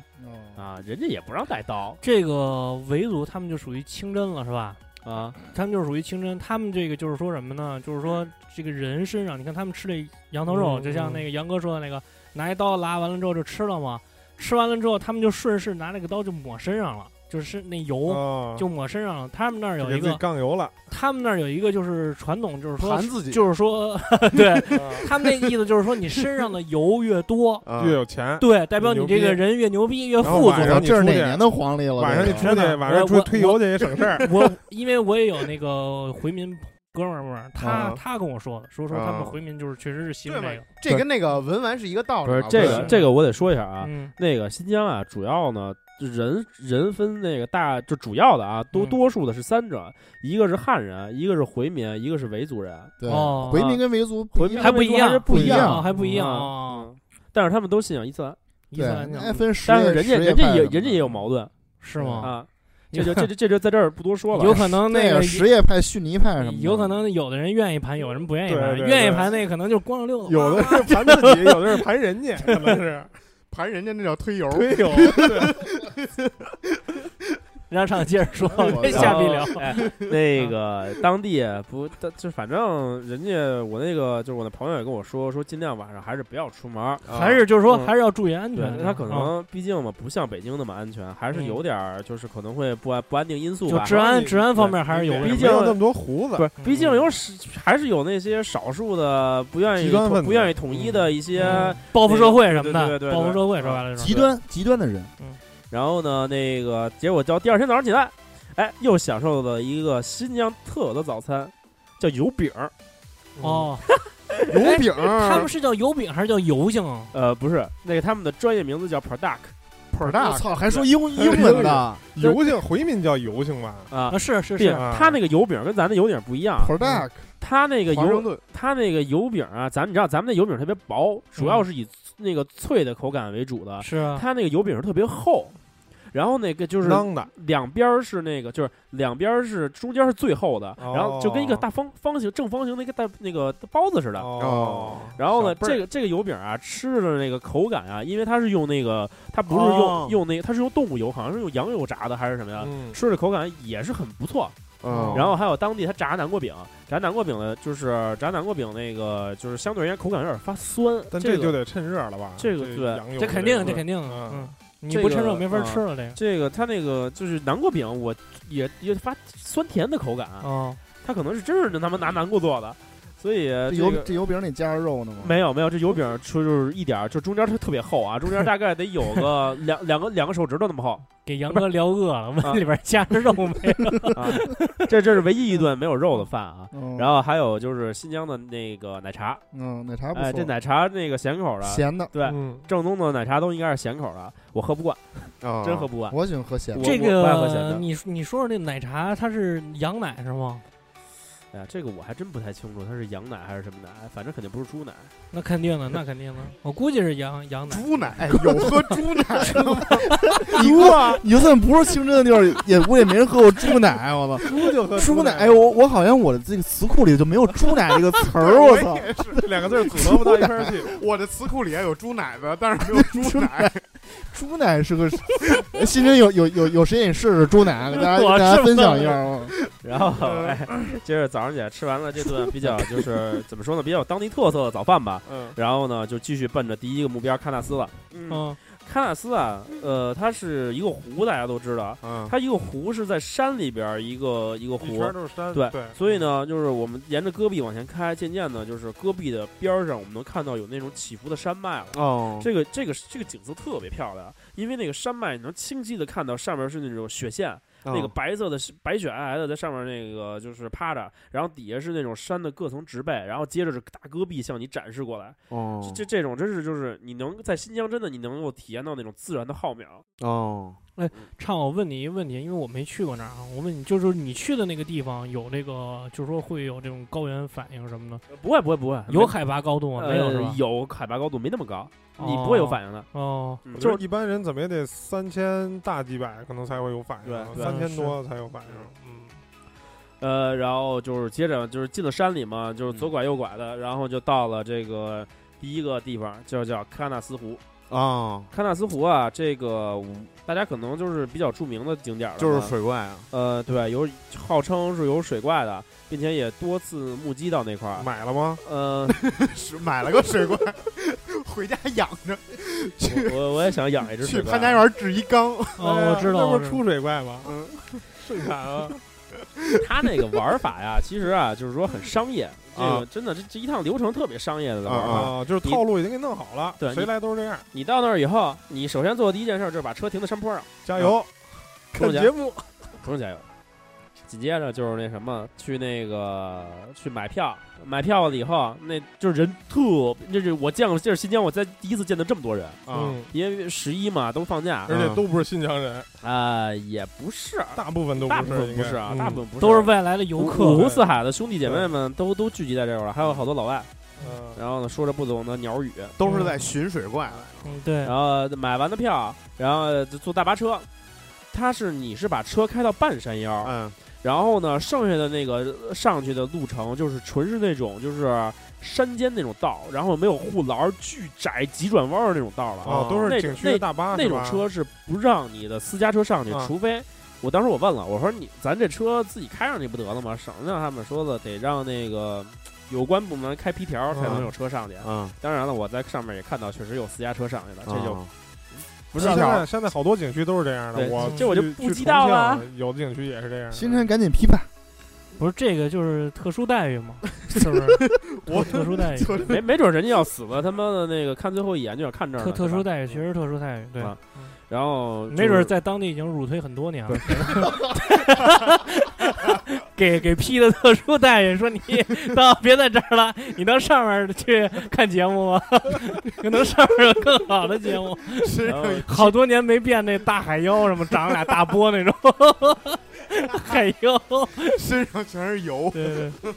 Speaker 1: 哦
Speaker 5: 人家也不让带刀
Speaker 2: 这个维族他们就属于清真了，是吧？
Speaker 5: 啊，
Speaker 2: 他们就是属于清真，他们这个就是说什么呢？就是说这个人身上，你看他们吃这羊头肉，
Speaker 6: 嗯
Speaker 2: 就像
Speaker 6: 嗯
Speaker 2: 那个杨哥说的那个，拿一刀拉完了之后就吃了嘛，吃完了之后他们就顺势拿那个刀就抹身上了，就是那油
Speaker 6: 啊，
Speaker 2: 就抹身上了。他们那儿有
Speaker 6: 给
Speaker 2: 一
Speaker 6: 自己
Speaker 2: 个，
Speaker 6: 杠油了。
Speaker 2: 他们那儿有一个就是传统，就是说
Speaker 4: 盘，自己
Speaker 2: 就
Speaker 6: [LAUGHS]
Speaker 2: 是说，对
Speaker 6: 啊
Speaker 2: 他们那意思就是说，你身上的油越多，
Speaker 4: 啊
Speaker 6: 越有钱，
Speaker 2: 对，代表
Speaker 6: 嗯
Speaker 2: 你这
Speaker 6: 牛
Speaker 2: 个
Speaker 6: 逼
Speaker 2: 人越牛逼越
Speaker 6: 然后
Speaker 2: 富
Speaker 6: 晚
Speaker 2: 足。
Speaker 6: 上你
Speaker 1: 这是
Speaker 6: 出
Speaker 1: 哪
Speaker 6: 去
Speaker 1: 年的黄历了？
Speaker 6: 晚上
Speaker 1: 这
Speaker 6: 你
Speaker 1: 个
Speaker 6: 出去，晚
Speaker 5: 哎
Speaker 6: 上出
Speaker 2: 我
Speaker 6: 去推油去也省事儿。
Speaker 2: 我因为我也有那个回民哥们儿们儿，他
Speaker 4: 啊
Speaker 2: 他跟我说的，说说他们
Speaker 4: 啊
Speaker 2: 回民就是确实是习
Speaker 4: 对
Speaker 2: 惯
Speaker 4: 嘛
Speaker 2: 这个，
Speaker 4: 这跟那个文玩是一个道
Speaker 5: 不
Speaker 4: 理啊。
Speaker 5: 是这个
Speaker 2: 是
Speaker 5: 这个我得说一下啊，
Speaker 2: 嗯
Speaker 5: 那个新疆啊，主要呢人人分那个大就主要的啊，多
Speaker 2: 嗯
Speaker 5: 多数的是三者，一个是汉人，一个是回民，一个是维族人，
Speaker 1: 对
Speaker 2: 哦
Speaker 1: 回民跟维族不
Speaker 5: 回
Speaker 1: 一
Speaker 5: 民
Speaker 1: 样
Speaker 2: 还不一样
Speaker 5: 还是一
Speaker 1: 不一
Speaker 5: 样
Speaker 1: 样
Speaker 2: 还不一样
Speaker 5: 啊
Speaker 2: 哦。
Speaker 5: 嗯但是他们都信仰伊斯兰，
Speaker 2: 伊斯
Speaker 1: 对
Speaker 2: 兰，教
Speaker 1: 还分实
Speaker 5: 但是
Speaker 1: 业
Speaker 5: 人家
Speaker 1: 实业
Speaker 5: 人家
Speaker 1: 派
Speaker 5: 也
Speaker 1: 什么
Speaker 5: 人家
Speaker 1: 的
Speaker 5: 也有矛盾
Speaker 2: 是吗？
Speaker 5: 啊，这就这就这就在这儿不多说了。啊
Speaker 2: 有可能那
Speaker 1: 那
Speaker 2: 个
Speaker 1: 个什叶啊派、逊尼派什么的，
Speaker 2: 有可能有的人愿意盘，有人不愿意
Speaker 6: 对
Speaker 2: 盘。
Speaker 6: 对
Speaker 2: 愿意
Speaker 6: 对
Speaker 2: 盘那可能就是光着溜子。
Speaker 6: 有的是盘自己，有的是盘人家，可能是
Speaker 4: 盘人家那叫推油，
Speaker 6: 推友。
Speaker 2: 让上接着说
Speaker 1: 我，
Speaker 2: 别瞎逼聊。
Speaker 5: 哎，
Speaker 2: 啊
Speaker 5: 那个当地不，但就反正人家我那个就是我那朋友也跟我说，说尽量晚上还是不要出门儿。
Speaker 2: 还是就是说，
Speaker 5: 嗯
Speaker 2: 还是要注意安
Speaker 5: 对
Speaker 2: 全。，
Speaker 5: 他可
Speaker 2: 啊
Speaker 5: 能毕竟嘛，不像北京那么安全，还是
Speaker 2: 嗯
Speaker 5: 有点儿就是可能会不安不安定因素
Speaker 2: 就
Speaker 5: 吧。
Speaker 2: 治安嗯治安方面还是有
Speaker 6: 对
Speaker 2: 问
Speaker 5: 毕
Speaker 2: 题。
Speaker 5: 竟
Speaker 6: 没有那么多胡
Speaker 5: 不
Speaker 6: 子，
Speaker 5: 是，毕竟有少还是有那些少数的不愿意
Speaker 6: 极端
Speaker 5: 统
Speaker 6: 分子
Speaker 5: 不愿意统一的一些。
Speaker 2: 嗯报复社会什么
Speaker 5: 对对对
Speaker 2: 的，
Speaker 5: 对
Speaker 2: 报复社会说白了就是
Speaker 1: 极端极端的人，
Speaker 5: 然后呢，那个结果到第二天早上起来，哎，又享受了一个新疆特有的早餐，叫油饼儿。
Speaker 2: 哦，
Speaker 6: 嗯
Speaker 4: 油饼，
Speaker 2: 他们是叫油饼还是叫油性啊？
Speaker 5: 呃，不是，那个他们的专业名字叫 Product
Speaker 4: 盆
Speaker 1: 我
Speaker 4: 大，
Speaker 1: 操，还说英英文呢
Speaker 6: 油性回民叫油性吧？
Speaker 5: 啊
Speaker 2: 啊，。是是
Speaker 5: 并
Speaker 2: 是，
Speaker 6: 啊
Speaker 5: 他那个油饼跟咱的油饼不一样，
Speaker 1: ，product
Speaker 5: 他那个
Speaker 4: 华盛
Speaker 5: 油
Speaker 4: 顿
Speaker 5: 他那个油饼啊，咱们你知道咱们的油饼特别薄，主要是以那个脆的口感为主的，
Speaker 2: 是啊，
Speaker 5: 他那个油饼是特别厚，然后那个就是
Speaker 6: 囔的，
Speaker 5: 两边儿是那个，就是两边儿是中间儿是最厚的，
Speaker 6: 哦
Speaker 5: 然后就跟一个大方方形正方形的一个大那个包子似的。
Speaker 6: 哦，
Speaker 5: 然后呢，
Speaker 6: 小辈儿
Speaker 5: 这个这个油饼啊，吃着那个口感啊，因为它是用那个，它不是用、
Speaker 6: 哦
Speaker 5: 用那，它是用动物油，好像是用羊油炸的还是什么呀？
Speaker 6: 嗯，哦
Speaker 5: 吃着口感也是很不错。
Speaker 4: 嗯
Speaker 5: 然后还有当地它炸南瓜饼，炸南瓜饼呢，就是炸南瓜饼那个就是相对而言口感有点发酸，
Speaker 6: 但
Speaker 5: 这
Speaker 6: 这
Speaker 5: 个
Speaker 6: 就得趁热了吧？
Speaker 5: 这个对
Speaker 6: 羊油
Speaker 2: 这肯定
Speaker 6: 个
Speaker 2: 这肯定，
Speaker 6: 嗯
Speaker 2: 嗯，你
Speaker 5: 这
Speaker 2: 不
Speaker 5: 个
Speaker 2: 趁热没法
Speaker 5: 啊
Speaker 2: 吃了这个。
Speaker 5: 这个它那个就是南瓜饼，我也也发酸甜的口感，啊
Speaker 2: 哦，
Speaker 5: 它可能是真是他妈拿南瓜做的，所以
Speaker 1: 这
Speaker 5: 这
Speaker 1: 油
Speaker 5: 个
Speaker 1: 这油饼里加上肉呢吗？
Speaker 5: 没有没有，这油饼儿吃就是一点儿，就中间儿特特别厚啊，中间儿大概得有个两两个两个手指头那么厚
Speaker 2: 给杨哥聊
Speaker 5: [LAUGHS]
Speaker 2: 饿了，
Speaker 5: 啊
Speaker 2: 问里边加着肉没？
Speaker 5: [LAUGHS] 啊。这这是唯一一顿没有肉的饭啊。
Speaker 1: 嗯，
Speaker 5: 然后还有就是新疆的那个奶茶，
Speaker 1: 嗯，奶茶不
Speaker 5: 哎，
Speaker 1: 错，
Speaker 5: 这奶啊茶那个咸口的，
Speaker 1: 咸的，
Speaker 5: 对，
Speaker 6: 嗯，
Speaker 5: 正宗的奶茶都应该是咸口的，我喝不惯，
Speaker 4: 啊
Speaker 5: 真喝不惯。
Speaker 1: 我喜欢喝咸的
Speaker 5: 我。
Speaker 2: 这
Speaker 5: 我不爱喝咸
Speaker 2: 个
Speaker 5: 的
Speaker 2: 你你说说那奶茶，它是羊奶是吗？
Speaker 5: 哎呀，这个我还真不太清楚，它是羊奶还是什么奶，哎反正肯定不是猪奶。
Speaker 2: 那肯定的，那肯定的，我估计是羊羊奶。
Speaker 4: 猪
Speaker 5: 哎
Speaker 4: 奶，有喝猪奶的吗？
Speaker 1: 猪啊！你就算不是清真的地儿，也估计没人喝过猪奶。我操，
Speaker 6: 猪就喝
Speaker 1: 猪奶！
Speaker 6: 奶，
Speaker 1: 哎，我我好像我的这个词库里就没有猪奶这个词儿。我操，
Speaker 4: 也是，
Speaker 6: 这两个字儿组合不到一块儿去。
Speaker 4: 我的词库里还有猪奶的，但是没有猪奶。
Speaker 1: 猪奶是个，新真有有有有谁也试试猪奶，给大家
Speaker 5: 我
Speaker 1: 给大
Speaker 5: 是
Speaker 1: 家分
Speaker 5: 不
Speaker 1: 享一下啊。
Speaker 5: 然后，
Speaker 1: 嗯
Speaker 5: 哎，接着早上起来吃完了这顿比较就是 [LAUGHS] 怎么说呢，比较有当地特色的早饭吧。
Speaker 6: 嗯，
Speaker 5: 然后呢，就继续奔着第一个目标喀纳斯了。
Speaker 2: 嗯，
Speaker 5: 喀纳斯啊，呃，它是一个湖，大家都知道， [LAUGHS]
Speaker 4: 嗯，
Speaker 5: 它一个湖是在山里边儿一个一个
Speaker 6: 一
Speaker 5: 湖
Speaker 6: 圈。都是山，
Speaker 5: 对，
Speaker 6: 对，
Speaker 5: 所以呢，就是我们沿着戈壁往前开，渐渐的，就是戈壁的边儿上，我们能看到有那种起伏的山脉了。
Speaker 4: 哦，
Speaker 5: 这个这个这个景色特别漂亮，因为那个山脉你能清晰的看到上面是那种雪线，
Speaker 4: 哦
Speaker 5: 那个白色的是白雪皑皑的在上面那个就是趴着，然后底下是那种山的各层植被，然后接着是大戈壁向你展示过来。
Speaker 4: 哦
Speaker 5: 这这这种真是就是你能在新疆真的你能够体验到那种自然的浩渺。
Speaker 4: 哦，
Speaker 2: 畅，我问你一个问题，因为我没去过那儿啊。我问你，就是你去的那个地方有这个，就是说会有这种高原反应什么的，
Speaker 5: 呃不会不会不会，
Speaker 2: 有
Speaker 5: 没
Speaker 2: 海拔高度吗？
Speaker 5: 呃
Speaker 2: 没有是吧？
Speaker 5: 有海拔高度没那么高，你不会有反应的。
Speaker 2: 哦，
Speaker 5: 嗯
Speaker 6: 就
Speaker 5: 就是
Speaker 6: 一般人怎么也得三千大几百，可能才会有反应，啊
Speaker 5: 对对
Speaker 6: 三千多才有反应。嗯，
Speaker 5: 呃，然后就是接着就是进了山里嘛，就是
Speaker 2: 嗯
Speaker 5: 左拐右拐的，然后就到了这个第一个地方，就叫喀纳斯湖。
Speaker 4: 啊，
Speaker 5: 喀纳斯湖啊，这个我大家可能就是比较著名的景点了嘛，
Speaker 4: 就是水怪
Speaker 5: [LAUGHS]
Speaker 4: 啊，
Speaker 5: 呃，对，有号称是有水怪的，并且也多次目击到那块儿。
Speaker 6: 买了吗？
Speaker 5: 呃，
Speaker 4: 是买了个水怪，回家养着， [LAUGHS] 去
Speaker 5: 我我我也想养一只
Speaker 4: 去
Speaker 5: 水怪嗯
Speaker 4: 潘家园置一缸。
Speaker 2: 哦，我知道，
Speaker 6: 哎那
Speaker 2: 我
Speaker 6: 不
Speaker 2: 知
Speaker 6: 是
Speaker 2: 道
Speaker 6: 出水怪吗？
Speaker 4: 嗯，
Speaker 6: 盛产
Speaker 5: [LAUGHS]
Speaker 6: 啊，
Speaker 5: 他那个玩法呀，其实啊，就是说很商业，这个
Speaker 4: 啊
Speaker 5: 真的这这一趟流程特别商业的玩法。
Speaker 4: 啊
Speaker 6: 啊，就是套路已经给你弄好了
Speaker 5: 对，啊
Speaker 6: 谁来都是这样。
Speaker 5: 你到那儿以后，你首先做的第一件事就是把车停在山坡上，
Speaker 6: 加油，看
Speaker 5: 中奖
Speaker 6: 节目，
Speaker 5: 不用加油。紧接着就是那什么，去那个去买票，买票了以后，那就是人特别，就是我见过，这是新疆我在第一次见到这么多人，
Speaker 4: 啊，
Speaker 6: 嗯，
Speaker 5: 因为十一嘛都放假，
Speaker 6: 而且都不是新疆人，
Speaker 5: 啊、也不是，
Speaker 6: 大部分都
Speaker 5: 大部分
Speaker 6: 不
Speaker 5: 不
Speaker 6: 是
Speaker 5: 是啊，
Speaker 6: 应该
Speaker 5: 大部分不是，
Speaker 2: 都是外来的游
Speaker 5: 五
Speaker 2: 客
Speaker 5: 湖四海的兄弟姐妹们都都聚集在这儿了，还有好多老外。
Speaker 6: 嗯
Speaker 5: 然后呢，说着不懂的鸟语，
Speaker 4: 都是在寻水怪。啊
Speaker 2: 嗯，对
Speaker 5: 然，后买完的票，然后就坐大巴车。它是你是把车开到半山腰，
Speaker 4: 哎
Speaker 6: 嗯，
Speaker 5: 然后呢，剩下的那个呃上去的路程就是纯是那种就是山间那种道，然后没有护栏、巨窄、急转弯的啊那种道了。
Speaker 6: 哦，都是景区的大巴，
Speaker 5: 那种
Speaker 6: 是吧
Speaker 5: 车是不让你的私家车上去，
Speaker 6: 啊
Speaker 5: 除非我当时我问了，我说你咱这车自己开上去不得了吗？省得他们说了得让那个有关部门开皮条才能有车上去。
Speaker 4: 嗯，
Speaker 5: 当然了，我在上面也看到确实有私家车上去了，这就
Speaker 4: 啊
Speaker 5: 不是啊
Speaker 6: 现在现在好多景区都是这样的，
Speaker 5: 对
Speaker 6: 我
Speaker 5: 这我就
Speaker 6: 去
Speaker 5: 不
Speaker 6: 去
Speaker 5: 知道
Speaker 6: 重庆
Speaker 5: 了。
Speaker 6: 有的景区也是这样的。
Speaker 1: 新辰赶紧批判，
Speaker 2: 不是这个就是特殊待遇嘛，是不是？
Speaker 6: 我
Speaker 2: 特殊待遇，
Speaker 5: 没没准人家要死了，他妈的那个看最后一眼就想看这儿
Speaker 2: 特
Speaker 5: 了，
Speaker 2: 特殊
Speaker 5: 是吧
Speaker 2: 待遇，确实特殊待遇，对。
Speaker 5: 啊然后
Speaker 2: 没准
Speaker 5: 在。
Speaker 2: 在当地已经辱推很多年了， [LAUGHS] 给给批的特殊待遇，说你到别在这儿了，你到上面儿去看节目吧， [LAUGHS] 可能上面有更好的节目。
Speaker 4: 身上
Speaker 5: 然后
Speaker 2: 好多年没变那大海妖什么，长俩大波那种海妖，
Speaker 4: 身上全是油，
Speaker 2: 对对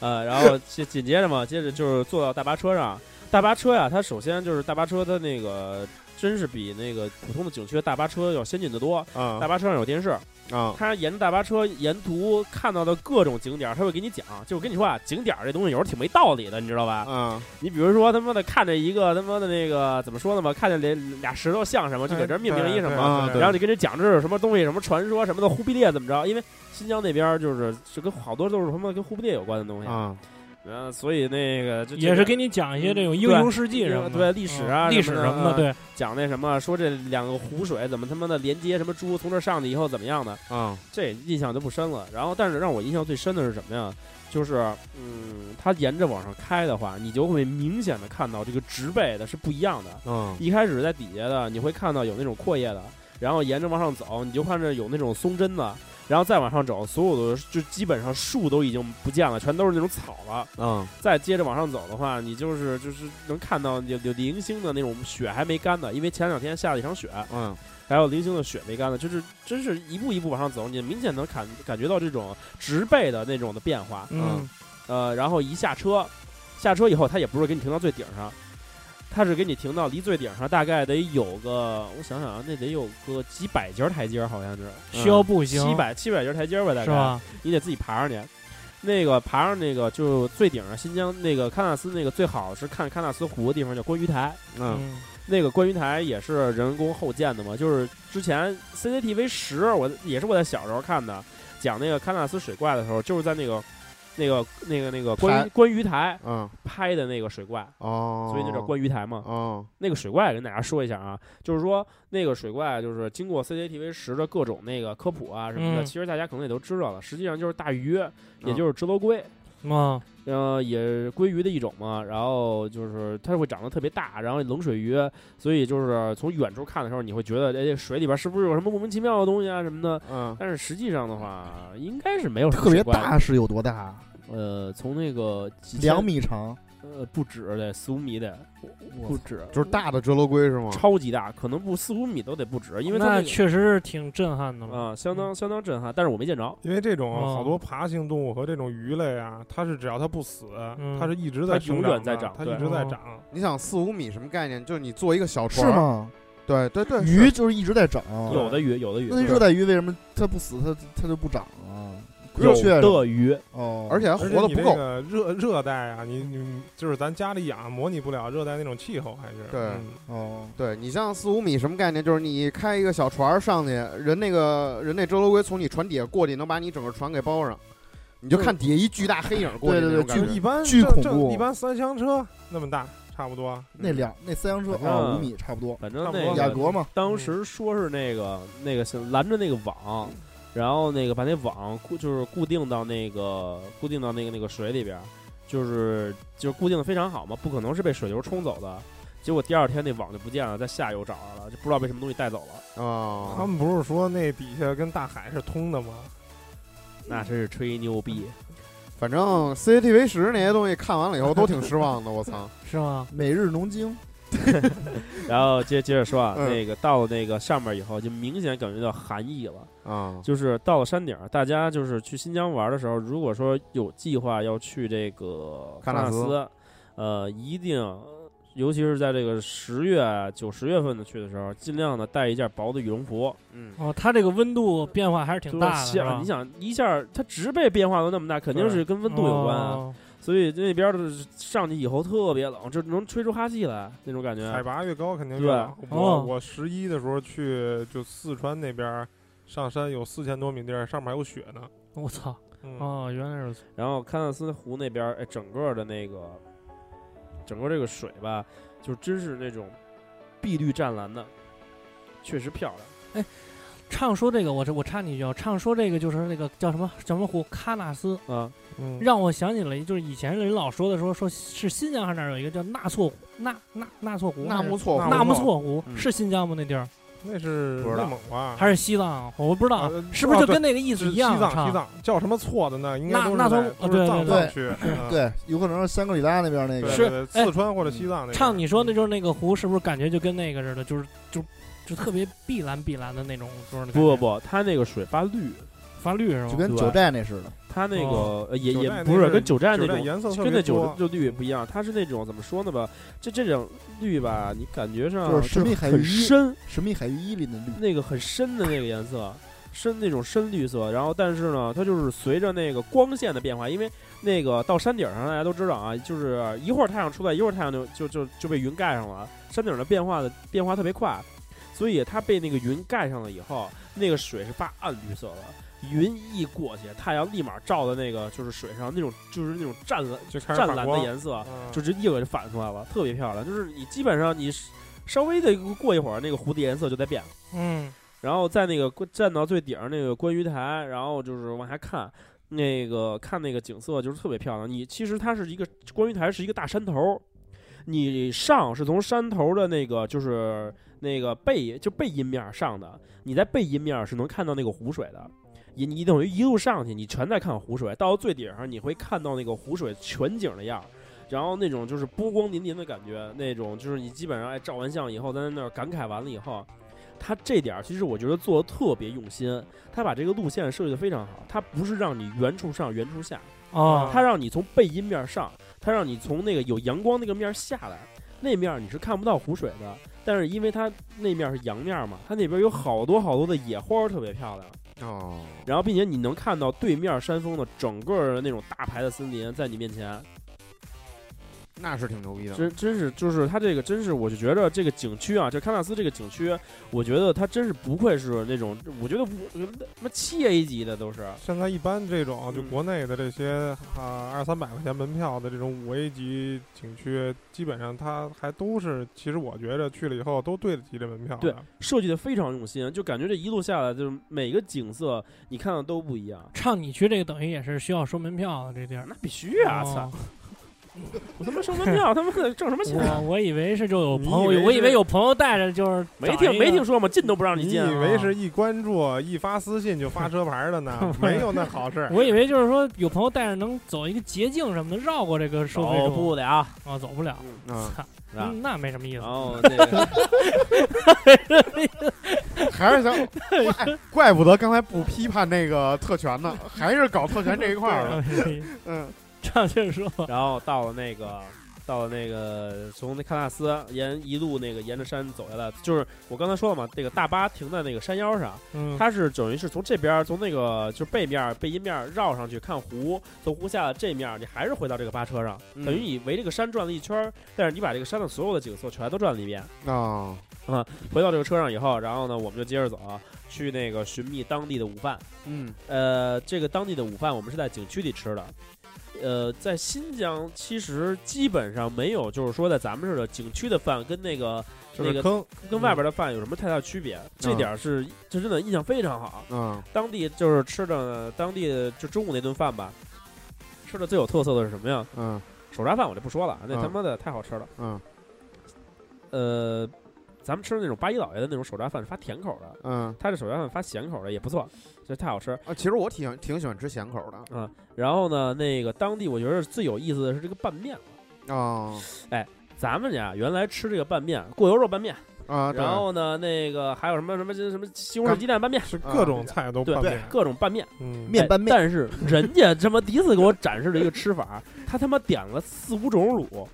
Speaker 5: 呃，然后紧紧接着嘛，接着就是坐到大巴车上。大巴车呀，它首先就是大巴车，它那个真是比那个普通的景区的大巴车要先进的多。
Speaker 6: 啊
Speaker 5: 大巴车上有电视，
Speaker 4: 嗯
Speaker 6: 啊，
Speaker 5: 它沿着大巴车沿途看到的各种景点儿，它会给你讲。就我跟你说啊，景点儿这东西有时候挺没道理的，你知道吧？
Speaker 6: 嗯，
Speaker 5: 你比如说他妈的看着一个他妈的那个怎么说呢嘛，看见俩俩石头像什么，就给
Speaker 2: 哎
Speaker 5: 这儿命名一什么。
Speaker 6: 啊，
Speaker 5: 然后你跟人讲这是什么东西、什么传说什么的，忽必烈怎么着？因为新疆那边儿就是是跟好多都是什么跟忽必烈有关的东西。
Speaker 6: 啊，
Speaker 5: 嗯，所以那个就
Speaker 2: 也是给你讲一些这种英雄事迹什么的，
Speaker 5: 对历史啊
Speaker 2: 嗯历
Speaker 5: 什
Speaker 2: 史
Speaker 5: 么的
Speaker 2: 什么的，
Speaker 5: 嗯
Speaker 2: 对，
Speaker 5: 讲那什么，说这两个湖水怎么他妈的连接，什么猪从这上去以后怎么样的，
Speaker 4: 嗯
Speaker 6: 啊，
Speaker 5: 这印象就不深了。然后，但是让我印象最深的是什么呀？就是嗯，它沿着往上开的话，你就会明显的看到这个植被的是不一样的。
Speaker 6: 嗯，
Speaker 5: 一开始在底下的，你会看到有那种阔叶的，然后沿着往上走，你就看着有那种松针的，然后再往上走，所有的就基本上树都已经不见了，全都是那种草了。
Speaker 6: 嗯，
Speaker 5: 再接着往上走的话，你就是就是能看到有有零星的那种雪还没干的，因为前两天下了一场雪，
Speaker 6: 嗯，
Speaker 5: 还有零星的雪没干的，就是真是一步一步往上走，你明显能感感觉到这种植被的那种的变化。
Speaker 2: 嗯，
Speaker 5: 呃，然后一下车，下车以后他也不是给你停到最顶上，他是给你停到离最顶上大概得有个，我想想啊，那得有个几百节儿台阶儿，好像是嗯
Speaker 2: 需要步行
Speaker 5: 七百七百节儿台阶儿吧，大概
Speaker 2: 是吧？
Speaker 5: 你得自己爬上去。那个爬上那个就最顶上，新疆那个喀纳斯那个最好是看喀纳斯湖的地方叫观鱼台，
Speaker 6: 嗯，
Speaker 2: 嗯，
Speaker 5: 那个观鱼台也是人工后建的嘛，就是之前 CCTV 十，我也是我在小时候看的，讲那个喀纳斯水怪的时候，就是在那个那个那个那个观
Speaker 1: 台
Speaker 5: 鱼观鱼台
Speaker 6: 嗯，
Speaker 5: 拍的那个水怪，
Speaker 6: 哦，
Speaker 5: 所以那叫观鱼台
Speaker 4: 嗯
Speaker 5: 嘛。
Speaker 6: 哦，
Speaker 5: 那个水怪跟大家说一下啊，就是说那个水怪就是经过 CCTV 十的各种那个科普啊什么的，
Speaker 2: 嗯
Speaker 5: 其实大家可能也都知道了，实际上就是大鱼，也就是直头龟。
Speaker 2: 啊，
Speaker 5: 呃，也是鲑鱼的一种嘛，然后就是它会长得特别大，然后冷水鱼，所以就是从远处看的时候，你会觉得哎，这水里边是不是有什么莫名其妙的东西啊什么的？
Speaker 6: 嗯，
Speaker 5: 但是实际上的话，应该是没有什么
Speaker 1: 特别
Speaker 5: 水怪的。
Speaker 1: 大是有多大？
Speaker 5: 呃，从那个几千
Speaker 1: 两，米长，
Speaker 5: 呃，不止得四五米得，不止，
Speaker 6: 就是大的折罗龟是吗
Speaker 5: 超级大，可能不四五米都得不止，因为它
Speaker 2: 那
Speaker 5: 那个
Speaker 2: 确实是挺震撼的嘛。
Speaker 5: 啊、相当相当震撼，但是我没见着，
Speaker 6: 因为这种啊
Speaker 2: 哦
Speaker 5: 嗯
Speaker 6: 好多爬行动物和这种鱼类啊，它是只要它不死，
Speaker 2: 嗯
Speaker 6: 它是一直在
Speaker 5: 它
Speaker 6: 生
Speaker 5: 永远
Speaker 6: 的
Speaker 5: 在长
Speaker 6: 它
Speaker 5: 对
Speaker 6: 一直在
Speaker 2: 哦
Speaker 6: 长。
Speaker 4: 你想四五米什么概念？就是你做一个小
Speaker 1: 是
Speaker 5: [LAUGHS]
Speaker 4: 船，？
Speaker 1: 吗？
Speaker 4: 对对对，
Speaker 1: 鱼就是一直在长，
Speaker 5: 啊有的鱼，有的鱼，
Speaker 1: 嗯那热带鱼为什么它不死，它它就不长啊？
Speaker 5: 有
Speaker 1: 热雀
Speaker 5: 的鱼，
Speaker 1: 哦，
Speaker 4: 而且还
Speaker 6: 而
Speaker 4: 活
Speaker 6: 且
Speaker 4: 得
Speaker 6: 你
Speaker 4: 不
Speaker 6: 那
Speaker 4: 够。
Speaker 6: 个热热带啊，你你就是咱家里养，模拟不了热带那种气候，还是
Speaker 4: 对
Speaker 6: 嗯
Speaker 1: 哦，
Speaker 4: 对你像四五米什么概念？就是你开一个小船上去，人那个人那周罗龟从你船底下过去，能把你整个船给包上，你就看底下一巨大黑影过去
Speaker 1: 对
Speaker 4: 那
Speaker 1: 对对
Speaker 4: 种感觉。
Speaker 1: 巨
Speaker 6: 一般
Speaker 1: 巨
Speaker 6: 正
Speaker 1: 恐
Speaker 6: 正
Speaker 1: 怖啊
Speaker 6: 一般三厢车那么大，差不多。
Speaker 1: 那
Speaker 6: 嗯
Speaker 1: 两那三厢车
Speaker 5: 反正
Speaker 1: 啊，五米差不多，
Speaker 5: 嗯反正
Speaker 6: 差不
Speaker 5: 那
Speaker 6: 多
Speaker 5: 个
Speaker 1: 雅阁嘛，
Speaker 5: 当时说是那个那个是拦着那个网，然后那个把那网固就是固定到那个固定到那个那个水里边儿，就是就是固定的非常好嘛，不可能是被水流冲走的。结果第二天那网就不见了，在下游找着了，就不知道被什么东西带走了。
Speaker 6: 他
Speaker 4: 啊，
Speaker 6: 们不是说那底下跟大海是通的吗？
Speaker 5: 那真是吹牛逼！
Speaker 4: 反正 CCTV 十那些东西看完了以后都挺失望的，我操！
Speaker 2: 是吗？
Speaker 1: 每日农经，
Speaker 5: 然后接接着说啊，
Speaker 4: 嗯
Speaker 5: 那个到了那个上面以后，就明显感觉到寒意了。 [LAUGHS]
Speaker 4: 啊，
Speaker 5: 就是到了山顶儿，大家就是去新疆玩儿的时候，如果说有计划要去这个
Speaker 4: 喀纳
Speaker 5: 纳
Speaker 4: 斯
Speaker 5: 呃，一定尤其是在这个十月九十月份的去的时候，尽量的带一件薄的羽绒服。
Speaker 4: 嗯，
Speaker 2: 哦，它这个温度变化还是挺大的，
Speaker 5: 就是是
Speaker 2: 吧
Speaker 5: 想你想一下，它植被变化都那么大，肯定是跟温度有关啊。
Speaker 2: 哦
Speaker 5: 所以那边的上去以后特别冷，就能吹出哈气来那种
Speaker 1: 啊
Speaker 5: 感觉。
Speaker 6: 海拔越高肯定越
Speaker 5: 对
Speaker 6: 冷。我
Speaker 2: 哦
Speaker 6: 我十一的时候去就四川那边儿上山，有四千多米地儿，上面还有雪呢。
Speaker 2: 我操！
Speaker 6: 嗯，
Speaker 2: 哦，原来是
Speaker 5: 然后喀纳斯湖那边，哎，整个的那个，整个这个水吧，就真是那种碧绿湛蓝的，确实漂亮。
Speaker 2: 唱说这个，我这我插你一句啊，唱说这个就是那个叫什么什么湖喀纳斯，
Speaker 5: 啊，
Speaker 6: 嗯
Speaker 2: 让我想起了就是以前人老说的说说是新疆还是哪儿有一个叫纳措湖纳纳纳措湖
Speaker 4: 纳木错，
Speaker 6: 纳
Speaker 2: 纳木
Speaker 6: 木
Speaker 2: 错湖
Speaker 5: 嗯
Speaker 2: 是新疆吗？那地儿
Speaker 6: 那是
Speaker 5: 不知道
Speaker 6: 内蒙吧？
Speaker 2: 还是西藏？我不知道
Speaker 6: 啊呃，
Speaker 2: 是不是就
Speaker 6: 哦对
Speaker 2: 跟那个意思
Speaker 6: 是
Speaker 2: 一
Speaker 6: 西
Speaker 2: 样？啊
Speaker 6: 藏，
Speaker 2: 唱
Speaker 6: 西藏叫什么错的呢？应该
Speaker 2: 那
Speaker 6: 都是
Speaker 2: 那
Speaker 6: 在
Speaker 2: 都
Speaker 6: 都
Speaker 2: 对
Speaker 6: 是藏
Speaker 2: 对
Speaker 1: 对
Speaker 6: 藏区，嗯
Speaker 1: 对，有可能是香格里拉那边那个
Speaker 6: 对，
Speaker 2: 是
Speaker 6: 对
Speaker 2: 哎
Speaker 6: 四川或者西藏那边。
Speaker 2: 唱你说那就是那个湖，是不是感觉就跟那个似的，就是就就特别碧蓝碧蓝的那种，就是那
Speaker 5: 不不
Speaker 2: 感觉
Speaker 5: 不，它那个水发绿，
Speaker 2: 发绿是
Speaker 1: 就
Speaker 2: 吗？
Speaker 1: 跟九寨那似的，
Speaker 5: 它那个、
Speaker 2: 哦
Speaker 5: 呃也
Speaker 6: 九
Speaker 5: 也
Speaker 6: 寨那
Speaker 5: 不是
Speaker 6: 是
Speaker 5: 跟九寨
Speaker 6: 九
Speaker 5: 那
Speaker 6: 寨
Speaker 5: 种
Speaker 6: 颜色特
Speaker 5: 跟
Speaker 6: 别
Speaker 5: 那九
Speaker 6: 多
Speaker 5: 就绿不一样，它是那种怎么说呢吧？这这种绿吧，你感觉上
Speaker 1: 就是神秘海
Speaker 5: 很
Speaker 1: 域一
Speaker 5: 深，
Speaker 1: 《神秘海域一》里的绿，
Speaker 5: 那个很深的那个颜色，深那种深绿色。然后但是呢，它就是随着那个光线的变化，因为那个到山顶上大家都知道啊，就是一会儿太阳出来，一会儿太阳就就就就被云盖上了，山顶的变化的变化特别快，所以它被那个云盖上了以后，那个水是发暗绿色的。云一过去，太阳立马照在那个就是水上，那种就是那种湛蓝
Speaker 6: 就开始
Speaker 5: 湛
Speaker 6: 反
Speaker 5: 蓝的
Speaker 6: 光，
Speaker 5: 颜色，
Speaker 6: 嗯
Speaker 5: 就直接给就反出来了，特别漂亮。就是你基本上你稍微的过一会儿，那个湖的颜色就在变了。
Speaker 2: 嗯，
Speaker 5: 然后在那个观站到最顶上那个观鱼台，然后就是往下看，那个看那个景色就是特别漂亮。你其实它是一个观鱼台是一个大山头，你上是从山头的那个就是那个背就背阴面儿上的，你在背阴面儿是能看到那个湖水的。你你等于一路上去，你全在看湖水，到最顶上你会看到那个湖水全景的样儿，然后那种就是波光粼粼的感觉，那种就是你基本上哎照完相以后，在那儿感慨完了以后，他这点儿其实我觉得做的特别用心，他把这个路线设计的非常好，他不是让你原处上原处下，
Speaker 2: 哦，
Speaker 5: 他让你从背阴面上，他让你从那个有阳光那个面下来，那面你是看不到湖水的，但是因为它那面是阳面嘛，它那边有好多好多的野花儿特别漂亮，
Speaker 4: 哦，
Speaker 5: 然后并且你能看到对面山峰的整个的那种大排的森林在你面前，
Speaker 4: 那是挺牛逼的。
Speaker 5: 真真是就是它这个真是，我就觉得这个景区啊，这喀纳斯这个景区，我觉得它真是不愧是那种，我觉得我觉得他妈七 A 级的都是，
Speaker 6: 现在一般这种啊就
Speaker 5: 嗯
Speaker 6: 国内的这些啊二三百块钱门票的这种五 A 级景区，基本上它还都是，其实我觉着去了以后都对得起这门票的。
Speaker 5: 对设计的非常用心，就感觉这一路下来，就是每个景色你看的都不一样。
Speaker 2: 唱你去这个等于也是需要收门票的
Speaker 5: [LAUGHS]
Speaker 2: 这地儿。
Speaker 5: 那必须啊！操、
Speaker 2: 哦
Speaker 5: 我他妈收门票，他妈的挣什么钱？
Speaker 2: 我我以为是就有
Speaker 6: 你
Speaker 2: 朋友，
Speaker 6: 以为
Speaker 2: 我以为
Speaker 6: 是
Speaker 2: 有朋友带着，就是
Speaker 5: 没
Speaker 2: 找
Speaker 5: 听
Speaker 2: 一
Speaker 5: 没
Speaker 2: 个嗯
Speaker 5: 听说吗？进都不让
Speaker 6: 你
Speaker 5: 进、
Speaker 6: 以
Speaker 5: 啊。
Speaker 6: 为是一关注一发私信就发车牌的呢？没有那好事儿。
Speaker 2: 我以为就是说有朋友带着能走一个捷径什么的，绕过这个收费
Speaker 5: 走哦
Speaker 2: 处
Speaker 5: 不啊了，
Speaker 2: 啊，走不了，
Speaker 4: 嗯，
Speaker 5: 是吧
Speaker 2: 嗯那没什么意思
Speaker 5: 然。后那个
Speaker 4: 还是想，怪怪不得刚才不批判那个特权呢，还是搞特权这一块儿了。
Speaker 2: 啊
Speaker 4: 嗯，
Speaker 2: 唱接着说，
Speaker 5: 然后到了那个。到了那个从那喀纳斯沿一路那个沿着山走下来，就是我刚才说了嘛，这个大巴停在那个山腰上，
Speaker 6: 嗯，
Speaker 5: 它是等于是从这边儿从那个就是背面儿背阴面儿绕上去看湖，从湖下的这面儿你还是回到这个巴车上，
Speaker 4: 嗯
Speaker 5: 等于你围这个山转了一圈儿，但是你把这个山的所有的景色全都转了一遍。
Speaker 4: 啊，
Speaker 5: 回到这个车上以后，然后呢，我们就接着走啊，去那个寻觅当地的午饭。
Speaker 4: 嗯，
Speaker 5: 呃，这个当地的午饭我们是在景区里吃的。呃，在新疆其实基本上没有，就是说在咱们似的景区的饭跟那个
Speaker 6: 就
Speaker 5: 那
Speaker 6: 是
Speaker 5: 个
Speaker 6: 坑，
Speaker 5: 跟外边的饭有什么太大区别？这点儿是这真的印象非常好。
Speaker 4: 嗯，
Speaker 5: 当地就是吃的当地的就中午那顿饭吧，吃的最有特色的是什么呀？
Speaker 4: 嗯，
Speaker 5: 手抓饭我就不说了，那
Speaker 4: 嗯
Speaker 5: 他妈的太好吃了。
Speaker 4: 嗯，
Speaker 5: 呃，咱们吃的那种八一老爷的那种手抓饭是发甜口的，
Speaker 4: 嗯，
Speaker 5: 他这手抓饭发咸口的也不错，这太好吃。
Speaker 4: 啊，其实我挺挺喜欢吃咸口的
Speaker 5: 然后呢，那个当地我觉得最有意思的是这个拌面。
Speaker 4: 啊
Speaker 5: 咱们家原来吃这个拌面，过油肉拌面，
Speaker 4: 啊，对
Speaker 5: 然后呢，那个还有什么什么什么西红柿鸡蛋拌面，
Speaker 6: 是各种菜都
Speaker 5: 对
Speaker 6: 拌面。
Speaker 5: 各种拌面。
Speaker 6: 嗯，
Speaker 1: 面
Speaker 5: 哎
Speaker 1: 拌面
Speaker 5: 但 [LAUGHS] 是人家他妈第一次给我展示了一个吃法，他他妈点了四五种卤，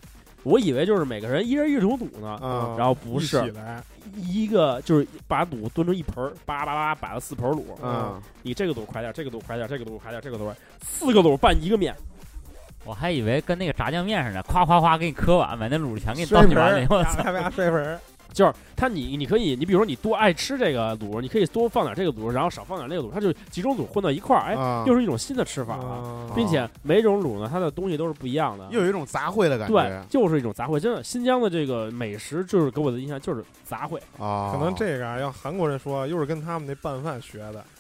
Speaker 5: 我以为就是每个人一人一种堵呢，
Speaker 6: 啊
Speaker 5: 然后不
Speaker 6: 一
Speaker 5: 是
Speaker 6: 起来，
Speaker 5: 一个就是把卤炖成一盆儿，叭叭叭摆了四盆儿卤，
Speaker 4: 嗯，
Speaker 5: 你这个卤快点儿，这个卤快点儿，这个卤快点儿，这个卤快点儿，四个卤拌一个面，
Speaker 3: [LAUGHS] 我还以为跟那个炸酱面似的，夸夸夸给你磕完，把那卤全给你倒
Speaker 6: 摔
Speaker 3: 你
Speaker 6: 盆
Speaker 3: 碗里
Speaker 6: 儿，，
Speaker 3: 我
Speaker 6: 啪
Speaker 3: 操！
Speaker 5: [LAUGHS]
Speaker 6: 啪啪摔盆儿，
Speaker 5: 就是它你你可以你比如说你多爱吃这个卤，你可以多放点这个卤，然后少放点那个卤，它就几种卤混到一块儿，哎，
Speaker 4: 啊
Speaker 5: 又是一种新的吃法了，
Speaker 6: 啊
Speaker 5: 并且每种卤呢它的东西都是不一样的，
Speaker 4: 又有一种杂烩的感觉啊
Speaker 5: 对，就是一种杂烩。真的，新疆的这个美食就是给我的印象就是杂烩。
Speaker 4: 啊，
Speaker 6: 可能这个啊要韩国人说，又是跟他们那拌饭学的。 [LAUGHS]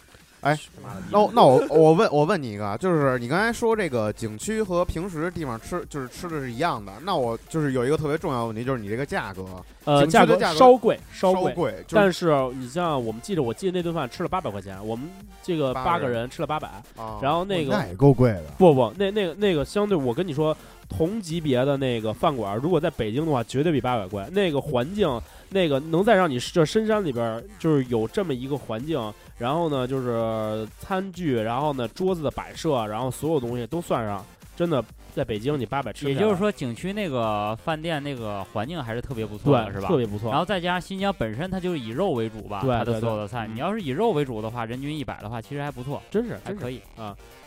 Speaker 4: 哎
Speaker 5: 妈的
Speaker 4: 那我那我我问我问你一个啊，就是你刚才说这个景区和平时地方吃就是吃的是一样的，那我就是有一个特别重要的问题，就是你这个价格
Speaker 5: 呃，
Speaker 4: 景区的
Speaker 5: 格
Speaker 4: 价格
Speaker 5: 稍贵，稍
Speaker 4: 稍
Speaker 5: 贵。
Speaker 4: 贵，就是
Speaker 5: 但是你像我们记着，我记得那顿饭吃了八百块钱，我们这个
Speaker 4: 八
Speaker 5: 八个
Speaker 4: 个人
Speaker 5: 人吃了八百，
Speaker 4: 啊
Speaker 5: 然后那
Speaker 1: 那
Speaker 5: 个
Speaker 1: 也够贵的。
Speaker 5: 不不，那那个那个相对，我跟你说，同级别的那个饭馆，如果在北京的话，绝对比八百贵。那个环境，那个能再让你这深山里边儿就是有这么一个环境，然后呢就是餐具，然后呢桌子的摆设，然后所有东西都算上，真的在北京你八百吃不
Speaker 3: 也
Speaker 5: 了，
Speaker 3: 就是说，景区那个饭店那个环境还是特别不错的，
Speaker 5: 对
Speaker 3: 是吧？
Speaker 5: 特别不错。
Speaker 3: 然后再加上新疆本身它就是以肉为主吧，
Speaker 5: 对
Speaker 3: 它的
Speaker 5: 对
Speaker 3: 所有
Speaker 5: 对
Speaker 3: 的菜，
Speaker 5: 嗯
Speaker 3: 你要是以肉为主的话，人均一百的话，其实还不错，
Speaker 5: 真是
Speaker 3: 还
Speaker 5: 真是
Speaker 3: 可以。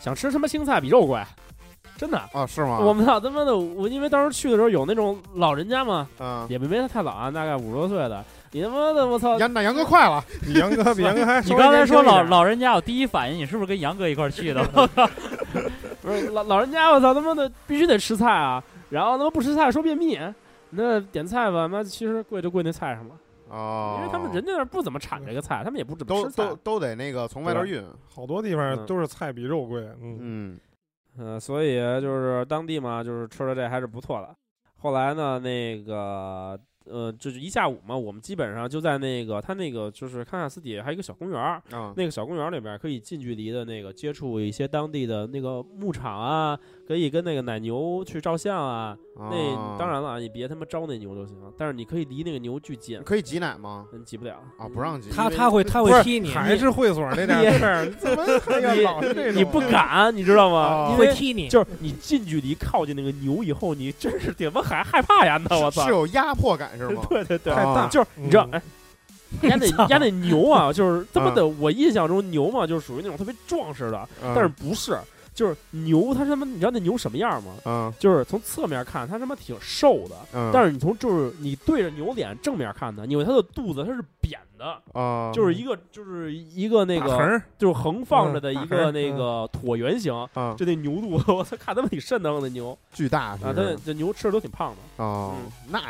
Speaker 5: 想吃什么青菜比肉贵，真的。
Speaker 4: 啊是吗？
Speaker 5: 我们操他妈的！我因为当时去的时候有那种老人家嘛，
Speaker 4: 嗯，
Speaker 5: 也没没他太老啊，大概五十多岁的。你他妈的，我操！
Speaker 4: 杨那杨哥快了，
Speaker 6: 比杨哥比杨哥还
Speaker 3: 你
Speaker 6: 稍微
Speaker 3: 刚才说
Speaker 6: 年轻一
Speaker 3: 老
Speaker 6: 点
Speaker 3: 老人家，我第一反应你是不是跟杨哥一块儿去的？
Speaker 5: [LAUGHS]
Speaker 3: [LAUGHS]
Speaker 5: 不是老老人家，我操他妈的，必须得吃菜啊！然后他妈不吃菜说便秘，那点菜吧，妈其实贵就贵那菜上了，
Speaker 4: 哦，
Speaker 5: 因为他们人家那儿不怎么产这个菜，他们也不怎么
Speaker 4: 都
Speaker 5: 吃菜
Speaker 4: 都。都得那个从外边运，
Speaker 6: 好多地
Speaker 5: 嗯
Speaker 6: 方都是菜比肉贵，嗯，
Speaker 4: 嗯
Speaker 5: 嗯，所以就是当地嘛，就是吃的这还是不错的。后来呢，那个呃，就是一下午嘛，我们基本上就在那个他那个就是康卡斯底还有一个小公园儿，
Speaker 4: 啊
Speaker 5: 那个小公园里边儿可以近距离的那个接触一些当地的那个牧场啊，可以跟那个奶牛去照相啊。那
Speaker 4: 啊
Speaker 5: 当然了，你别他妈招那牛就行，但是你可以离那个牛巨近，
Speaker 4: 可以挤奶吗？
Speaker 5: 你挤不了
Speaker 4: 啊，不。
Speaker 5: [LAUGHS]
Speaker 4: 让挤，
Speaker 2: 他
Speaker 4: 因为
Speaker 2: 他会他会踢你，
Speaker 6: 还是会所那点事儿，怎么还要老是这种啊？
Speaker 5: 你不敢，你知道吗？
Speaker 4: 哦
Speaker 5: 因
Speaker 2: 会
Speaker 5: 为
Speaker 2: 踢你。
Speaker 5: 就是你近距离靠近那个牛以后，你真是怎么还害怕呀？那我操
Speaker 4: 是！有压迫感是吗？嗯
Speaker 5: 对对对，
Speaker 6: 太大，
Speaker 5: 就是你知道，哎，压那
Speaker 2: [LAUGHS] 操
Speaker 5: 压那牛啊，就是他妈的，我印象中牛嘛，就是属于那种特别壮实的，
Speaker 4: 嗯，
Speaker 5: [LAUGHS] 但是不是，就是牛，它他妈，你知道那牛什么样吗？
Speaker 4: 嗯
Speaker 5: 就是从侧面看，它他妈挺瘦的，
Speaker 4: 嗯，
Speaker 5: 但
Speaker 4: 是
Speaker 5: 是你从就是你对着牛脸正面看它，因为它的肚子它是扁的，
Speaker 4: 啊
Speaker 5: 就是一个就是一个那
Speaker 6: 大横
Speaker 5: 个
Speaker 6: 儿
Speaker 5: 就是横放着的
Speaker 6: 嗯
Speaker 5: 一
Speaker 6: 大
Speaker 5: 个
Speaker 6: 横
Speaker 5: 那个椭圆形，
Speaker 4: 啊
Speaker 5: 就那牛肚子，我 [LAUGHS] 操，看他妈挺瘆得慌的牛
Speaker 4: 巨大
Speaker 6: 嗯
Speaker 4: 是
Speaker 5: 啊！它这牛吃的都挺胖的，
Speaker 4: 哦
Speaker 5: 嗯，
Speaker 4: 那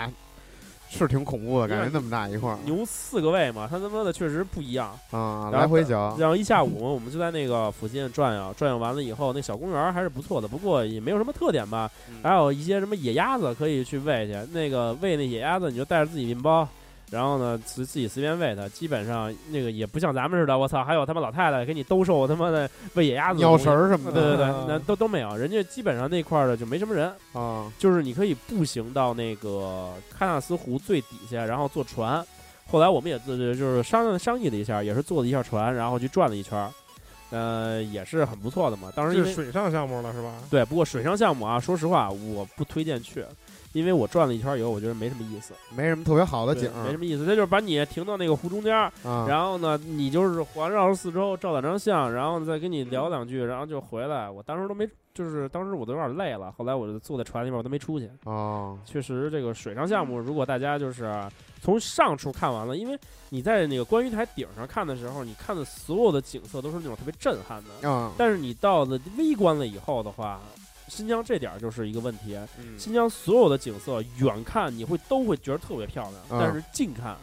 Speaker 4: 是挺恐怖的感觉，那么大一块
Speaker 6: 啊
Speaker 4: 儿
Speaker 5: 牛四个胃嘛，它他妈的确实不一样。
Speaker 4: 啊，
Speaker 5: 然后
Speaker 4: 来回嚼
Speaker 5: 然后一下午我们就在那个附近转悠，转悠完了以后，那小公园儿还是不错的，不过也没有什么特点吧。
Speaker 6: 嗯
Speaker 5: 还有一些什么野鸭子可以去喂去，那个喂那野鸭子你就带着自己面包，然后呢自自己随便喂它，基本上那个也不像咱们似的，我操，还有他妈老太太给你兜售他妈的喂野鸭子的
Speaker 4: 鸟
Speaker 5: 东西
Speaker 4: 食儿什么
Speaker 5: 对对
Speaker 4: 的
Speaker 5: 对
Speaker 6: 啊，
Speaker 5: 那都都没有，人家基本上那块儿的就没什么人，
Speaker 4: 啊
Speaker 5: 就是你可以步行到那个喀纳斯湖最底下，然后坐船。后来我们也自就是商商议了一下，也是坐了一下船，然后去转了一圈儿，呃，也是很不错的嘛。当时因
Speaker 6: 这
Speaker 5: 为
Speaker 6: 是水上项目了是吧？
Speaker 5: 对，不过水上项目啊，说实话我不推荐去，因为我转了一圈儿以后，我觉得没什么意思，
Speaker 4: 没什么特别好的
Speaker 5: 对
Speaker 4: 景
Speaker 5: 没什
Speaker 4: 儿
Speaker 5: 么意思。它就是把你停到那个湖中间儿，
Speaker 4: 啊
Speaker 5: 然后呢，你就是环绕着四周照两张相，然后再跟你聊两句，然后就回来。我当时都没，就是当时我都有点累了，后来我就坐在船里面，我都没出去。
Speaker 4: 哦
Speaker 5: 确实，这个水上项目，如果大家就是从上处看完了，因为你在那个观鱼台顶上看的时候，你看的所有的景色都是那种特别震撼的。
Speaker 4: 啊
Speaker 5: 但是你到了微观了以后的话，新疆这点儿就是一个问题。
Speaker 4: 嗯
Speaker 5: 新疆所有的景色，远看你会都会觉得特别漂亮，
Speaker 4: 嗯
Speaker 5: 但是近看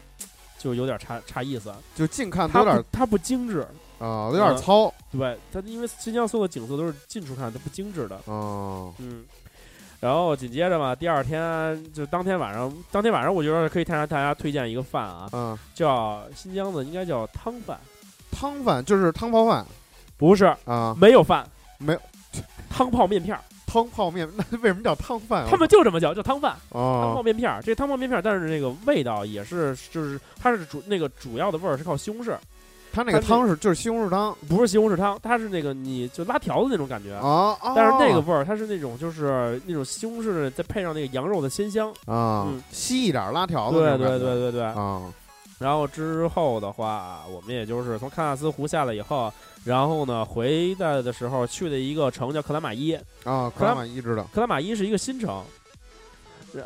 Speaker 5: 就有点差差意思。啊
Speaker 4: 就近看都
Speaker 5: 它
Speaker 4: 有点
Speaker 5: 不它不嗯精致，
Speaker 4: 啊有点糙
Speaker 5: 对它因为新疆所有的景色都是近处看，它不精致的。
Speaker 4: 啊
Speaker 5: 嗯，然后紧接着嘛，第二天就当天晚上，当天晚上我觉得可以向大家推荐一个饭啊，
Speaker 4: 啊
Speaker 5: 叫新疆的应该叫汤饭，
Speaker 4: 汤饭就是汤泡饭
Speaker 5: 不是
Speaker 4: 啊
Speaker 5: 没有饭，
Speaker 4: 没有
Speaker 5: 汤泡面片儿，
Speaker 4: 汤泡面那为什么叫汤饭啊？
Speaker 5: 他们就这么叫，叫汤饭，汤泡
Speaker 4: 哦
Speaker 5: 面片儿。这汤泡面片儿，但是那个味道也是，就是它是主那个主要的味儿是靠西红柿。
Speaker 4: 它那个
Speaker 5: 它是
Speaker 4: 汤是就是西红柿汤
Speaker 5: 不是西红柿汤，它是那个你就拉条子那种感觉。
Speaker 4: 啊，哦
Speaker 5: 但是那个味儿，它是那种就是那种西红柿的，再配上那个羊肉的鲜香。
Speaker 4: 啊
Speaker 5: 嗯，
Speaker 4: 稀一点拉条子哦
Speaker 5: 对
Speaker 4: 那种
Speaker 5: 对
Speaker 4: 感觉，
Speaker 5: 对对对。
Speaker 4: 啊，
Speaker 5: 然后之后的话，我们也就是从喀纳斯湖下来以后，然后呢回来的时候去的一个城叫克拉玛依，
Speaker 4: 啊，克拉玛依知道
Speaker 5: 克拉玛依是一个新城。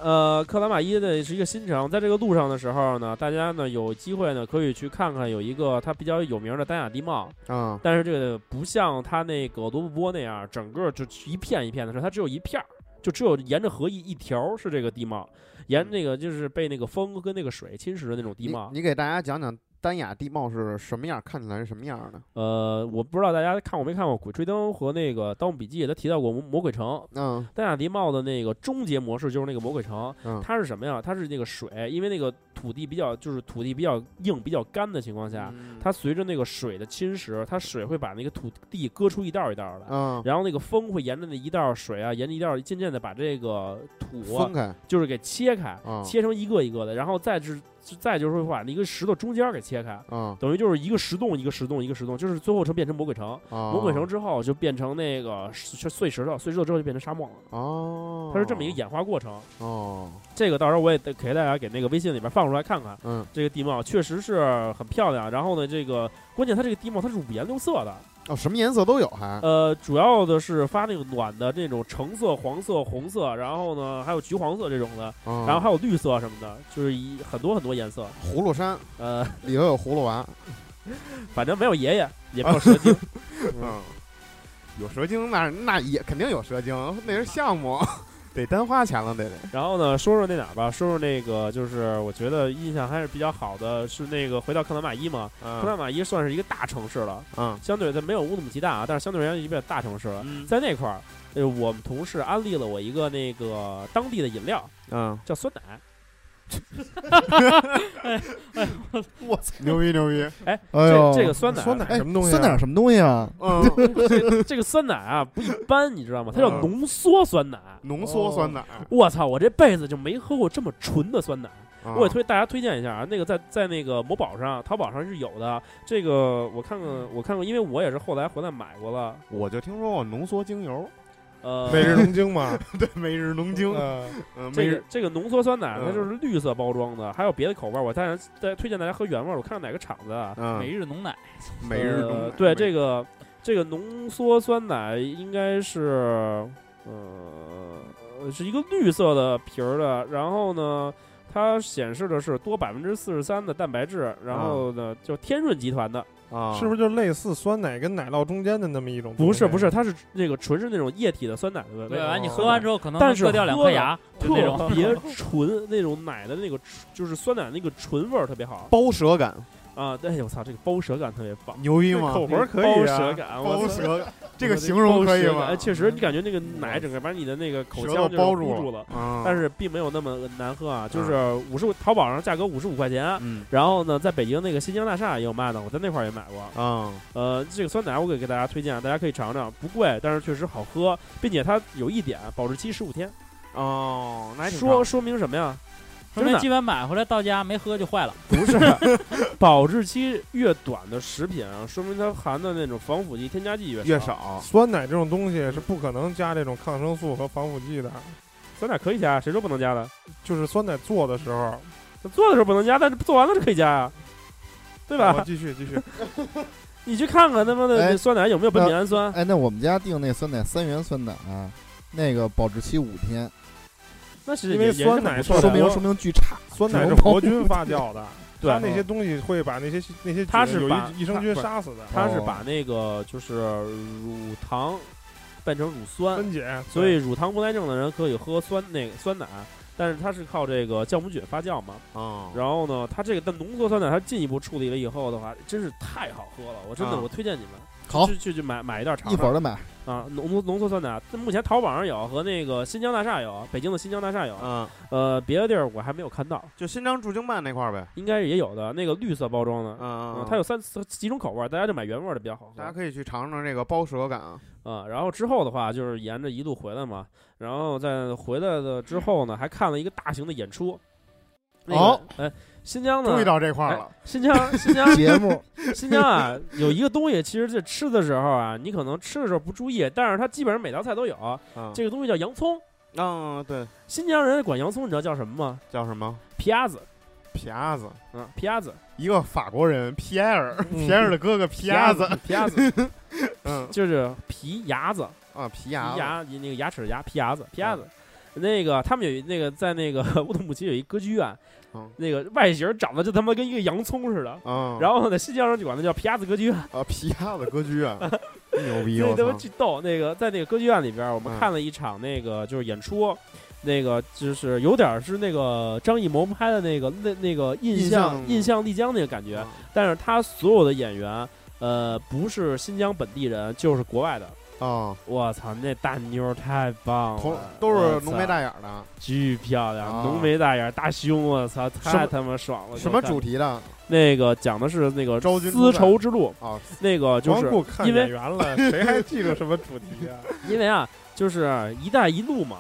Speaker 5: 呃，克拉玛依的是一个新城，在这个路上的时候呢，大家呢有机会呢可以去看看，有一个它比较有名的丹雅地貌，
Speaker 4: 啊
Speaker 5: 但是这个不像它那个罗布泊那样，整个就一片一片的是，它只有一片儿，就只有沿着河一一条是这个地貌，沿那个就是被那个风跟那个水侵蚀的那种地
Speaker 4: 嗯你
Speaker 5: 貌。
Speaker 4: 你给大家讲讲丹雅地貌是什么样，看起来是什么样的？
Speaker 5: 呃，我不知道大家看过没看过《鬼吹灯》和那个《盗墓笔记》，他提到过魔魔鬼城。
Speaker 4: 嗯
Speaker 5: 丹雅迪帽的那个终结模式就是那个魔鬼城，
Speaker 4: 嗯
Speaker 5: 它是什么呀？它是那个水，因为那个土地比较就是土地比较硬、比较干的情况下，
Speaker 4: 嗯
Speaker 5: 它随着那个水的侵蚀，它水会把那个土地割出一道一道来。
Speaker 4: 嗯
Speaker 5: 然后那个风会沿着那一道水啊，沿着一道渐渐的把这个土啊
Speaker 4: 分开
Speaker 5: 就是给切开，
Speaker 4: 嗯
Speaker 5: 切成一个一个的，然后再是再就是会把那个石头中间儿给切开，
Speaker 4: 啊
Speaker 5: 等于就是一个石洞一个石洞一个石洞，就是最后成变成魔鬼城。
Speaker 4: 啊，
Speaker 5: 魔鬼城之后就变成那个石碎石头，碎石头之后就变成沙漠了。
Speaker 4: 哦，
Speaker 5: 它是这么一个演化过程。
Speaker 4: 哦，
Speaker 5: 这个到时候我也得给大家给那个微信里边放出来看看，
Speaker 4: 嗯
Speaker 5: 这个地貌确实是很漂亮。然后呢，这个关键它这个地貌它是五颜六色的，
Speaker 4: 哦，什么颜色都有还
Speaker 5: 呃，主要的是发那个暖的那种橙色、黄色、红色，然后呢还有橘黄色这种的，
Speaker 4: 然
Speaker 5: 然后还有绿色什么的，就是一很多很多颜色。
Speaker 4: 哦葫芦山
Speaker 5: 呃，
Speaker 4: 里头有葫芦娃，
Speaker 5: 反正没有爷爷，也没有蛇精。
Speaker 4: 嗯，有蛇精那那也肯定有蛇精，那是项目，得单花钱了得得
Speaker 5: 然后呢，说说那哪儿吧，说说那个就是我觉得印象还是比较好的是那个回到克拉玛依嘛，克拉
Speaker 4: 嗯
Speaker 5: 玛依算是一个大城市了，
Speaker 4: 嗯
Speaker 5: 相对它没有乌鲁木齐大啊，但是相对而言也比较大城市了。
Speaker 3: 嗯，
Speaker 5: 在那块儿，呃，我们同事安利了我一个那个当地的饮料，
Speaker 4: 嗯，
Speaker 5: 叫酸奶。
Speaker 1: 我操！
Speaker 4: 牛逼牛逼，
Speaker 1: 哎呦，
Speaker 5: 这这个酸奶，
Speaker 6: 酸奶
Speaker 1: 哎
Speaker 6: 什么东西啊
Speaker 1: 酸奶是什么东西啊？
Speaker 4: 嗯，
Speaker 5: 这 [LAUGHS] 这个酸奶啊不一般，你知道吗？它叫浓缩酸奶。
Speaker 4: 浓缩酸奶，
Speaker 5: 我操！我这辈子就没喝过这么纯的酸奶。
Speaker 4: 啊
Speaker 5: 我也推大家推荐一下啊，那个在在那个某宝上、淘宝上是有的。这个我看看，我看过，因为我也是后来回来买过了。
Speaker 4: 我就听说过浓缩精油，
Speaker 5: 呃，
Speaker 6: 每日龙精嘛，
Speaker 4: 对，每日浓精，
Speaker 6: 呃
Speaker 4: 嗯，
Speaker 5: 这
Speaker 4: 每日
Speaker 5: 个这个浓缩酸奶，
Speaker 4: 嗯
Speaker 5: 它就是绿色包装的，还有别的口味儿。我当然再推荐大家喝原味儿，我看看哪个厂子啊？
Speaker 3: 每
Speaker 4: 嗯，
Speaker 3: 日浓奶，
Speaker 4: 每日浓
Speaker 5: 呃
Speaker 4: 奶，
Speaker 5: 对
Speaker 4: 每
Speaker 5: 这个这个浓缩酸奶应该是呃是一个绿色的瓶儿的，然后呢。它显示的是多百分之四十三的蛋白质，然
Speaker 6: 啊
Speaker 5: 后呢，就天润集团的，
Speaker 4: 啊，
Speaker 6: 是不是就类似酸奶跟奶酪中间的那么一种东
Speaker 5: 不
Speaker 6: 西？啊嗯
Speaker 5: 是不是，它是那个纯是那种液体的酸奶的味
Speaker 3: 对
Speaker 5: 道，
Speaker 3: 完你
Speaker 6: 哦
Speaker 3: 喝完之后可能
Speaker 5: 但
Speaker 3: 能
Speaker 5: 是
Speaker 3: 割掉两
Speaker 5: 喝
Speaker 3: 颗
Speaker 5: 了
Speaker 3: 牙，就那
Speaker 5: 特
Speaker 3: 种 [LAUGHS]
Speaker 5: 别纯，那种奶的那个就是酸奶那个纯味儿特别好
Speaker 4: 包舌感，
Speaker 5: 啊！对，我操，这个包舌感特别棒，
Speaker 4: 牛逼
Speaker 6: 这 [LAUGHS]
Speaker 4: 吗？
Speaker 6: 口活儿可以
Speaker 5: 包
Speaker 6: 啊
Speaker 5: 舌感，我
Speaker 4: 哦包
Speaker 5: 操
Speaker 4: 舌感，这
Speaker 5: 我的
Speaker 4: 个形容
Speaker 5: 包
Speaker 4: 可以
Speaker 5: 舌感
Speaker 4: 吗嗯
Speaker 5: 哎？确实，你感觉那个奶整个把你的那个口
Speaker 4: 舌
Speaker 5: 腔
Speaker 4: 头
Speaker 5: 就是
Speaker 4: 包
Speaker 5: 捂
Speaker 4: 住
Speaker 5: 住了，
Speaker 4: 啊，
Speaker 5: 但是并没有那么难喝啊，就是五十五，淘宝上价格五十五块钱。
Speaker 4: 嗯
Speaker 5: 然后呢，在北京那个新疆大厦也有卖的，我在那块儿也买过。
Speaker 4: 啊
Speaker 5: 呃，这个酸奶我给给大家推荐，啊大家可以尝尝，不贵，但是确实好喝，并且它有一点，保质期十五天。
Speaker 4: 哦，那还挺
Speaker 5: 说说明什么呀？
Speaker 3: 说
Speaker 5: 真
Speaker 3: 明
Speaker 5: 的
Speaker 3: 基本买回来到家没喝就坏了。
Speaker 5: 不是，保质期越短的食品啊，说明它含的那种防腐剂、添加剂越
Speaker 4: 越。少，
Speaker 6: 酸奶这种东西是不可能加这种抗生素和防腐剂的，
Speaker 5: 酸奶可以加，谁说不能加的？
Speaker 6: 就是酸奶做的时候，
Speaker 5: 它做的时候不能加，但是做完了是可以加呀、对吧？
Speaker 6: 我继续继续，
Speaker 5: 你去看看他妈的
Speaker 1: 哎
Speaker 5: 那酸奶有没有苯丙氨酸？
Speaker 1: 哎，那我们家订那酸奶三元酸奶啊，那个保质期五天，
Speaker 5: 那是
Speaker 6: 因为
Speaker 5: 也
Speaker 6: 酸奶
Speaker 5: 也是
Speaker 6: 是
Speaker 1: 说
Speaker 5: 很不错的
Speaker 6: 我
Speaker 1: 明说明巨差。
Speaker 6: 酸奶是活菌发酵的，
Speaker 5: 对
Speaker 6: 它那些东西会把那些那些
Speaker 5: 它是
Speaker 6: 有
Speaker 5: 把
Speaker 6: 益益生菌杀死的，
Speaker 5: 它是
Speaker 1: 哦
Speaker 5: 把那个就是乳糖变成乳酸，
Speaker 6: 分解，
Speaker 5: 所以乳糖不耐症的人可以喝酸那个酸奶，但是它是靠这个酵母菌发酵嘛。
Speaker 1: 哦
Speaker 4: 啊，
Speaker 5: 然后呢，它这个的浓缩酸奶它进一步处理了以后的话，真是太好喝了，我真的
Speaker 4: 啊
Speaker 5: 我推荐你们。
Speaker 1: 好
Speaker 5: 去去去买买一袋尝尝。
Speaker 1: 一会儿再买，
Speaker 5: 啊，浓浓浓缩酸奶，目前淘宝上有和那个新疆大厦有，北京的新疆大厦有，
Speaker 4: 嗯，
Speaker 5: 呃，别的地儿我还没有看到，
Speaker 4: 就新疆驻京办那块儿呗，
Speaker 5: 应该也有的。那个绿色包装的，
Speaker 4: 嗯
Speaker 5: 它有三四几种口味儿，大家就买原味儿的比较好喝
Speaker 4: 大家可以去尝尝这个包舌感啊，
Speaker 5: 啊。然后之后的话，就是沿着一路回来嘛，然后在回来的之后呢，还看了一个大型的演出，那个
Speaker 4: 哦，
Speaker 5: 哎，新疆呢
Speaker 4: 注意？到这块儿了，
Speaker 5: 新疆，新疆
Speaker 1: 节目
Speaker 5: 新疆啊，有一个东西，其实在吃的时候啊，你可能吃的时候不注意，但是它基本上每道菜都有。
Speaker 4: 嗯
Speaker 5: 这个东西叫洋葱，
Speaker 4: 嗯，对，
Speaker 5: 新疆人管洋葱，你知道叫什么吗？
Speaker 4: 叫什么
Speaker 5: 皮鸭子，
Speaker 4: 皮鸭子？
Speaker 5: 嗯，皮鸭子，
Speaker 4: 一个法国人皮埃尔，
Speaker 6: 嗯
Speaker 4: 皮埃尔的哥哥皮鸭子，，
Speaker 5: 皮鸭
Speaker 4: [LAUGHS]
Speaker 5: 子
Speaker 4: 嗯
Speaker 5: 就是皮牙子，
Speaker 4: 啊，皮
Speaker 5: 皮
Speaker 4: 鸭子，嗯
Speaker 5: 牙那个牙齿的牙，皮牙子，皮牙子。那个他们有一那个在那个乌鲁木齐有一歌剧院
Speaker 4: 嗯，
Speaker 5: 那个外形长得就他妈跟一个洋葱似的。
Speaker 4: 嗯，
Speaker 5: 然后呢，新疆人就管它叫皮鸭子歌剧院，
Speaker 4: 啊，皮鸭子歌剧
Speaker 5: [LAUGHS]
Speaker 4: 院，牛逼，
Speaker 5: 所以
Speaker 4: 我
Speaker 5: 他妈
Speaker 4: 操！
Speaker 5: 巨逗。那个在那个歌剧院里边，我们
Speaker 4: 嗯
Speaker 5: 看了一场那个就是演出，那个就是有点是那个张艺谋拍的那个那那个印象
Speaker 4: 印象嗯
Speaker 5: 印象丽江那个感觉，但是他所有的演员，呃，不是新疆本地人，就是国外的。
Speaker 4: 啊，
Speaker 5: 我操，那大妞儿太棒
Speaker 4: 同
Speaker 5: 了，
Speaker 4: 都
Speaker 5: 我操
Speaker 4: 是浓眉，大眼儿的，
Speaker 5: 巨漂
Speaker 4: 啊
Speaker 5: 亮，浓眉大眼儿，大胸，我操，太
Speaker 4: 什么
Speaker 5: 他妈爽了！
Speaker 4: 什么
Speaker 5: 给我
Speaker 4: 主
Speaker 5: 看？
Speaker 4: 题的
Speaker 5: 那个讲的是那个
Speaker 4: 昭君
Speaker 5: 丝
Speaker 4: 出塞
Speaker 5: 绸之路，
Speaker 4: 啊？
Speaker 5: 那个就
Speaker 6: 光
Speaker 5: 是
Speaker 6: 顾看
Speaker 5: 因为
Speaker 6: 演员了，谁还记得什么主题啊？
Speaker 5: 因为啊，就是“一带一路”嘛，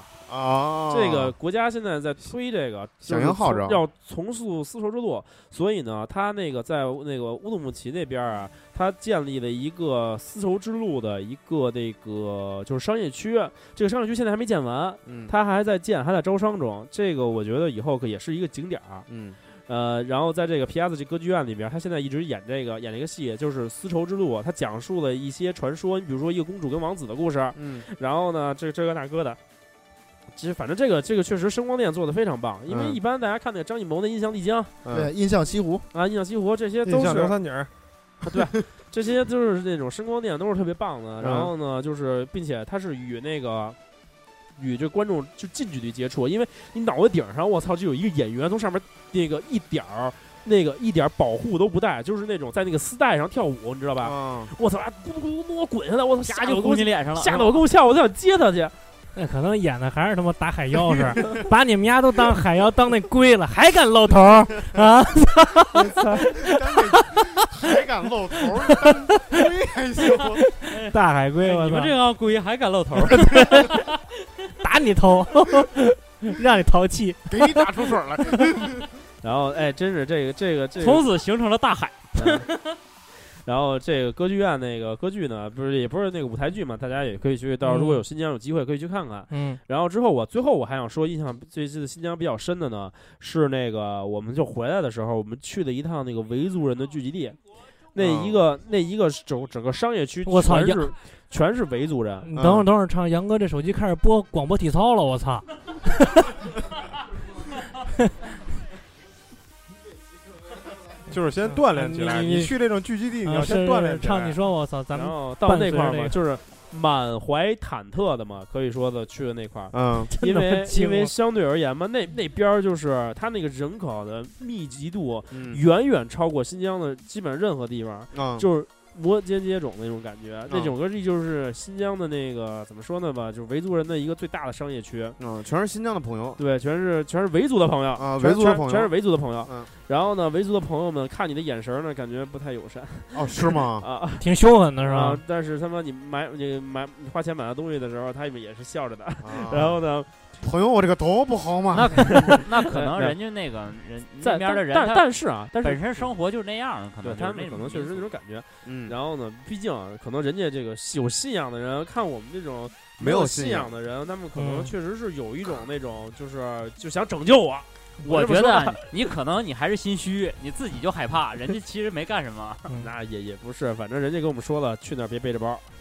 Speaker 5: [LAUGHS]
Speaker 4: 啊，
Speaker 5: 这个国家现在在推这个，
Speaker 4: 响应号
Speaker 5: 就
Speaker 4: 召
Speaker 5: 是从要重塑丝绸之路，所以呢，他那个在那个乌鲁木齐那边啊，他建立了一个丝绸之路的一个那个就是商业区，这个商业区现在还没建完，
Speaker 4: 嗯，
Speaker 5: 他还在建，还在招商中。这个我觉得以后可也是一个景点儿。
Speaker 4: 嗯
Speaker 5: 呃，然后在这个皮亚子这歌剧院里边，他现在一直演这个演这个戏，就是丝绸之路，他讲述了一些传说，你比如说一个公主跟王子的故事，
Speaker 4: 嗯
Speaker 5: 然后呢，这这个那个的，其实反正这个这个确实声光电做的非常棒，因为
Speaker 4: 嗯
Speaker 5: 一般大家看那个张艺谋的《印象丽江》
Speaker 1: 对印象西湖，
Speaker 5: 啊，《印象西湖》这些
Speaker 6: 印
Speaker 5: 都
Speaker 6: 象刘
Speaker 5: 是
Speaker 6: 三姐儿，
Speaker 5: 这些就是那种声光电都是特别棒的。
Speaker 4: 嗯
Speaker 5: 然后呢，就是并且它是与那个。与这观众就近距离接触，因为你脑袋顶上，我操，就有一个演员从上面那个一点儿，那个一点儿保护都不带，就是那种在那个丝带上跳舞，你知道吧？
Speaker 4: 啊，
Speaker 5: 我操，啊咕噜咕噜咕噜滚下来，我操，吓
Speaker 3: 啪
Speaker 5: 得
Speaker 3: 就
Speaker 5: 我给
Speaker 3: 呼
Speaker 5: 我
Speaker 3: 你脸上了，嗯
Speaker 5: 吓得我给我吓，我都想接他去。
Speaker 2: 那可能演的还是他妈打海妖似的，把你们家都当海妖当那龟了，还敢露头儿啊？
Speaker 4: 还敢露头儿，真害羞。
Speaker 5: [LAUGHS]
Speaker 2: [LAUGHS] 大海龟，我
Speaker 3: 你
Speaker 2: 操
Speaker 3: 们！这帮故意还敢露头儿，
Speaker 2: 打你头， [LAUGHS] 让你淘气。
Speaker 4: 给你打出水
Speaker 5: [LAUGHS]
Speaker 4: 来。
Speaker 5: 然后哎，真是这个这个这个
Speaker 3: 从此形成了大海。
Speaker 5: 嗯然后这个歌剧院那个歌剧呢，不是也不是那个舞台剧嘛，大家也可以去，到时候如果有新疆有机会可以去看看。
Speaker 2: 嗯
Speaker 5: 然后之后我最后我还想说，印象这次新疆比较深的呢，是那个我们就回来的时候，我们去了一趟那个维族人的聚集地，那一个、那一个整整个商业区，
Speaker 2: 我操嗯
Speaker 5: 全
Speaker 2: 呀
Speaker 5: 是全是维族人。
Speaker 2: 你等会儿，等会儿，唱杨哥这手机开始播广播体操了，我操！
Speaker 6: [LAUGHS] 就是先锻炼起来。
Speaker 2: 你你
Speaker 6: 你去这种聚集地，你
Speaker 2: 啊
Speaker 6: 要
Speaker 2: 是
Speaker 6: 先锻炼
Speaker 2: 是
Speaker 6: 起
Speaker 2: 唱，你
Speaker 6: 来。
Speaker 2: 说我操，咱
Speaker 5: 然
Speaker 2: 们
Speaker 5: 后到那块儿
Speaker 2: 伴随着这
Speaker 5: 嘛，
Speaker 2: 个
Speaker 5: 就是满怀忐忑的嘛，可以说的去了那
Speaker 2: [LAUGHS]
Speaker 5: 块儿。
Speaker 4: 嗯
Speaker 5: 因
Speaker 2: 真的
Speaker 5: 为
Speaker 2: 不行
Speaker 5: 因为
Speaker 2: 了
Speaker 5: 相对而言嘛，那那边儿就是它那个人口的密集度
Speaker 4: 嗯
Speaker 5: 远远超过新疆的基本任何地方，
Speaker 4: 啊，
Speaker 5: 就是摩肩接踵那种感觉。
Speaker 4: 嗯
Speaker 5: 那整个地就是新疆的那个怎么说呢吧，就是维族人的一个最大的商业区。
Speaker 4: 嗯，全是新疆的朋友。
Speaker 5: 对，全是全是维族的朋友
Speaker 4: 啊
Speaker 5: 全
Speaker 4: 维族的
Speaker 5: 全
Speaker 4: 朋友
Speaker 5: 全是维族的朋友。
Speaker 4: 嗯
Speaker 5: 然后呢，维族的朋友们看你的眼神儿呢，感觉不太友善
Speaker 4: 哦，是
Speaker 5: [LAUGHS]
Speaker 4: 吗？
Speaker 5: 啊。
Speaker 2: 挺凶狠的是
Speaker 5: 然后
Speaker 2: 吧？，
Speaker 5: 但是他妈你买你买你花钱买的东西的时候，他们也是笑着的。
Speaker 4: 啊
Speaker 5: 然后呢，
Speaker 4: 朋友，我这个头不好吗？
Speaker 3: 那可 [LAUGHS] 那可能
Speaker 5: 对
Speaker 3: 人家那个人那
Speaker 5: 在
Speaker 3: 边的人，
Speaker 5: 但
Speaker 3: 他
Speaker 5: 但是啊，但是
Speaker 3: 本身生活就那样儿，可
Speaker 5: 对
Speaker 3: 能
Speaker 5: 他
Speaker 3: 就是那
Speaker 5: 们可
Speaker 3: 种
Speaker 5: 能确实是那
Speaker 3: 民族
Speaker 5: 种感觉。
Speaker 4: 嗯，
Speaker 5: 然后呢，毕竟啊可能人家这个有信仰的人看我们这种
Speaker 4: 没有
Speaker 5: 有
Speaker 4: 信
Speaker 5: 仰的人，他们可能
Speaker 2: 嗯
Speaker 5: 确实是有一种那种就是就想拯救我。
Speaker 3: 我
Speaker 5: 这么
Speaker 3: 觉
Speaker 5: 说
Speaker 3: 得
Speaker 5: 吧
Speaker 3: [LAUGHS] 你可能你还是心虚，你自己就害怕，人家其实没干什
Speaker 5: [LAUGHS]
Speaker 3: 么。
Speaker 4: 嗯
Speaker 5: 那也也不是，反正人家跟我们说了，去那儿别背着包。嗯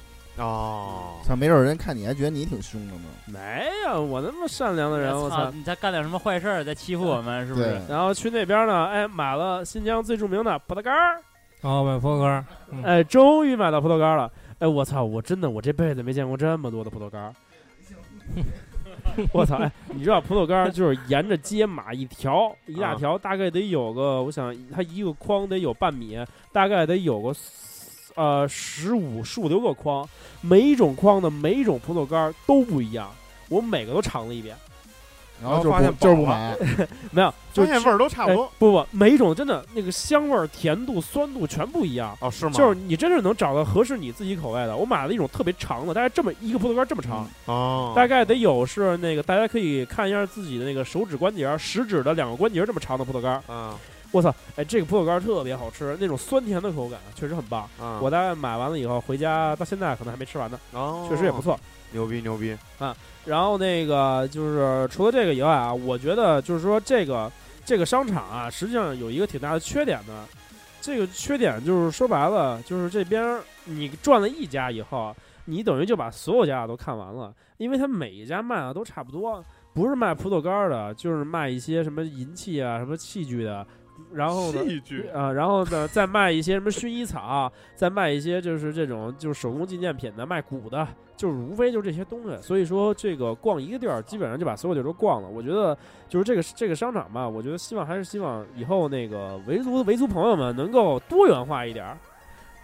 Speaker 4: 哦，
Speaker 1: 操，没准儿人看你还觉得你挺凶的呢。
Speaker 5: 没有，我那么善良的人，我操！
Speaker 3: 哎你再干点什么坏事儿，再欺负我们，是不
Speaker 1: 对
Speaker 3: 是？，
Speaker 5: 然后去那边呢，哎，买了新疆最著名的葡萄干儿，
Speaker 2: 哦，买破杆，嗯
Speaker 5: 哎，终于买到葡萄干儿了。哎，我操！我真的我这辈子没见过这么多的葡萄干儿。我操！哎，你知道葡萄干儿就是沿着街码一条一
Speaker 4: 啊
Speaker 5: 大条，大概得有个，我想它一个筐得有半米，大概得有个呃十五十五六个筐，每一种筐的每一种葡萄干儿都不一样，我每个都尝了一遍。
Speaker 1: 然后就
Speaker 6: 发
Speaker 1: 不
Speaker 6: 现
Speaker 1: 就是
Speaker 6: 饱
Speaker 1: 不
Speaker 6: 了
Speaker 1: 买，
Speaker 5: 没有，就
Speaker 4: 发现味儿都差不
Speaker 5: 哎
Speaker 4: 多。
Speaker 5: 不不，每一种真的那个香味儿、甜度、酸度全不一样。
Speaker 4: 哦，是吗
Speaker 5: 哎就是你真是能找到合适你自己口味的。我买了一种特别长的，大概这么一个葡萄干这么长，
Speaker 4: 哦，
Speaker 5: 大概得有是那个大家可以看一下自己的那个手指关节儿，食指的两个关节儿这么长的葡萄干儿。
Speaker 4: 啊
Speaker 5: 我操，哎，这个葡萄干儿特别好吃，那种酸甜的口感确实很棒。
Speaker 4: 啊，
Speaker 5: 我大概买完了以后回家，到现在可能还没吃完呢，
Speaker 4: 哦
Speaker 5: 确实也不，错。
Speaker 4: 牛逼牛逼。
Speaker 5: 然后那个就是除了这个以外啊，我觉得就是说这个这个商场啊，实际上有一个挺大的缺点的。这个缺点就是说白了，就是这边儿你转了一家以后，你等于就把所有家都看完了，因为它每一家卖的都差不多，不是卖葡萄干儿的，就是卖一些什么银器啊、什么器具的，然后呢，
Speaker 6: 戏剧
Speaker 5: 啊、然后呢，再卖一些什么薰衣草，再卖一些就是这种就是手工纪念品的，卖鼓的，就是无非就是这些东西。所以说，这个逛一个地儿，基本上就把所有地儿都逛了。我觉得就是这个这个商场吧，我觉得希望还是希望以后那个维族维族朋友们能够多元化一点儿，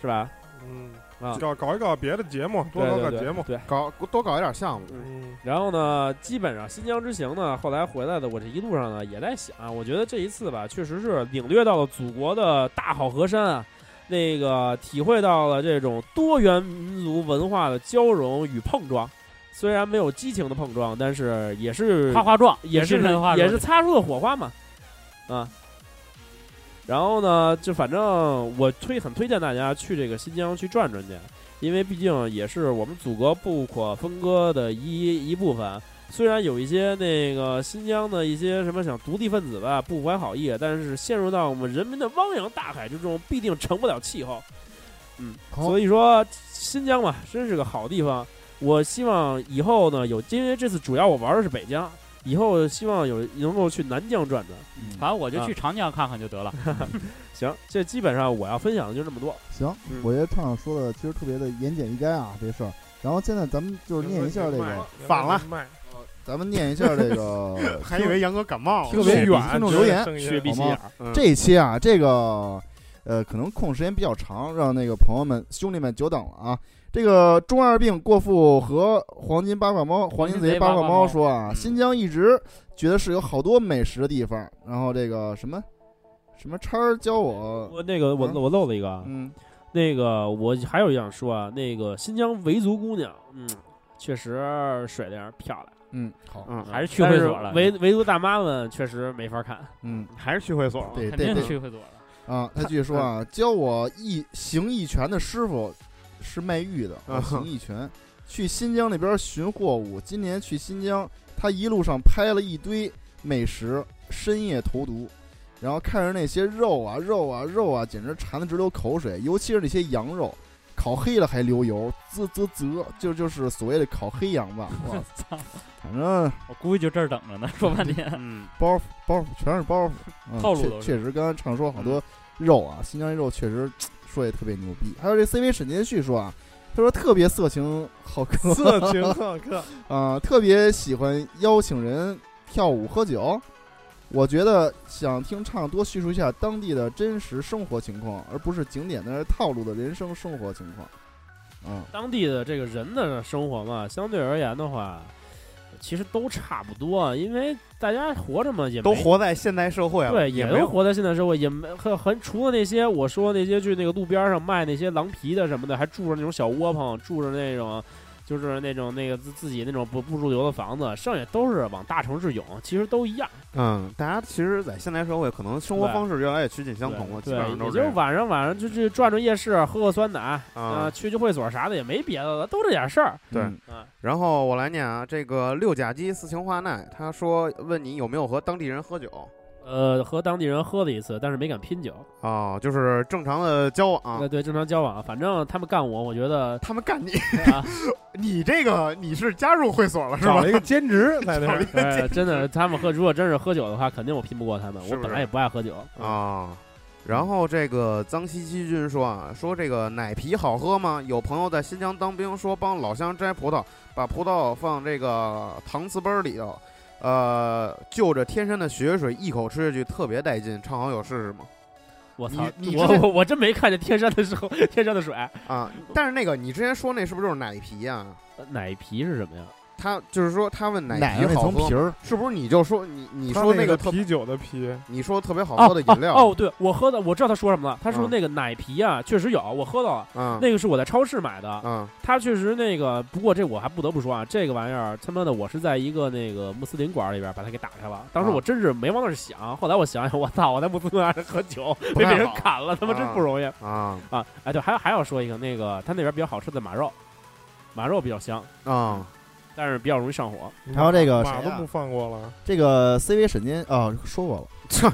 Speaker 5: 是吧？
Speaker 6: 嗯，
Speaker 5: 啊，
Speaker 6: 搞搞一搞别的节目，多
Speaker 5: 对
Speaker 6: 搞
Speaker 5: 对
Speaker 6: 搞
Speaker 5: 对
Speaker 6: 节目。
Speaker 5: 对。
Speaker 4: 搞多搞一点项目，
Speaker 6: 嗯，
Speaker 5: 然后呢，基本上新疆之行呢，后来回来的我这一路上呢，也在想，我觉得这一次吧，确实是领略到了祖国的大好河山啊，那个体会到了这种多元民族文化的交融与碰撞。虽然没有激情的碰撞，但是也是
Speaker 3: 夸夸撞，
Speaker 5: 也是
Speaker 3: 精神夸
Speaker 5: 也
Speaker 3: 撞
Speaker 5: 是擦出了火花嘛，啊。然后呢，就反正我推很推荐大家去这个新疆去转转去，因为毕竟也是我们祖国不可分割的一一部分。虽然有一些那个新疆的一些什么想独立分子吧不怀好意，但是陷入到我们人民的汪洋大海之中，必定成不了气候。嗯，
Speaker 1: 好
Speaker 5: 所以说新疆嘛，真是个好地方。我希望以后呢有，因为这次主要我玩的是北疆，以后希望有能够去南疆转转。
Speaker 1: 嗯
Speaker 3: 反正我就
Speaker 5: 啊
Speaker 3: 去长江看看就得了。
Speaker 5: 行，这基本上我要分享的就这么多。
Speaker 1: 行，
Speaker 5: 嗯
Speaker 1: 我觉得创长说的其实特别的言简意赅啊，这事儿。然后现在咱们就是念一下这个，
Speaker 4: 反了
Speaker 6: 卖，
Speaker 1: 咱们念一下这个听，
Speaker 4: 还以为杨哥感冒
Speaker 1: 特
Speaker 4: 了。
Speaker 1: 别
Speaker 6: 血
Speaker 1: 远
Speaker 6: 远，
Speaker 1: 听众留言
Speaker 6: 直接
Speaker 5: 雪
Speaker 6: 瞪眼
Speaker 5: 碧心眼儿，
Speaker 4: 嗯
Speaker 1: 这一期啊，这个呃，可能空时间比较长，让那个朋友们、兄弟们久等了啊。这个中二病过富和黄金八卦猫、黄金贼八卦猫说啊，
Speaker 4: 嗯
Speaker 1: 新疆一直觉得是有好多美食的地方，然后这个什么什么叉儿教我，
Speaker 5: 我那个我
Speaker 1: 嗯
Speaker 5: 我漏了一个啊，
Speaker 1: 嗯，
Speaker 5: 那个我还有一想说啊，那个新疆维族姑娘，嗯，确实水灵儿漂亮，
Speaker 1: 嗯，好，
Speaker 4: 嗯，
Speaker 3: 还是去会所了
Speaker 5: 但是维维族大妈们确实没法看，
Speaker 1: 嗯
Speaker 4: 还是去会所了。
Speaker 1: 对
Speaker 3: 肯
Speaker 1: 对
Speaker 3: 定
Speaker 1: 对
Speaker 3: 是去会所了。，
Speaker 1: 啊，他继续说啊，教我一行一拳的师傅是卖玉的，我
Speaker 4: 啊
Speaker 1: 行一拳。去新疆那边寻货物，今年去新疆，他一路上拍了一堆美食，深夜投毒，然后看着那些肉啊肉啊肉啊，简直馋得直流口水，尤其是那些羊肉，烤黑了还流油，啧啧啧，就就是所谓的烤黑羊吧，哇
Speaker 3: 操！
Speaker 1: 反正
Speaker 3: [LAUGHS] 我估计就这儿等着呢，说半天。 [LAUGHS]
Speaker 4: 嗯，
Speaker 1: 包袱包袱全是包袱，嗯、
Speaker 3: 套路
Speaker 1: 确
Speaker 3: 都是
Speaker 1: 确实，刚刚畅说好多肉啊，新疆这肉确实说也特别牛逼。还有这 CV 沈杰旭说啊，他说特别色情好客，
Speaker 6: 色情好客，
Speaker 1: [LAUGHS] 啊、特别喜欢邀请人跳舞喝酒。我觉得想听畅多叙述一下当地的真实生活情况，而不是景点那套路的人生生活情况。嗯，
Speaker 5: 当地的这个人的生活嘛，相对而言的话，其实都差不多，啊因为大家活着嘛也没
Speaker 4: 都活在现代社会了，
Speaker 5: 对，
Speaker 4: 也
Speaker 5: 也
Speaker 4: 没
Speaker 5: 都
Speaker 4: 有
Speaker 5: 活在现代社会，也没很很除了那些我说那些去那个路边上卖那些狼皮的什么的，还住着那种小窝棚，住着那种就是那种那个自自己那种不不住流的房子，剩下都是往大城市涌，其实都一样。
Speaker 4: 嗯，大家其实，在现代社会，可能生活
Speaker 5: 对
Speaker 4: 方式越来越趋近相同了，基
Speaker 5: 对，
Speaker 4: 本
Speaker 5: 对
Speaker 4: 上都
Speaker 5: 也
Speaker 4: 是这
Speaker 5: 就
Speaker 4: 样。
Speaker 5: 晚上晚上就去转转夜市，喝喝酸奶啊、
Speaker 4: 啊
Speaker 5: 去去会所啥的也没别的了，都这点事儿。
Speaker 4: 对
Speaker 1: 嗯
Speaker 5: 啊，
Speaker 4: 然后我来念啊，这个六甲基四情化奈，他说问你有没有和当地人喝酒
Speaker 5: 呃，和当地人喝了一次，但是没敢拼酒。
Speaker 4: 哦，就是正常的交
Speaker 5: 那、
Speaker 4: 往。
Speaker 5: 对，正常交往，反正他们干我，我觉得
Speaker 4: 啊 [LAUGHS] 他们干你，
Speaker 5: 啊，
Speaker 4: 你这个你是加入会所了是
Speaker 6: 找
Speaker 4: 吧
Speaker 6: 了？一个兼 [LAUGHS] 职在那儿，
Speaker 5: 哎真的，他们喝如果真是喝酒的话，肯定我拼不过他们。
Speaker 4: 是
Speaker 5: 我
Speaker 4: 不是
Speaker 5: 本来也不爱喝酒
Speaker 4: 啊、。然后这个脏兮兮君说啊，说这个奶皮好喝吗？有朋友在新疆当兵，说帮老乡摘葡萄，把葡萄放这个搪瓷杯儿里头，呃，就着天山的雪水一口吃下去，特别带劲。唱好有试试吗？
Speaker 5: 我操
Speaker 4: 你你！
Speaker 5: 我
Speaker 4: 之前
Speaker 5: 我我真没看见天山的时候，天山的水
Speaker 4: 啊，但是那个你之前说那是不是就是奶皮呀、
Speaker 5: 奶皮是什么呀？
Speaker 4: 他就是说他问奶
Speaker 1: 奶
Speaker 4: 啤
Speaker 1: 上那
Speaker 4: 好
Speaker 1: 层
Speaker 4: 喝
Speaker 1: 皮
Speaker 4: 吗，
Speaker 1: 儿，
Speaker 4: 是不是你就说你你
Speaker 6: 它
Speaker 4: 说
Speaker 6: 那
Speaker 4: 那个特
Speaker 6: 啤酒的啤，
Speaker 4: 你说特别好喝
Speaker 5: 哦
Speaker 4: 的饮料
Speaker 5: 哦，对我喝的，我知道他说什么了。他说
Speaker 4: 嗯
Speaker 5: 那个奶啤啊，确实有，我喝到了。
Speaker 4: 啊
Speaker 5: 哦那个是我在超市买的，
Speaker 4: 啊
Speaker 5: 他确实那个，不过这我还不得不说啊，这个玩意儿他妈的，我是在一个那个穆斯林馆里边把它给打开了。当时
Speaker 4: 啊
Speaker 5: 我真是没往那儿想，后来我想想，我操，我在穆斯林馆里喝酒被
Speaker 4: 太
Speaker 5: 别人
Speaker 4: 好
Speaker 5: 砍了，他妈真
Speaker 4: 啊
Speaker 5: 不容易
Speaker 4: 啊
Speaker 5: 啊！哎，对，还还要说一个，那个他那边比较好吃的马肉，马肉比较香，
Speaker 4: 啊
Speaker 5: 但是比较容易上火。
Speaker 1: 还有这个
Speaker 6: 马
Speaker 1: 谁
Speaker 6: 都
Speaker 1: 啊
Speaker 6: 不放过了，
Speaker 1: 这个 CV 沈金哦说过了，
Speaker 4: 操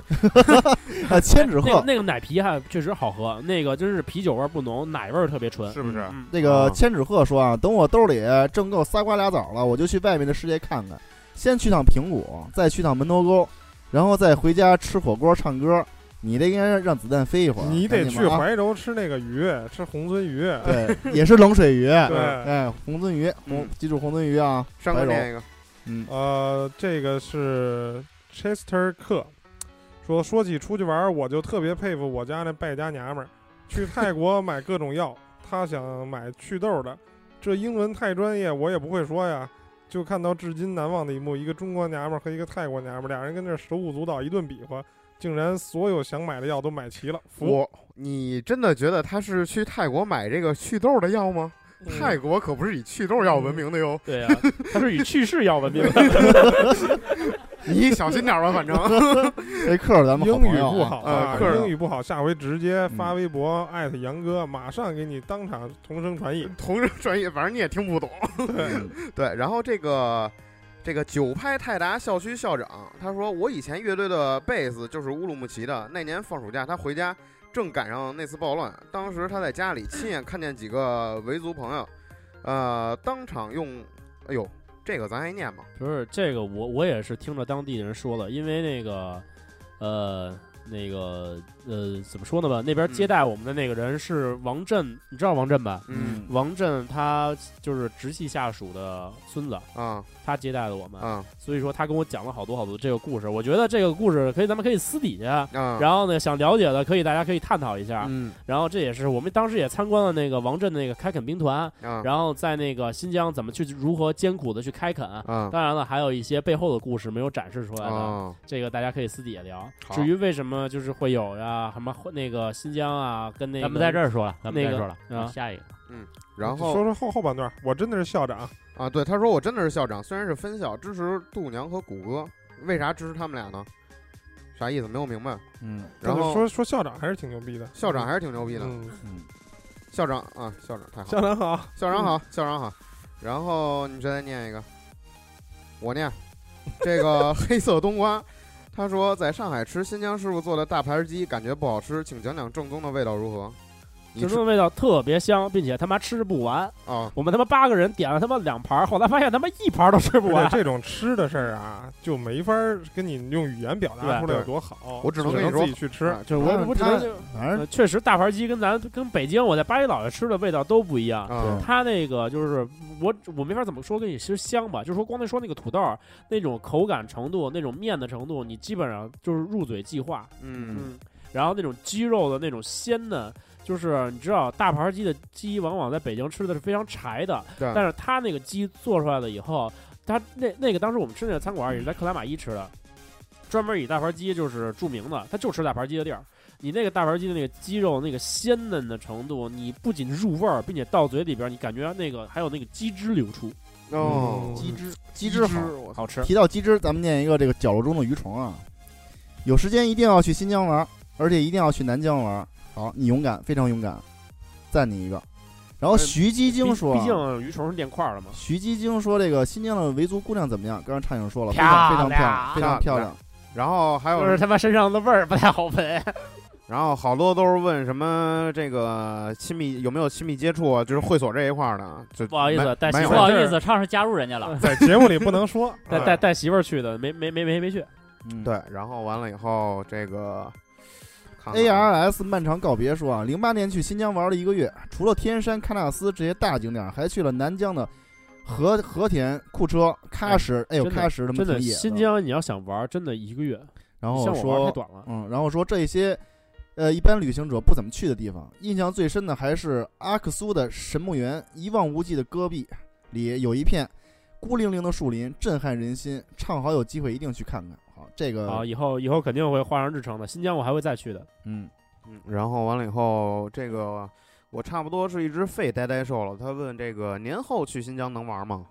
Speaker 4: [LAUGHS]
Speaker 1: 呃，千纸
Speaker 5: 那个
Speaker 1: 鹤，
Speaker 5: 那个奶啤还确实好喝，那个真是啤酒味儿不浓，奶味儿特别纯，
Speaker 4: 是不是
Speaker 5: 嗯
Speaker 1: 那个
Speaker 4: 啊
Speaker 1: 千纸鹤说啊，等我兜里挣够仨瓜俩枣了，我就去外面的世界看看，先去趟平谷，再去趟门头沟，然后再回家吃火锅唱歌。你这应该让子弹飞一会儿，
Speaker 6: 你得
Speaker 1: 赶紧
Speaker 6: 去
Speaker 1: 吧啊
Speaker 6: 怀柔吃那个鱼，吃红鳟鱼，
Speaker 1: [LAUGHS] 对，也是冷水鱼，
Speaker 6: 对
Speaker 1: 哎，红鳟鱼，红
Speaker 4: 嗯
Speaker 1: 记住红鳟鱼啊，
Speaker 4: 上
Speaker 1: 白
Speaker 4: 个
Speaker 1: 柔，
Speaker 4: 念一个
Speaker 1: 嗯，
Speaker 6: 呃，这个是 Chester 克说，说起出去玩儿，我就特别佩服我家那败家娘们儿，去
Speaker 1: [LAUGHS]
Speaker 6: 泰国买各种药，她想买祛痘的，这英文太专业，我也不会说呀。就看到至今难忘的一幕，一个中国娘们儿和一个泰国娘们儿，俩人跟那儿手舞足蹈，一顿比划，竟然所有想买的药都买齐了。服，
Speaker 4: 我，你真的觉得他是去泰国买这个祛痘的药吗？泰国可不是以祛痘药闻名的哟，
Speaker 5: 对呀、他是以去世要闻名的。
Speaker 4: 你小心点儿吧，反正
Speaker 1: 这克儿咱们好
Speaker 6: 英
Speaker 1: 朋
Speaker 6: 语
Speaker 1: 友
Speaker 6: 不
Speaker 1: 啊
Speaker 6: 好
Speaker 4: 啊客人
Speaker 6: 英语不好，下回直
Speaker 1: 嗯
Speaker 6: 接发微博艾特杨哥，马上给你当场同声传
Speaker 1: 呃
Speaker 6: 译。
Speaker 4: 同人专业，反正你也听不懂。 [LAUGHS] 对，然后这个这个九拍泰达校区校长他说，我以前乐队的贝斯就是乌鲁木齐的，那年放暑假他回家，正赶上那次暴乱，当时他在家里亲眼看见几个维族朋友，呃，当场用，哎呦，这个咱还念吗？
Speaker 5: 不是这个我，我也是听着当地人说的，因为那个，呃，那个，呃，怎么说呢吧？那边
Speaker 4: 嗯
Speaker 5: 接待我们的那个人是王震，你知道王震吧？
Speaker 4: 嗯
Speaker 5: 王震他就是直系下属的孙子，
Speaker 4: 啊
Speaker 5: 他接待的我们，
Speaker 4: 啊
Speaker 5: 所以说他跟我讲了好多好多这个故事。我觉得这个故事可以，咱们可以私底下，
Speaker 4: 啊，
Speaker 5: 然后呢，想了解的可以大家可以探讨一下。
Speaker 4: 嗯
Speaker 5: 然后这也是我们当时也参观了那个王震的那个开垦兵团，
Speaker 4: 啊
Speaker 5: 然后在那个新疆怎么去如何艰苦的去开垦。
Speaker 4: 啊
Speaker 5: 当然了，还有一些背后的故事没有展示出来的，
Speaker 4: 啊
Speaker 5: 这个大家可以私底下聊。
Speaker 4: 好
Speaker 5: 至于为什么就是会有呀、什么那个新疆啊，跟那个
Speaker 3: 咱们在这儿说了，咱们
Speaker 5: 那
Speaker 3: 在
Speaker 5: 个
Speaker 3: 这儿了，
Speaker 5: 啊
Speaker 3: 嗯下一个。
Speaker 4: 然
Speaker 6: 说
Speaker 4: 后
Speaker 6: 说后后半段，我真的是校长，
Speaker 4: 啊，对，他说我真的是校长，虽然是分校，支持度娘和谷歌，为啥支持他们俩呢？啥意思？没有明白。
Speaker 1: 嗯，
Speaker 4: 然
Speaker 6: 但是
Speaker 4: 后
Speaker 6: 说说校长还是挺牛逼的，
Speaker 4: 校长还
Speaker 6: 是
Speaker 4: 是挺牛逼的，
Speaker 6: 嗯，
Speaker 4: 校长啊，校长太好
Speaker 6: 校嗯长
Speaker 4: 了，[LAUGHS]
Speaker 6: 好，
Speaker 4: 校长好，校长好。然后你们谁再念一个？我念，这
Speaker 6: [LAUGHS]
Speaker 4: 个黑色冬瓜，他说在上海吃新疆师傅做的大盘鸡，感觉不好吃，请讲讲正宗的味道如何？你
Speaker 5: 这
Speaker 4: 吃
Speaker 5: 的味道特别香，并且他妈吃不完。
Speaker 4: 啊
Speaker 5: 我们他妈八个人点了他妈两盘儿，后来发现他妈一盘儿都吃不
Speaker 6: 而
Speaker 5: 完。
Speaker 6: 且这种吃的事儿啊，就没法儿跟你用语言表达
Speaker 5: 对
Speaker 6: 出来有
Speaker 4: 对
Speaker 6: 多好，
Speaker 4: 我只能跟你
Speaker 6: 能
Speaker 4: 说
Speaker 6: 自己去吃。
Speaker 4: 啊
Speaker 5: 就是
Speaker 1: 他
Speaker 5: 我我只能就
Speaker 1: 反正
Speaker 5: 呃确实大盘鸡跟咱跟北京我在八里老爷吃的味道都不一样。
Speaker 4: 啊
Speaker 5: 它那个就是我我没法怎么说跟你其实香吧，就是说光那说那个土豆儿那种口感程度、那种面的程度，你基本上就是入嘴即化。
Speaker 4: 嗯
Speaker 5: 然后那种鸡肉的那种鲜嫩，就是你知道大盘鸡的鸡往往在北京吃的是非常柴的，
Speaker 4: 对
Speaker 5: 但是它那个鸡做出来了以后，它那那个当时我们吃那个餐馆也是在克拉玛依吃的，专门以大盘鸡就是著名的，它就吃大盘鸡的地儿。你那个大盘鸡的那个鸡肉那个鲜嫩的程度，你不仅入味儿，并且到嘴里边儿，你感觉那个还有那个鸡汁流出，
Speaker 4: 哦，
Speaker 6: 嗯
Speaker 1: 鸡汁嗯鸡
Speaker 4: 鸡
Speaker 1: 汁好。
Speaker 4: 好，
Speaker 5: 好吃。
Speaker 1: 提到鸡汁，咱们念一个这个角落中的鱼虫啊，有时间一定要去新疆玩儿，而且一定要去南疆玩儿。好，你勇敢，非常勇敢，赞你一个。然后
Speaker 5: 呃
Speaker 1: 徐基
Speaker 5: 毕
Speaker 1: 晶说啊，
Speaker 5: 毕竟鱼虫是练块儿的嘛。
Speaker 1: 徐基晶说这个新疆的维族姑娘怎么样？刚刚差点说了，非常非常
Speaker 3: 漂亮
Speaker 1: 漂亮，非常漂
Speaker 4: 漂
Speaker 1: 亮
Speaker 4: 亮。然后还有
Speaker 3: 就是他妈身上的味儿不太好闻，
Speaker 4: 然后好多都是问什么这个亲密有没有亲密接触啊，就是会所这一块儿的，就
Speaker 5: 不好意思，带媳
Speaker 4: 没有
Speaker 5: 妇
Speaker 3: 不
Speaker 5: 儿
Speaker 3: 好意思，唱是加入人家了。
Speaker 6: 在节目里不能
Speaker 5: [LAUGHS]
Speaker 6: 说，啊
Speaker 5: 带带带媳妇儿去的，没没没没没去。
Speaker 1: 嗯，
Speaker 4: 对，然后完了以后这个看
Speaker 5: 哎
Speaker 4: 看
Speaker 1: A R S 漫长告别说啊，零八年去新疆玩了一个月，除了天山、喀纳斯这些大景点儿，还去了南疆的和和田、库车、喀什。哎呦，
Speaker 5: 真的
Speaker 1: 喀什他妈
Speaker 5: 真
Speaker 1: 挺
Speaker 5: 的，
Speaker 1: 野的
Speaker 5: 新。疆你要想玩儿，真的一个月，
Speaker 1: 然后
Speaker 5: 像我玩儿
Speaker 1: 哦说
Speaker 5: 太，短了。
Speaker 1: 嗯，然后说这些，呃，一般旅行者不怎么去的地方，印象最深的还是阿克苏的神木园，一望无际的戈壁里有一片孤零零的树林震撼人心，唱好有机会一定去看看。好，这个、
Speaker 5: 啊，以后以后肯定会画上日程的。新疆我还会再去的，
Speaker 1: 嗯，
Speaker 4: 嗯，然后完了以后，这个我差不多是一只废呆呆兽了。他问这个年后去新疆能玩吗？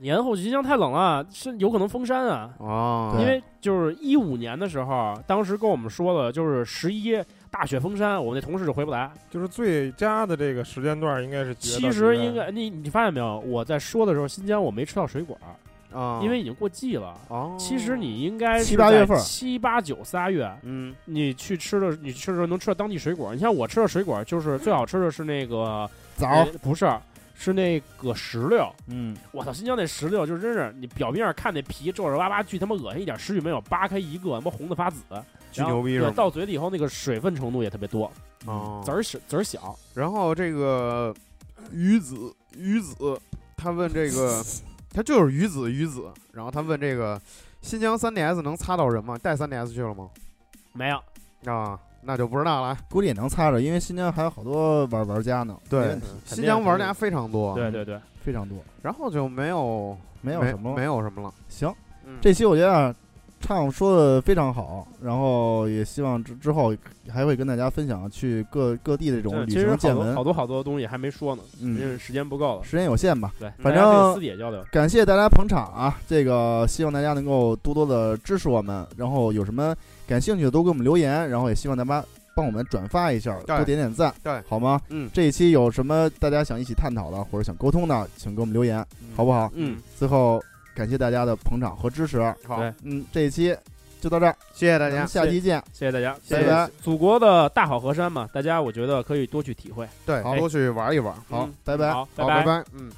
Speaker 5: 年后新疆太冷了，是有可能封山啊。
Speaker 4: 哦，
Speaker 1: 对
Speaker 5: 因为就是一五年的时候，当时跟我们说了，就是十一大雪封山，我们那同事就回不来。
Speaker 6: 就是最佳的这个时间段应该是9月到
Speaker 5: 其
Speaker 6: 10
Speaker 5: 实
Speaker 6: 月
Speaker 5: 应该你你发现没有，我在说的时候，新疆我没吃到水果，
Speaker 4: 啊，
Speaker 5: 因为已经过季了。
Speaker 4: 哦，
Speaker 5: 其实你应该
Speaker 1: 七八月份
Speaker 5: 七八九仨月，
Speaker 4: 嗯
Speaker 5: 你去吃的，你吃的时候能吃到当地水果。你像我吃的水果，就是最好吃的是那个
Speaker 1: 枣，
Speaker 5: 呃不是，是那个石榴。
Speaker 1: 嗯，
Speaker 5: 我操，新疆那石榴就真是，你表面上看那皮皱皱巴巴，巨他妈恶心一点，实际没有，扒开一个，他妈红的发紫，
Speaker 4: 巨
Speaker 5: 然后
Speaker 4: 牛逼是
Speaker 5: 对
Speaker 4: 吗，
Speaker 5: 到嘴里以后那个水分程度也特别多，
Speaker 4: 哦
Speaker 5: 籽儿小籽儿小，
Speaker 4: 然后这个鱼子鱼子，他问这个，他就是鱼子鱼子。然后他问这个新疆 3DS 能擦到人吗？带 3DS 去了吗？
Speaker 5: 没有。
Speaker 4: 啊，那就不知道了。
Speaker 1: 估计也能擦着，因为新疆还有好多玩玩家呢，没问题
Speaker 4: 新疆玩家非常多，
Speaker 5: 对对对，
Speaker 1: 非常多，
Speaker 4: 然后就没有
Speaker 1: 没有
Speaker 4: 没
Speaker 1: 什么
Speaker 4: 没有什么了。
Speaker 1: 行。
Speaker 4: 嗯
Speaker 1: 这期我觉得啊，畅说的非常好，然后也希望之之后还会跟大家分享去各各地的这种
Speaker 5: 对
Speaker 1: 旅
Speaker 5: 其实
Speaker 1: 行
Speaker 5: 好
Speaker 1: 见
Speaker 5: 多
Speaker 1: 闻
Speaker 5: 好，多好多东西还没说呢，因
Speaker 1: 嗯，
Speaker 5: 为时间不够了。
Speaker 1: 时间有限吧。
Speaker 5: 对，
Speaker 1: 反
Speaker 5: 大家可以
Speaker 1: 正
Speaker 5: 私底下交流。
Speaker 1: 感谢大家捧场啊！这个希望大家能够多多的支持我们，然后有什么感兴趣的都给我们留言，然后也希望大家帮我们转发一下，
Speaker 4: 对
Speaker 1: 多点点赞，
Speaker 4: 对
Speaker 1: 好吗？
Speaker 4: 嗯
Speaker 1: 这一期有什么大家想一起探讨的或者想沟通的，请给我们留言，好不好？
Speaker 4: 嗯，
Speaker 1: 最后感谢大家的捧场和支持，
Speaker 4: 好，
Speaker 5: 对
Speaker 1: 嗯，这一期就到这儿，
Speaker 4: 谢谢大
Speaker 1: 咱
Speaker 4: 家
Speaker 1: 们，下期见，
Speaker 5: 谢谢大家，
Speaker 4: 谢
Speaker 1: 拜
Speaker 4: 谢
Speaker 1: 拜。
Speaker 5: 祖国的大好河山嘛，大家我觉得可以多去体会。
Speaker 4: 对，
Speaker 5: 好
Speaker 4: 多去玩一玩。
Speaker 1: 好
Speaker 5: 嗯，
Speaker 1: 拜拜。
Speaker 5: 好，
Speaker 4: 好，
Speaker 5: 拜
Speaker 4: 拜。拜，嗯。